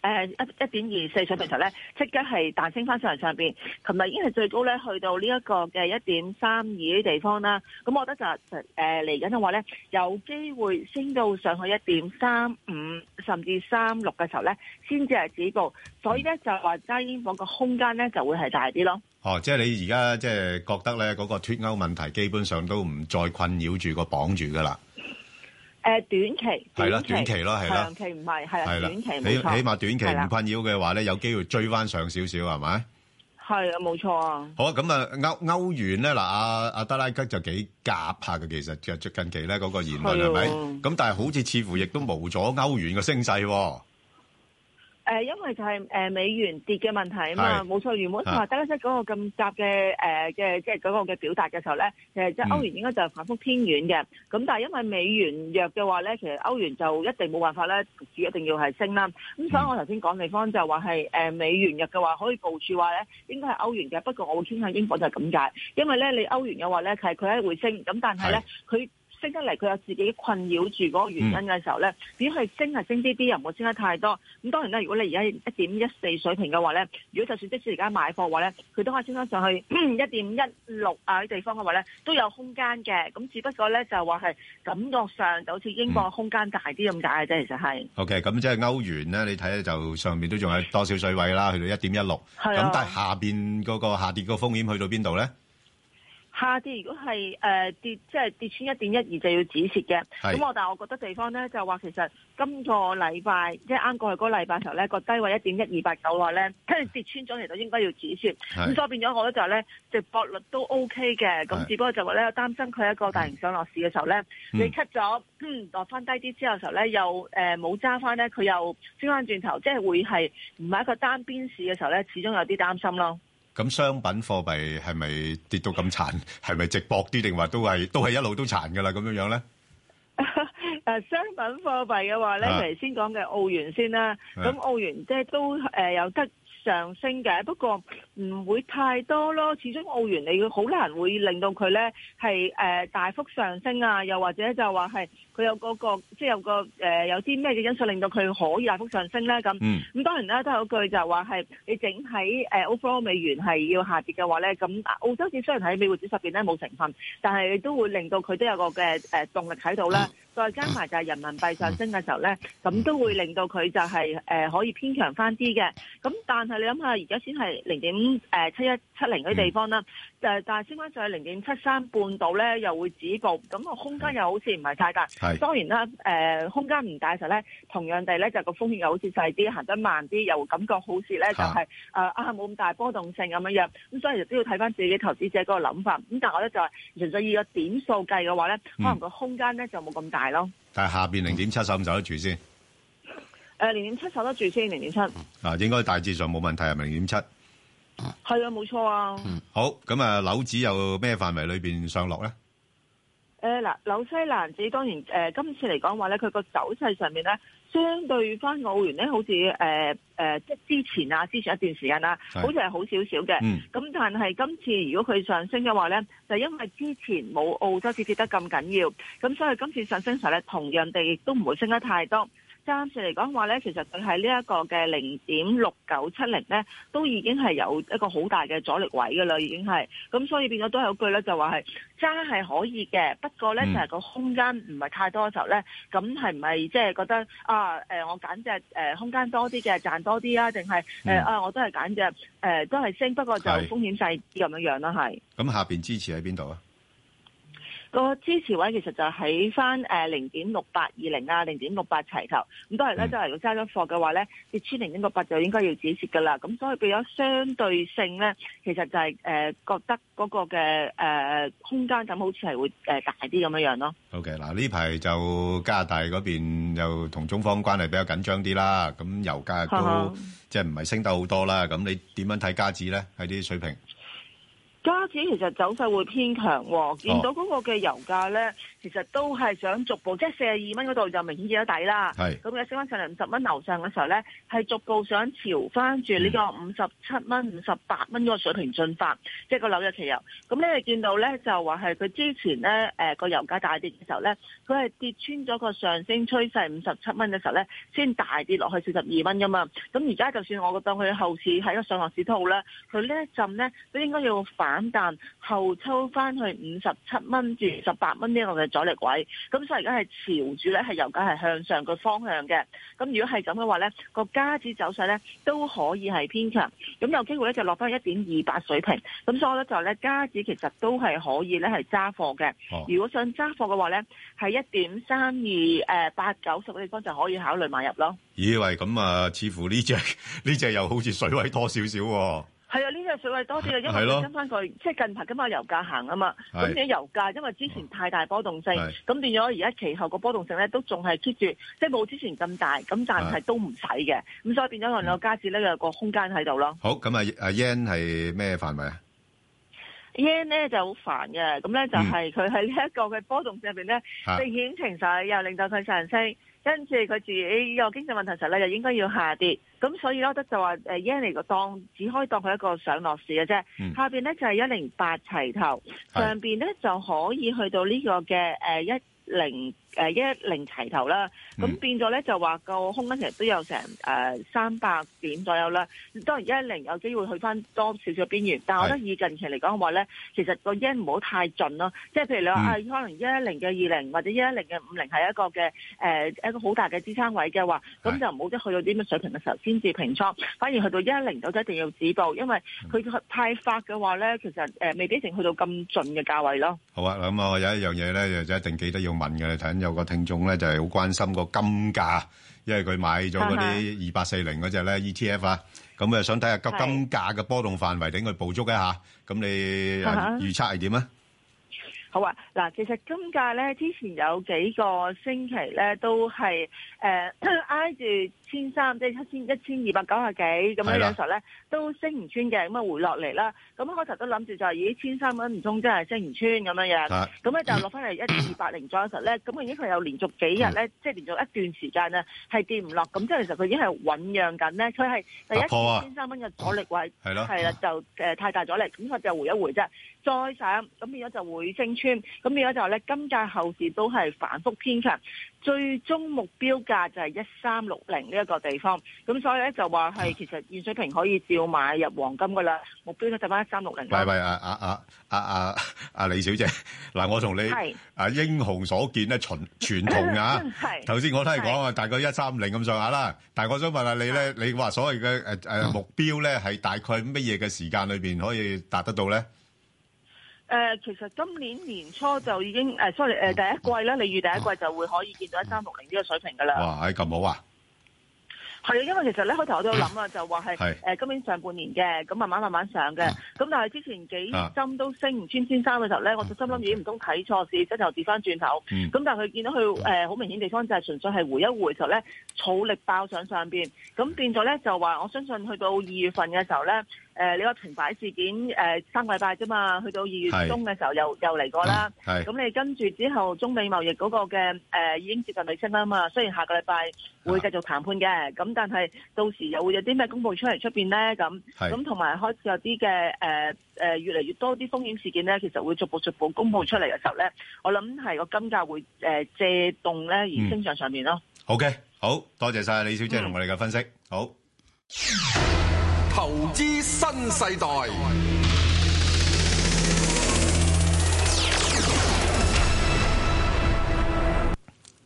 [SPEAKER 9] 誒一一點二四水平時候咧，即刻係彈升翻上嚟上邊。琴日已經係最高咧，去到呢一個嘅一點三二啲地方啦。咁我覺得就誒嚟緊嘅話咧，有機會升到上去一點三五甚至三六嘅時候咧，先至係止步。所以咧就話加英鎊個空間咧就會係大啲咯。
[SPEAKER 6] 哦，即係你而家即係覺得咧嗰個脱歐問題基本上都唔再困擾住個綁住㗎啦。
[SPEAKER 9] 誒、呃短期
[SPEAKER 6] 係啦短期咯係啦
[SPEAKER 9] 長期唔係係啦，
[SPEAKER 6] 係啦，
[SPEAKER 9] 短期
[SPEAKER 6] 起
[SPEAKER 9] 冇錯，
[SPEAKER 6] 起碼短期
[SPEAKER 9] 係
[SPEAKER 6] 唔
[SPEAKER 9] 啦
[SPEAKER 6] 困擾嘅話咧，有機會追翻上少少係咪？
[SPEAKER 9] 係啊，冇錯啊。
[SPEAKER 6] 好啊，咁啊，歐歐元咧嗱，阿阿德拉吉就幾夾下嘅，其實就最近期咧嗰個言論係咪？
[SPEAKER 9] 係喎
[SPEAKER 6] 咁但係好似似乎亦都冇咗歐元嘅升勢喎。
[SPEAKER 9] 誒、呃因為就係、誒、美元跌嘅問題啊嘛，
[SPEAKER 6] 係
[SPEAKER 9] 冇錯。原本就話德拉西嗰個咁夾嘅誒嘅，即係嗰個嘅表達嘅時候咧，其實即係歐元應該就係反覆偏軟嘅。咁但係因為美元弱嘅話咧，其實歐元就一定冇辦法咧，只一定要係升啦。咁所以我頭先講地方就話係誒美元弱嘅話，可以部署話咧，應該係歐元嘅。不過我會傾向英鎊就係咁解，因為咧你歐元嘅話咧，係佢係會升，咁但係咧佢。升得嚟佢有自己困擾住嗰個原因嘅時候咧，只係升係升啲啲，又唔會升得太多。咁當然啦，如果你而家一點一四水平嘅話咧，如果就算即使而家買貨嘅話咧，佢都可以升翻上去 一點一六啊啲地方嘅話咧，都有空間嘅。咁只不過咧就話係感覺上就好似英國空間大啲咁解嘅啫，其實係。
[SPEAKER 6] OK，咁即係歐元咧，你睇咧就上面都仲有多少水位啦，去到一點一六。
[SPEAKER 9] 係啊
[SPEAKER 6] 咁但係下邊嗰個下跌個風險去到邊度咧？
[SPEAKER 9] 下跌如果係誒、呃跌，即係跌穿一點一二就要止蝕嘅。
[SPEAKER 6] 係
[SPEAKER 9] 咁我但係我覺得地方咧就話其實今個禮拜即係啱過去嗰個禮拜嘅時候咧，個低位一點一二八九內咧，跟住跌穿咗，其實應該要止蝕。
[SPEAKER 8] 係
[SPEAKER 9] 咁所以變咗我覺得就係咧，值博率都 OK 嘅。咁只不過就話咧，我擔心佢一個大型上落市嘅時候咧，你
[SPEAKER 8] 嗯
[SPEAKER 9] cut 咗嗯落翻低啲之後嘅時候咧，又誒冇揸翻咧，佢又升翻轉頭，即係會係唔係一個單邊市嘅時候咧，始終有啲擔心咯。
[SPEAKER 6] 咁商品貨幣係咪跌到咁殘？係咪直薄啲定話都係都係一路都殘㗎啦？咁樣樣咧？
[SPEAKER 9] 誒呃商品貨幣嘅話咧，
[SPEAKER 6] 啊
[SPEAKER 9] 譬如先講嘅澳元先啦。咁
[SPEAKER 6] 啊
[SPEAKER 9] 澳元即係都誒有得上升嘅，不過唔會太多咯。始終澳元你好難會令到佢咧係誒大幅上升啊，又或者就話係佢有嗰個即係有個誒有啲咩嘅因素令到佢可以大幅上升咧咁。
[SPEAKER 18] 嗯
[SPEAKER 9] 咁當然啦，都有句就話係你整體誒 overall 美元係要下跌嘅話咧，咁啊澳洲指雖然喺美匯指數入邊咧冇成分，但係都會令到佢都有個嘅誒動力喺度啦。再加埋就係人民幣上升嘅時候咧，咁都會令到佢就係、呃可以偏強翻啲嘅。咁但係你諗下，而家先係零點誒七一七零嗰啲地方啦，誒、但係升翻上去零點七三半度咧，又會止步，咁個空間又好似唔係太大。
[SPEAKER 19] 係
[SPEAKER 9] 當然啦，誒、空間唔大嘅時候咧，同樣地咧就個風險又好似細啲，行得慢啲，又感覺好似咧就係、誒啊冇咁大波動性咁樣樣，咁所以都要睇翻自己投資者嗰個諗法。咁但係我咧就係純粹以個點數計嘅話咧，可能個空間咧就冇咁大咯。
[SPEAKER 6] 但係下邊零點七守唔守得住先？
[SPEAKER 9] 誒零點七守得住先，零點七係
[SPEAKER 6] 啊，應該大致上冇問題係咪零點七？
[SPEAKER 9] 啊，冇錯啊。
[SPEAKER 6] 好，咁啊，樓指有咩範圍裏邊上落咧？
[SPEAKER 9] 誒、誒嗱，呃紐西蘭指當然誒、呃今次嚟講話咧，佢個走勢上面咧，相對翻澳元咧，好似誒誒即係之前啊，之前一段時間啦、
[SPEAKER 3] 係
[SPEAKER 9] 好似係好少少嘅。咁、
[SPEAKER 3] 嗯
[SPEAKER 9] 但係今次如果佢上升嘅話咧，就因為之前冇澳洲跌跌得咁緊要，咁所以今次上升時候咧，同樣地亦都唔會升得太多。暫時嚟講話咧，其實佢喺呢一個嘅零點六九七零咧，都已經係有一個好大嘅阻力位㗎啦，已經係。咁所以變咗都有句咧，就話係揸係可以嘅，不過咧
[SPEAKER 3] 嗯
[SPEAKER 9] 就係個空間唔係太多嘅時候咧，咁係唔係即係覺得啊誒、我揀隻誒空間多啲嘅賺多啲啊，定係
[SPEAKER 6] 嗯
[SPEAKER 9] 誒啊我都係揀隻誒都係升，不過就
[SPEAKER 6] 係
[SPEAKER 9] 風險細啲咁樣樣啦，係。
[SPEAKER 6] 咁下邊支持喺邊度啊？
[SPEAKER 9] 個支持位其實就喺翻誒零點六八二零啊，零點六八齊頭。咁當然咧，
[SPEAKER 6] 嗯
[SPEAKER 9] 即係如果揸咗貨嘅話咧，跌穿零點六八就應該要止蝕噶啦。咁所以變咗相對性咧，其實就係、誒、覺得嗰個嘅誒、空間感好似係會誒、大啲咁樣樣咯。
[SPEAKER 6] OK，嗱呢排就加拿大嗰邊又同中方關係比較緊張啲啦，咁油價
[SPEAKER 9] 哈哈
[SPEAKER 6] 都即係唔係升得好多啦，咁你點樣睇加指咧？喺啲水平，
[SPEAKER 9] 加指其實走勢會偏強喎、見到嗰個嘅油價咧，其實都係想逐步，即係四十二蚊嗰度就明顯見到底啦。
[SPEAKER 3] 係
[SPEAKER 9] 咁嘅升翻上嚟五十蚊樓上嘅時候咧，係逐步想朝翻住呢個五十七蚊、五十八蚊嗰個水平進發，即係個紐約期油。咁咧你見到咧就話係佢之前咧誒、呃、個油價大跌嘅時候咧，佢係跌穿咗個上升趨勢五十七蚊嘅時候咧，先大跌落去四十二蚊噶嘛。咁而家就算我覺得佢後市喺個上落市套咧，佢呢一陣咧都應該要反彈後抽翻去五十七蚊至十八蚊呢個嘅阻力位。咁所以而家係朝住咧係油價係向上個方向嘅。咁如果係咁嘅話咧，個加指走勢咧都可以係偏強。咁有機會咧就落翻一點二八水平。咁所以我覺得就咧加指其實都係可以咧係揸貨嘅。
[SPEAKER 6] 哦
[SPEAKER 9] 如果想揸貨嘅話咧，係一點三二誒八九十嘅地方就可以考慮買入咯。
[SPEAKER 6] 咦喂，咁啊，似乎呢只呢只又好似水位多少少喎。
[SPEAKER 9] 係啊，呢隻水位多啲嘅，因
[SPEAKER 6] 係
[SPEAKER 9] 為
[SPEAKER 6] 咯
[SPEAKER 9] 佢跟翻佢即係近排今日油價行啊嘛，
[SPEAKER 6] 係
[SPEAKER 9] 咁你油價因為之前太大波動性
[SPEAKER 6] 係，
[SPEAKER 9] 咁變咗而家其後個波動性咧都仲係 keep 住，即係冇之前咁大，咁但係
[SPEAKER 6] 係嗯
[SPEAKER 9] 都唔使嘅，咁所以變咗我哋個加指咧有個空間喺度咯。
[SPEAKER 6] 好，咁啊，阿 yen 係咩範圍啊？
[SPEAKER 9] yen 咧，E 就好煩嘅，咁咧就係佢喺呢一個嘅波動入邊咧，
[SPEAKER 6] 啊
[SPEAKER 9] 避險情緒又令到佢上升，跟住佢自己有經濟問題時候咧，又應該要下跌，咁所以咧，我覺得就話誒 yen 嚟個當只可以當佢一個上落市嘅啫，
[SPEAKER 3] 嗯
[SPEAKER 9] 下邊咧就係一零八齊頭，上邊咧就可以去到呢個嘅誒一。零誒一零齊頭啦，咁變咗咧就話個空間其實都有成誒三百點左右啦。當然一零有機會去翻多少少邊緣，但係我覺得以近期嚟講嘅話咧，其實個 yen 唔好太盡咯。即係譬如你話、啊，可能一一零嘅二零或者一一零嘅五零係一個嘅誒、呃一個好大嘅支撐位嘅話，咁就唔好即係去到啲咩水平嘅時候先至平倉，反而去到一一零度就一定要止步，因為佢太發嘅話咧，其實誒、呃未必一定去到咁盡嘅價位咯。
[SPEAKER 6] 好啊，咁啊，我有一樣嘢咧，就一定記得要問嘅。你睇緊有個聽眾咧，就係好關心個金價，因為佢買咗嗰啲二八四零嗰只咧 ETF 啊，咁啊想睇下個
[SPEAKER 9] 係
[SPEAKER 6] 金價嘅波動範圍，等佢捕捉一下。咁你
[SPEAKER 9] 啊
[SPEAKER 6] 啊
[SPEAKER 9] 哈
[SPEAKER 6] 預測係點啊？
[SPEAKER 9] 好啊，嗱，其實金價咧之前有幾個星期咧都係誒、呃 挨住千三，即係七千一千二百九十幾咁
[SPEAKER 3] 係
[SPEAKER 9] 樣
[SPEAKER 3] 啦
[SPEAKER 9] 樣時候咧，都升唔穿嘅，咁啊回落嚟啦。咁開頭都諗住就係咦千三蚊唔通真係升唔穿咁樣樣
[SPEAKER 3] 啊，
[SPEAKER 9] 咁咧就落翻嚟一二八零左右時候咧，咁已經佢有連續幾日
[SPEAKER 6] 嗯
[SPEAKER 9] 咧，即係連續一段時間啊係跌唔落，咁即係其實佢已經係醖釀緊咧，佢係第
[SPEAKER 6] 突破啊
[SPEAKER 9] 一千三蚊嘅阻力位。
[SPEAKER 6] 係咯
[SPEAKER 9] 係啦，就誒、呃太大阻力，咁佢就回一回啫。再上咁變咗就會升穿，咁變咗就咧金價後市都係反覆偏強，最終目標價就係一三六零呢一個地方。咁所以咧就話係其實現水平可以照買入黃金噶啦，目標咧就翻一三六零
[SPEAKER 6] 喂喂，啊啊啊啊啊啊李小姐，嗱，我同你
[SPEAKER 9] 係。
[SPEAKER 6] 啊英雄所見咧，全全同啊
[SPEAKER 9] 係
[SPEAKER 6] 頭先我都係講啊，大概一三零咁上下啦。但係我想問下你咧，你話所謂嘅誒誒目標咧，係大概乜嘢嘅時間裏邊可以達得到咧？
[SPEAKER 9] 誒、呃其實今年年初就已經誒、s o r r y 誒、第一季啦，你預第一季就會可以見到一三六零呢個水平噶啦。
[SPEAKER 6] 哇，係咁好啊！
[SPEAKER 9] 係啊，因為其實咧開頭我都有 諗啊，就話係
[SPEAKER 6] 係
[SPEAKER 9] 誒今年上半年嘅，咁啊慢慢慢慢上
[SPEAKER 3] 啊
[SPEAKER 9] 嘅。咁但係之前幾針都升唔穿千三嘅時候咧，我就心諗咦唔通睇錯市，真係又跌翻轉頭。
[SPEAKER 3] 嗯
[SPEAKER 9] 咁但係佢見到佢誒好明顯地方就係純粹係回一回嘅時候咧，儲力爆上上邊，咁變咗咧就話我相信去到二月份嘅時候咧。誒、誒呢個停擺事件誒三個禮拜啫嘛，去到二月
[SPEAKER 3] 係
[SPEAKER 9] 中嘅時候又又嚟過啦。
[SPEAKER 3] 嗯係
[SPEAKER 9] 咁你跟住之後，中美貿易嗰個嘅誒已經接近尾聲啦嘛。雖然下個禮拜會繼續談判嘅，咁但係到時又會有啲咩公佈出嚟出邊咧？咁
[SPEAKER 8] 係
[SPEAKER 9] 咁同埋開始有啲嘅誒誒越嚟越多啲風險事件咧，其實會逐步逐步公佈出嚟嘅時候咧，我諗係個金價會誒借動咧而升上上面咯。
[SPEAKER 6] 好嘅，好多謝晒李小姐同我哋嘅分析。好，
[SPEAKER 5] 投資新世代，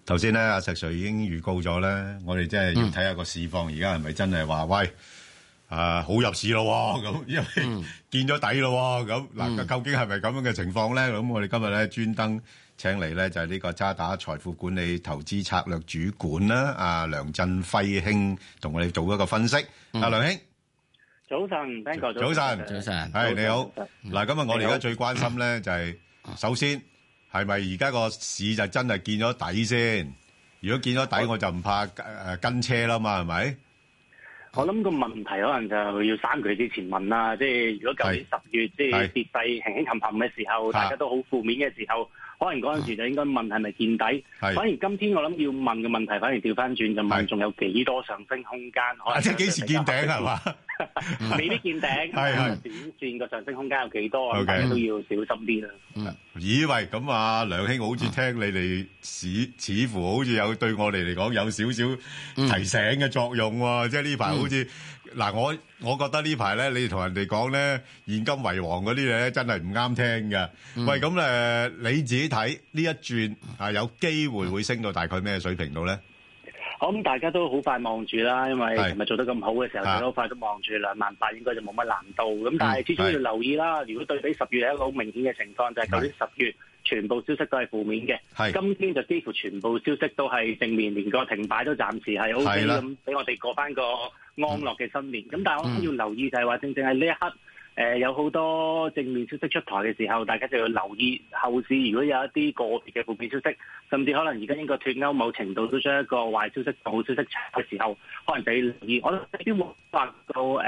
[SPEAKER 6] 頭先咧阿石 Sir 已經預告咗咧，我哋真係要睇下個市況而家係咪真係話喂。啊，好入市咯喎，咁因為見咗底咯喎，咁嗱，究竟係咪咁樣嘅情況咧？咁我哋今日咧專登請嚟咧就係呢個渣打財富管理投資策略主管啦，阿梁振輝兄同我哋做一個分析。阿梁兄。
[SPEAKER 18] 早晨，Ben 哥，
[SPEAKER 6] 早晨，嗯係你好。嗱，今日我哋而家最關心咧就係，首先係咪而家個市就真係見咗底先？如果見咗底，我就唔怕誒跟車啦嘛，係咪？
[SPEAKER 18] 我諗個問題可能就要三個月之前問啦，即係如果舊年十月即係
[SPEAKER 6] 係
[SPEAKER 18] 跌勢輕輕冚冚嘅時候，
[SPEAKER 6] 嚇
[SPEAKER 18] 大家都好負面嘅時候，可能嗰陣時就應該問係咪見底。
[SPEAKER 6] 係
[SPEAKER 18] 反而今天我諗要問嘅問題，反而調翻轉就問仲有幾多上升空間？可
[SPEAKER 6] 啊，
[SPEAKER 18] 能
[SPEAKER 6] 即係幾時見頂係嘛？
[SPEAKER 18] 未必見 頂，
[SPEAKER 6] 係係
[SPEAKER 18] 短線個上升空間有幾多？
[SPEAKER 6] OK
[SPEAKER 18] 大家都要小心啲啦。
[SPEAKER 6] 以為咁啊，梁兄好似聽你哋似似乎好似有對我哋嚟講有少少提醒嘅作用喎，即係呢排好似嗱，我我覺得呢排咧，你同人哋講咧現金為王嗰啲嘢咧，真係唔啱聽嘅。喂，咁誒你自己睇呢一轉啊，有機會會升到大概咩水平度咧？
[SPEAKER 18] 我諗大家都好快望住啦，因為
[SPEAKER 6] 係
[SPEAKER 18] 琴日做得咁好嘅時
[SPEAKER 6] 啊
[SPEAKER 18] 候，大家好快都望住兩萬八，應該就冇乜難度。咁但
[SPEAKER 6] 嗯
[SPEAKER 18] 係始終
[SPEAKER 6] 係
[SPEAKER 18] 要留意啦。如果對比十月係一個好明顯嘅情況，就係舊年十月全部消息都係負面
[SPEAKER 6] 嘅，
[SPEAKER 18] 今天就幾乎全部消息都係正面，連個停擺都暫時係 O
[SPEAKER 6] 係
[SPEAKER 18] K
[SPEAKER 6] 啦嗯
[SPEAKER 18] 咁，俾我哋過翻個安樂嘅新年。咁但係我嗯諗要留意就係話，正正係呢一刻。誒、有好多正面消息出台嘅時候，大家就要留意後市。如果有一啲個別嘅負面消息，甚至可能而家英國脱歐某程度都將一個壞消息同好消息炒嘅時候，可能就要留意。我諗未必會話到誒、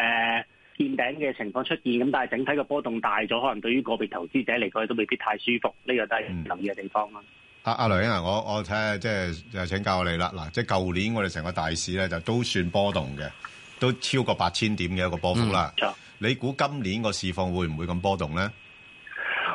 [SPEAKER 18] 見頂嘅情況出現，咁但係整體嘅波動大咗，可能對於個別投資者嚟講都未必太舒服。呢、個都係留意嘅地方啦。
[SPEAKER 6] 阿阿梁英啊，我我睇下即係誒請教你啦。嗱，即係舊年我哋成個大市咧就都算波動嘅，都超過八千點嘅一個波
[SPEAKER 18] 嗯
[SPEAKER 6] 幅啦。你估今年個市況會唔會咁波動咧？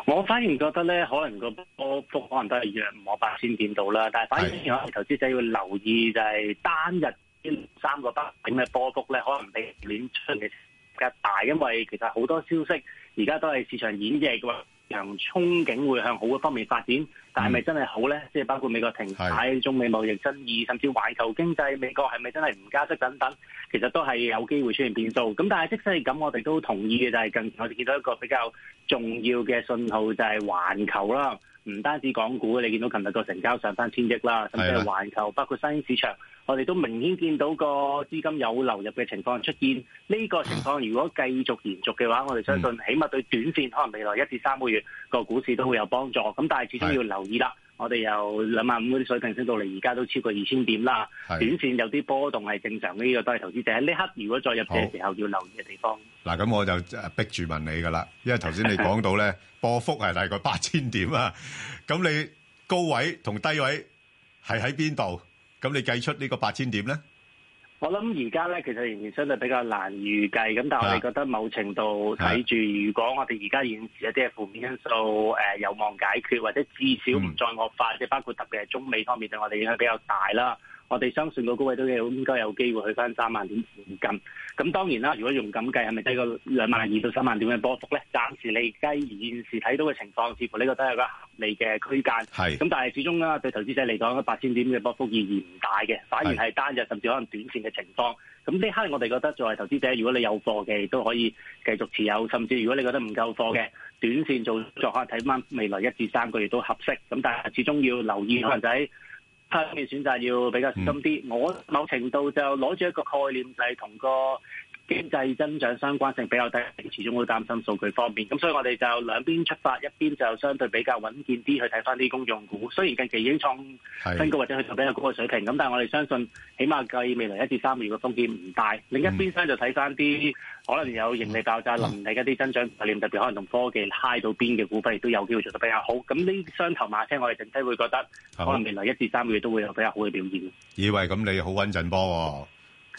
[SPEAKER 18] 我反而覺得咧，可能個波幅可能都係約唔我八千點到啦，但係反而我哋投資者要留意就係單日呢三個百點嘅波幅咧，可能比年出嘅更加大，因為其實好多消息而家都係市場演繹嘅話，市場憧憬會向好嘅方面發展，但係咪真係好咧？即係包括美國停擺、中美貿易爭議，甚至環球經濟美國係咪真係唔加息等等，其實都係有機會出現變數。咁但係即使係咁，我哋都同意嘅就係近期我哋見到一個比較重要嘅信號，就係環球啦，唔單止港股，你見到琴日個成交上翻千億啦，甚至
[SPEAKER 19] 係
[SPEAKER 18] 係
[SPEAKER 19] 啦
[SPEAKER 18] 環球包括新興市場。我哋都明顯見到個資金有流入嘅情況出現，呢、個情況如果繼續延續嘅話，我哋相信起碼對短線可能未來一至三個月個股市都會有幫助。咁但係始終要留意啦，我哋由兩萬五嗰啲水平升到嚟而家都超過二千點啦，
[SPEAKER 6] 係
[SPEAKER 18] 短線有啲波動係正常嘅，呢、個都係投資者喺呢刻如果再入市嘅時候要留意嘅地方。
[SPEAKER 6] 嗱，咁我就誒逼住問你噶啦，因為頭先你講到 咧波幅係大概八千點啊，咁你高位同低位係喺邊度？咁你計出呢個八千點咧？
[SPEAKER 18] 我諗而家咧，其實仍然相對比較難預計，咁但係我哋覺得某程度睇住，如果我哋而家現時一啲嘅負面因素誒、呃有望解決，或者至少唔再惡化，即係、包括特別係中美方面對我哋影響比較大啦。我哋相信個高位都有應該有機會去翻三萬點附近。咁當然啦，如果用咁計，係咪低過兩萬二到三萬點嘅波幅咧？暫時你計現時睇到嘅情況，似乎呢個都係一個合理嘅區間。
[SPEAKER 6] 係
[SPEAKER 18] 咁，但係始終啦，對投資者嚟講，八千點嘅波幅意義唔大嘅，反而係單日甚至可能短線嘅情況。咁呢刻我哋覺得作為投資者，如果你有貨嘅，亦都可以繼續持有；甚至如果你覺得唔夠貨嘅，短線做作可能睇翻未來一至三個月都合適。咁但係始終要留意，可能就喺方面選擇要比較小心啲。我某程度就攞住一個概念，就係同個經濟增長相關性比較低，始終會擔心數據方面。咁所以我哋就兩邊出發，一邊就相對比較穩健啲去睇翻啲公用股。雖然近期已經創新高或者去到比較高嘅水平，咁但係我哋相信，起碼計未來一至三個月嘅風險唔大。另一邊廂就睇翻啲可能有盈利爆炸能力一啲增長概念，特別可能同科技嗨到邊嘅股份，亦都有機會做得比較好。咁呢雙頭馬車，我哋整體會覺得可能未來一至三個月都會有比較好嘅表現。
[SPEAKER 6] 以為咁你好穩陣波喎，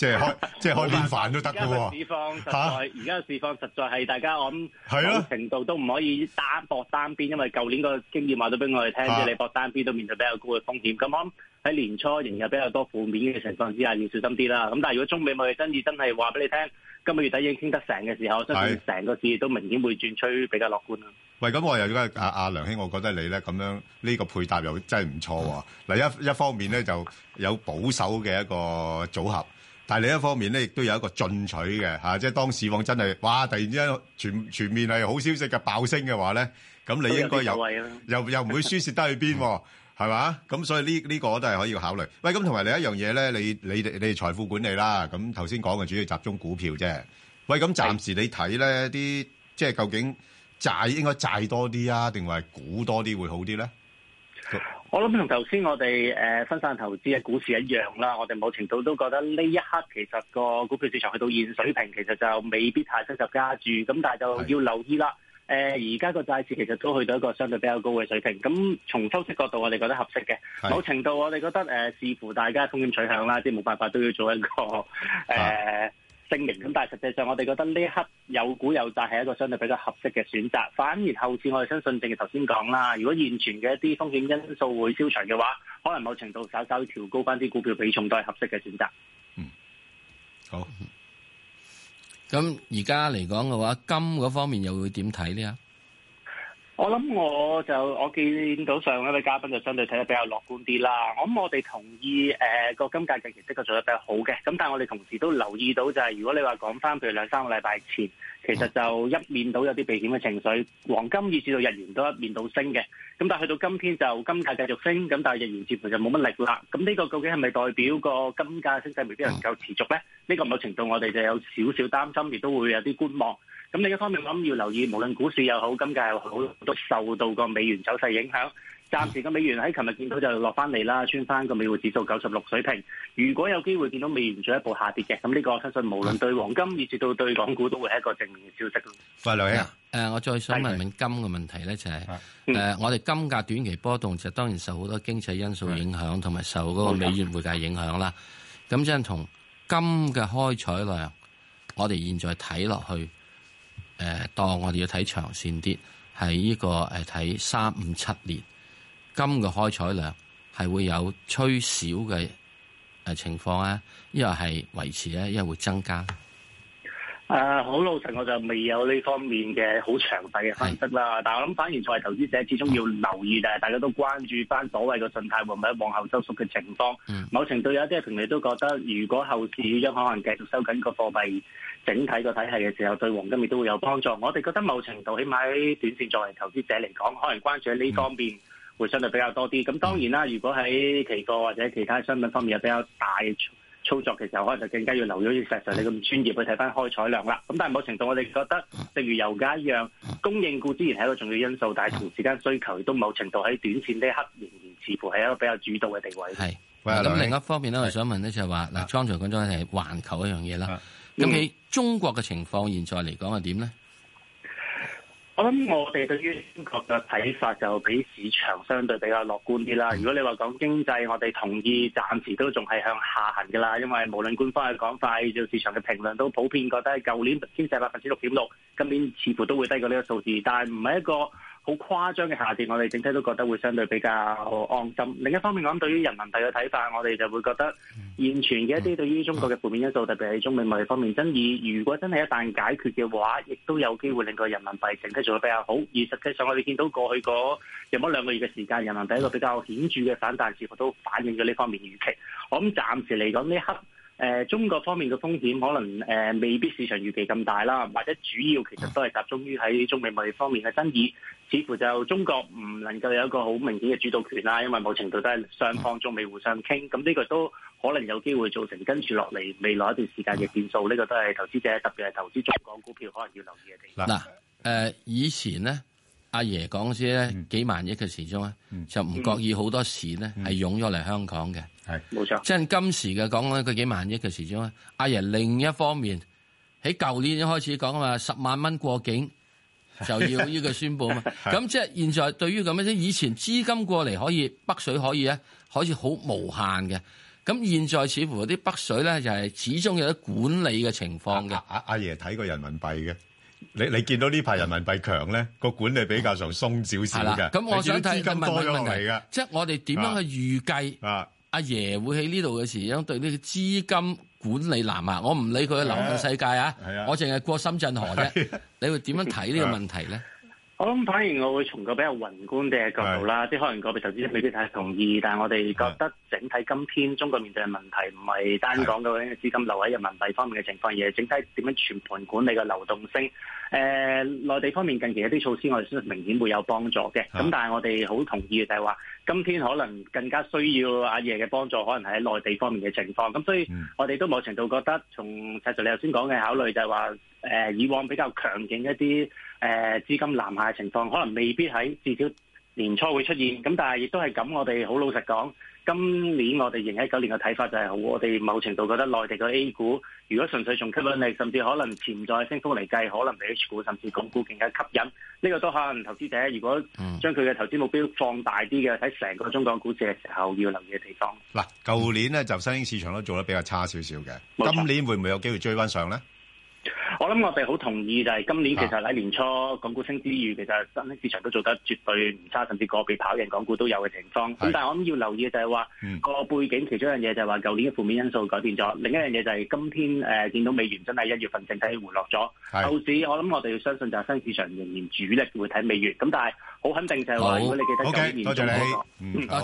[SPEAKER 6] 即係開 即係開邊飯都得嘅
[SPEAKER 18] 而家嘅
[SPEAKER 6] 喎
[SPEAKER 18] 市。況實在，
[SPEAKER 6] 嚇
[SPEAKER 18] 而家嘅市況實在係大家我諗
[SPEAKER 6] 係啊咯
[SPEAKER 18] 某程度都唔可以單搏單邊，因為舊年個經驗話到俾我哋聽，即
[SPEAKER 6] 嚇
[SPEAKER 18] 係你搏單邊都面對比較高嘅風險。咁我諗喺年初仍有比較多負面嘅情況之下，要小心啲啦。咁但係如果中美貿易爭議真係話俾你聽，今個月底已經傾得成嘅時候，我相信成個市都明顯會轉趨比較樂觀啦。啊
[SPEAKER 6] 喂，咁我又而家阿阿梁兄，我覺得你咧咁樣呢個配搭又真係唔錯喎。嗱，一一方面咧就有保守嘅一個組合，但係另一方面咧亦都有一個進取嘅嚇、即係當市況真係哇突然之間全全面係好消息嘅爆升嘅話咧，咁你應該
[SPEAKER 18] 都有啲啊受
[SPEAKER 6] 又
[SPEAKER 18] 惠啦
[SPEAKER 6] 又又唔會輸蝕得去邊喎，係嘛？咁所以呢呢個我都係可以考慮。喂，咁同埋另一樣嘢咧，你你哋你哋財富管理啦，咁頭先講嘅主要集中股票啫。喂，咁暫時你睇咧啲即係究竟債應該債多啲啊，定係股多啲會好啲咧？
[SPEAKER 18] 我諗同頭先我哋誒分散投資嘅股市一樣啦，我哋某程度都覺得呢一刻其實個股票市場去到現水平，其實就未必太適合加注，咁但係就要留意啦。呃誒而家個債市其實都去到一個相對比較高嘅水平，咁從收息角度我哋覺得合適嘅，某程度我哋覺得誒、呃視乎大家風險取向啦，即係冇辦法都要做一個誒。呃聲明咁，但係實際上我哋覺得呢一刻有股有債係一個相對比較合適嘅選擇。反而後市我哋相信正如頭先講啦，如果現存嘅一啲風險因素會消除嘅話，可能某程度稍稍調高翻啲股票比重都係合適嘅選擇。
[SPEAKER 6] 好。
[SPEAKER 7] 咁而家嚟講嘅話，金嗰方面又會點睇呢？
[SPEAKER 18] 我諗我就我見到上一位嘉賓就相對睇得比較樂觀啲啦。我諗我哋同意誒個、金價近期的確做得比較好嘅，咁但係我哋同時都留意到就係、如果你話講翻譬如兩三個禮拜前，其實就一面到有啲避險嘅情緒，黃金以至到日元都一面到升嘅。咁但係去到今天就金價繼續升，咁但係日元似乎就冇乜力啦。咁呢個究竟係咪代表個金價升勢未必能夠持續咧？呢、個某程度我哋就有少少擔心，亦都會有啲觀望。咁另一方面，我諗要留意，無論股市又好，金價又好，都受到個美元走勢影響。暫時個美元喺琴日見到就落翻嚟啦，穿翻個美匯指數九十六水平。如果有機會見到美元進一步下跌嘅，咁呢個我相信無論對黃金以至到對港股都會係一個正面嘅消息咯。
[SPEAKER 6] 喂，梁
[SPEAKER 7] 兄，誒，我再想問問金嘅問題咧，就係誒，我哋金價短期波動就當然受好多經濟因素影響，同埋受嗰個美元匯價影響啦。咁即係同金嘅開採量，我哋現在睇落去，誒，當我哋要睇長線啲，係呢個誒睇三五七年金嘅開採量係會有趨少嘅誒情況啊，一係係維持啊咧，一係會增加。
[SPEAKER 18] 誒啊好、老實，我就未有呢方面嘅好詳細嘅分析啦。但係我諗，反而作為投資者，始終要留意，但係大家都關注翻所謂嘅信貸會唔會喺往後收縮嘅情況。某程度有一啲嘅評論都覺得，如果後市央行可能繼續收緊個貨幣整體個體系嘅時候，對黃金亦都會有幫助。我哋覺得某程度，起碼喺短線作為投資者嚟講，可能關注喺呢方面。會相對比較多啲。咁當然啦，如果喺期貨或者其他商品方面有比較大嘅操操作嘅時候，可能就更加要留意好似石 Sir 你咁專業去睇翻開採量啦。咁但係某程度我哋覺得，正如油價一樣，供應固之然係一個重要因素，但係同時間需求亦都某程度喺短線呢一刻仍然似乎係一個比較主導嘅地位。
[SPEAKER 7] 係咁另一方面咧，我想問咧就係話嗱，剛才講咗係環球一樣嘢啦。咁喺中國嘅情況現在嚟講係點咧？
[SPEAKER 18] 我諗我哋對於英國嘅睇法就比市場相對比較樂觀啲啦。如果你話講經濟，我哋同意暫時都仲係向下行㗎啦，因為無論官方嘅講法，以至市場嘅評論都普遍覺得舊年經濟百分之六點六，今年似乎都會低過呢個數字，但係唔係一個好誇張嘅下跌，我哋整體都覺得會相對比較安心。另一方面，我諗對於人民幣嘅睇法，我哋就會覺得現存嘅一啲對於中國嘅負面因素，特別係中美貿易方面爭議，如果真係一旦解決嘅話，亦都有機會令到人民幣整體做得比較好。而實際上，我哋見到過去嗰有冇兩個月嘅時間，人民幣一個比較顯著嘅反彈，似乎都反映咗呢方面預期。我諗暫時嚟講呢一刻。誒、中國方面嘅風險可能誒、未必市場預期咁大啦，或者主要其實都係集中於喺中美貿易方面嘅爭議，似乎就中國唔能夠有一個好明顯嘅主導權啦，因為某程度都係雙方中美互相傾，咁呢個都可能有機會造成跟住落嚟未來一段時間嘅變數，呢、個都係投資者特別係投資中港股票可能要留意嘅地方。
[SPEAKER 7] 嗱，誒以前咧，阿爺講先
[SPEAKER 6] 嗯
[SPEAKER 7] 咧幾萬億嘅時鐘咧，就唔覺意好多錢咧係湧咗嚟香港嘅。
[SPEAKER 6] 係
[SPEAKER 18] 冇錯。
[SPEAKER 7] 即係今時嘅講咧，佢幾萬億嘅時鐘咧，啊阿爺另一方面喺舊年開始講啊嘛，十萬蚊過境。就要呢個宣佈嘛，咁即係現在對於咁樣即以前資金過嚟可以北水可以咧，可以好無限嘅。咁現在似乎啲北水咧就係始終有啲管理嘅情況嘅。
[SPEAKER 6] 阿阿爺睇過人民幣嘅，你你見到呢排人民幣強咧，個管理比較上鬆少
[SPEAKER 7] 係
[SPEAKER 6] 少
[SPEAKER 7] 啦
[SPEAKER 6] 嘅。，
[SPEAKER 7] 咁我想睇
[SPEAKER 6] 你見到資金多咗落嚟
[SPEAKER 7] 嘅
[SPEAKER 6] 嘅，，
[SPEAKER 7] 即係我哋點樣去預計阿爺會喺呢度嘅時候對呢個資金管理南下？我唔理佢流向世界啊
[SPEAKER 18] 係啊，
[SPEAKER 7] 我淨係過深圳河啫。你會點樣睇呢個問題咧？
[SPEAKER 18] 我諗反而我會從個比較宏觀嘅角度啦，即係可能個別投資者未必太同意，但係我哋覺得整體今天中國面對嘅問題唔係單講究竟資金流喺人民幣方面嘅情況，而係整體點樣全盤管理嘅流動性。誒、內地方面近期一啲措施，我哋相信明顯會有幫助嘅。咁但係我哋好同意嘅就係話，今天可能更加需要阿爺嘅幫助，可能係喺內地方面嘅情況。咁所以我哋都某程度覺得，從石 Sir 你頭先講嘅考慮就係話。誒、以往比較強勁一啲誒、資呃金南下嘅情況，可能未必喺至少年初會出現。咁但係亦都係咁，我哋好老實講，今年我哋二零一九年嘅睇法就係、我哋某程度覺得內地嘅 A 股，如果純粹從吸引力，甚至可能潛在升幅嚟計，可能比 H 股甚至港股更加吸引。呢、個都可能投資者如果將佢嘅投資目標放大啲嘅，喺成個中港股市嘅時候要留意嘅地方。
[SPEAKER 6] 嗱，舊年咧就新興市場都做得比較差少少嘅，今年會唔會有機會追翻上咧？
[SPEAKER 18] 我諗我哋好同意就係今年其
[SPEAKER 6] 啊
[SPEAKER 18] 實喺年初港股升之餘，其實新興市場都做得絕對唔差，甚至個別跑贏港股都有嘅情況。咁但係我諗要留意嘅就係話
[SPEAKER 6] 嗯
[SPEAKER 18] 個背景，其中一樣嘢就係話舊年嘅負面因素改變咗，另一樣嘢就係今天誒、呃、見到美元真係一月份整體回落咗，
[SPEAKER 6] 係
[SPEAKER 18] 後市我諗我哋要相信就係新興市場仍然主力會睇美元。咁但係好肯定就係話，
[SPEAKER 6] 好
[SPEAKER 18] 如果你記得
[SPEAKER 6] OK，
[SPEAKER 18] 舊年年
[SPEAKER 6] 多謝
[SPEAKER 18] 中
[SPEAKER 6] 你
[SPEAKER 18] 嗰個
[SPEAKER 6] 嗯
[SPEAKER 18] 嗯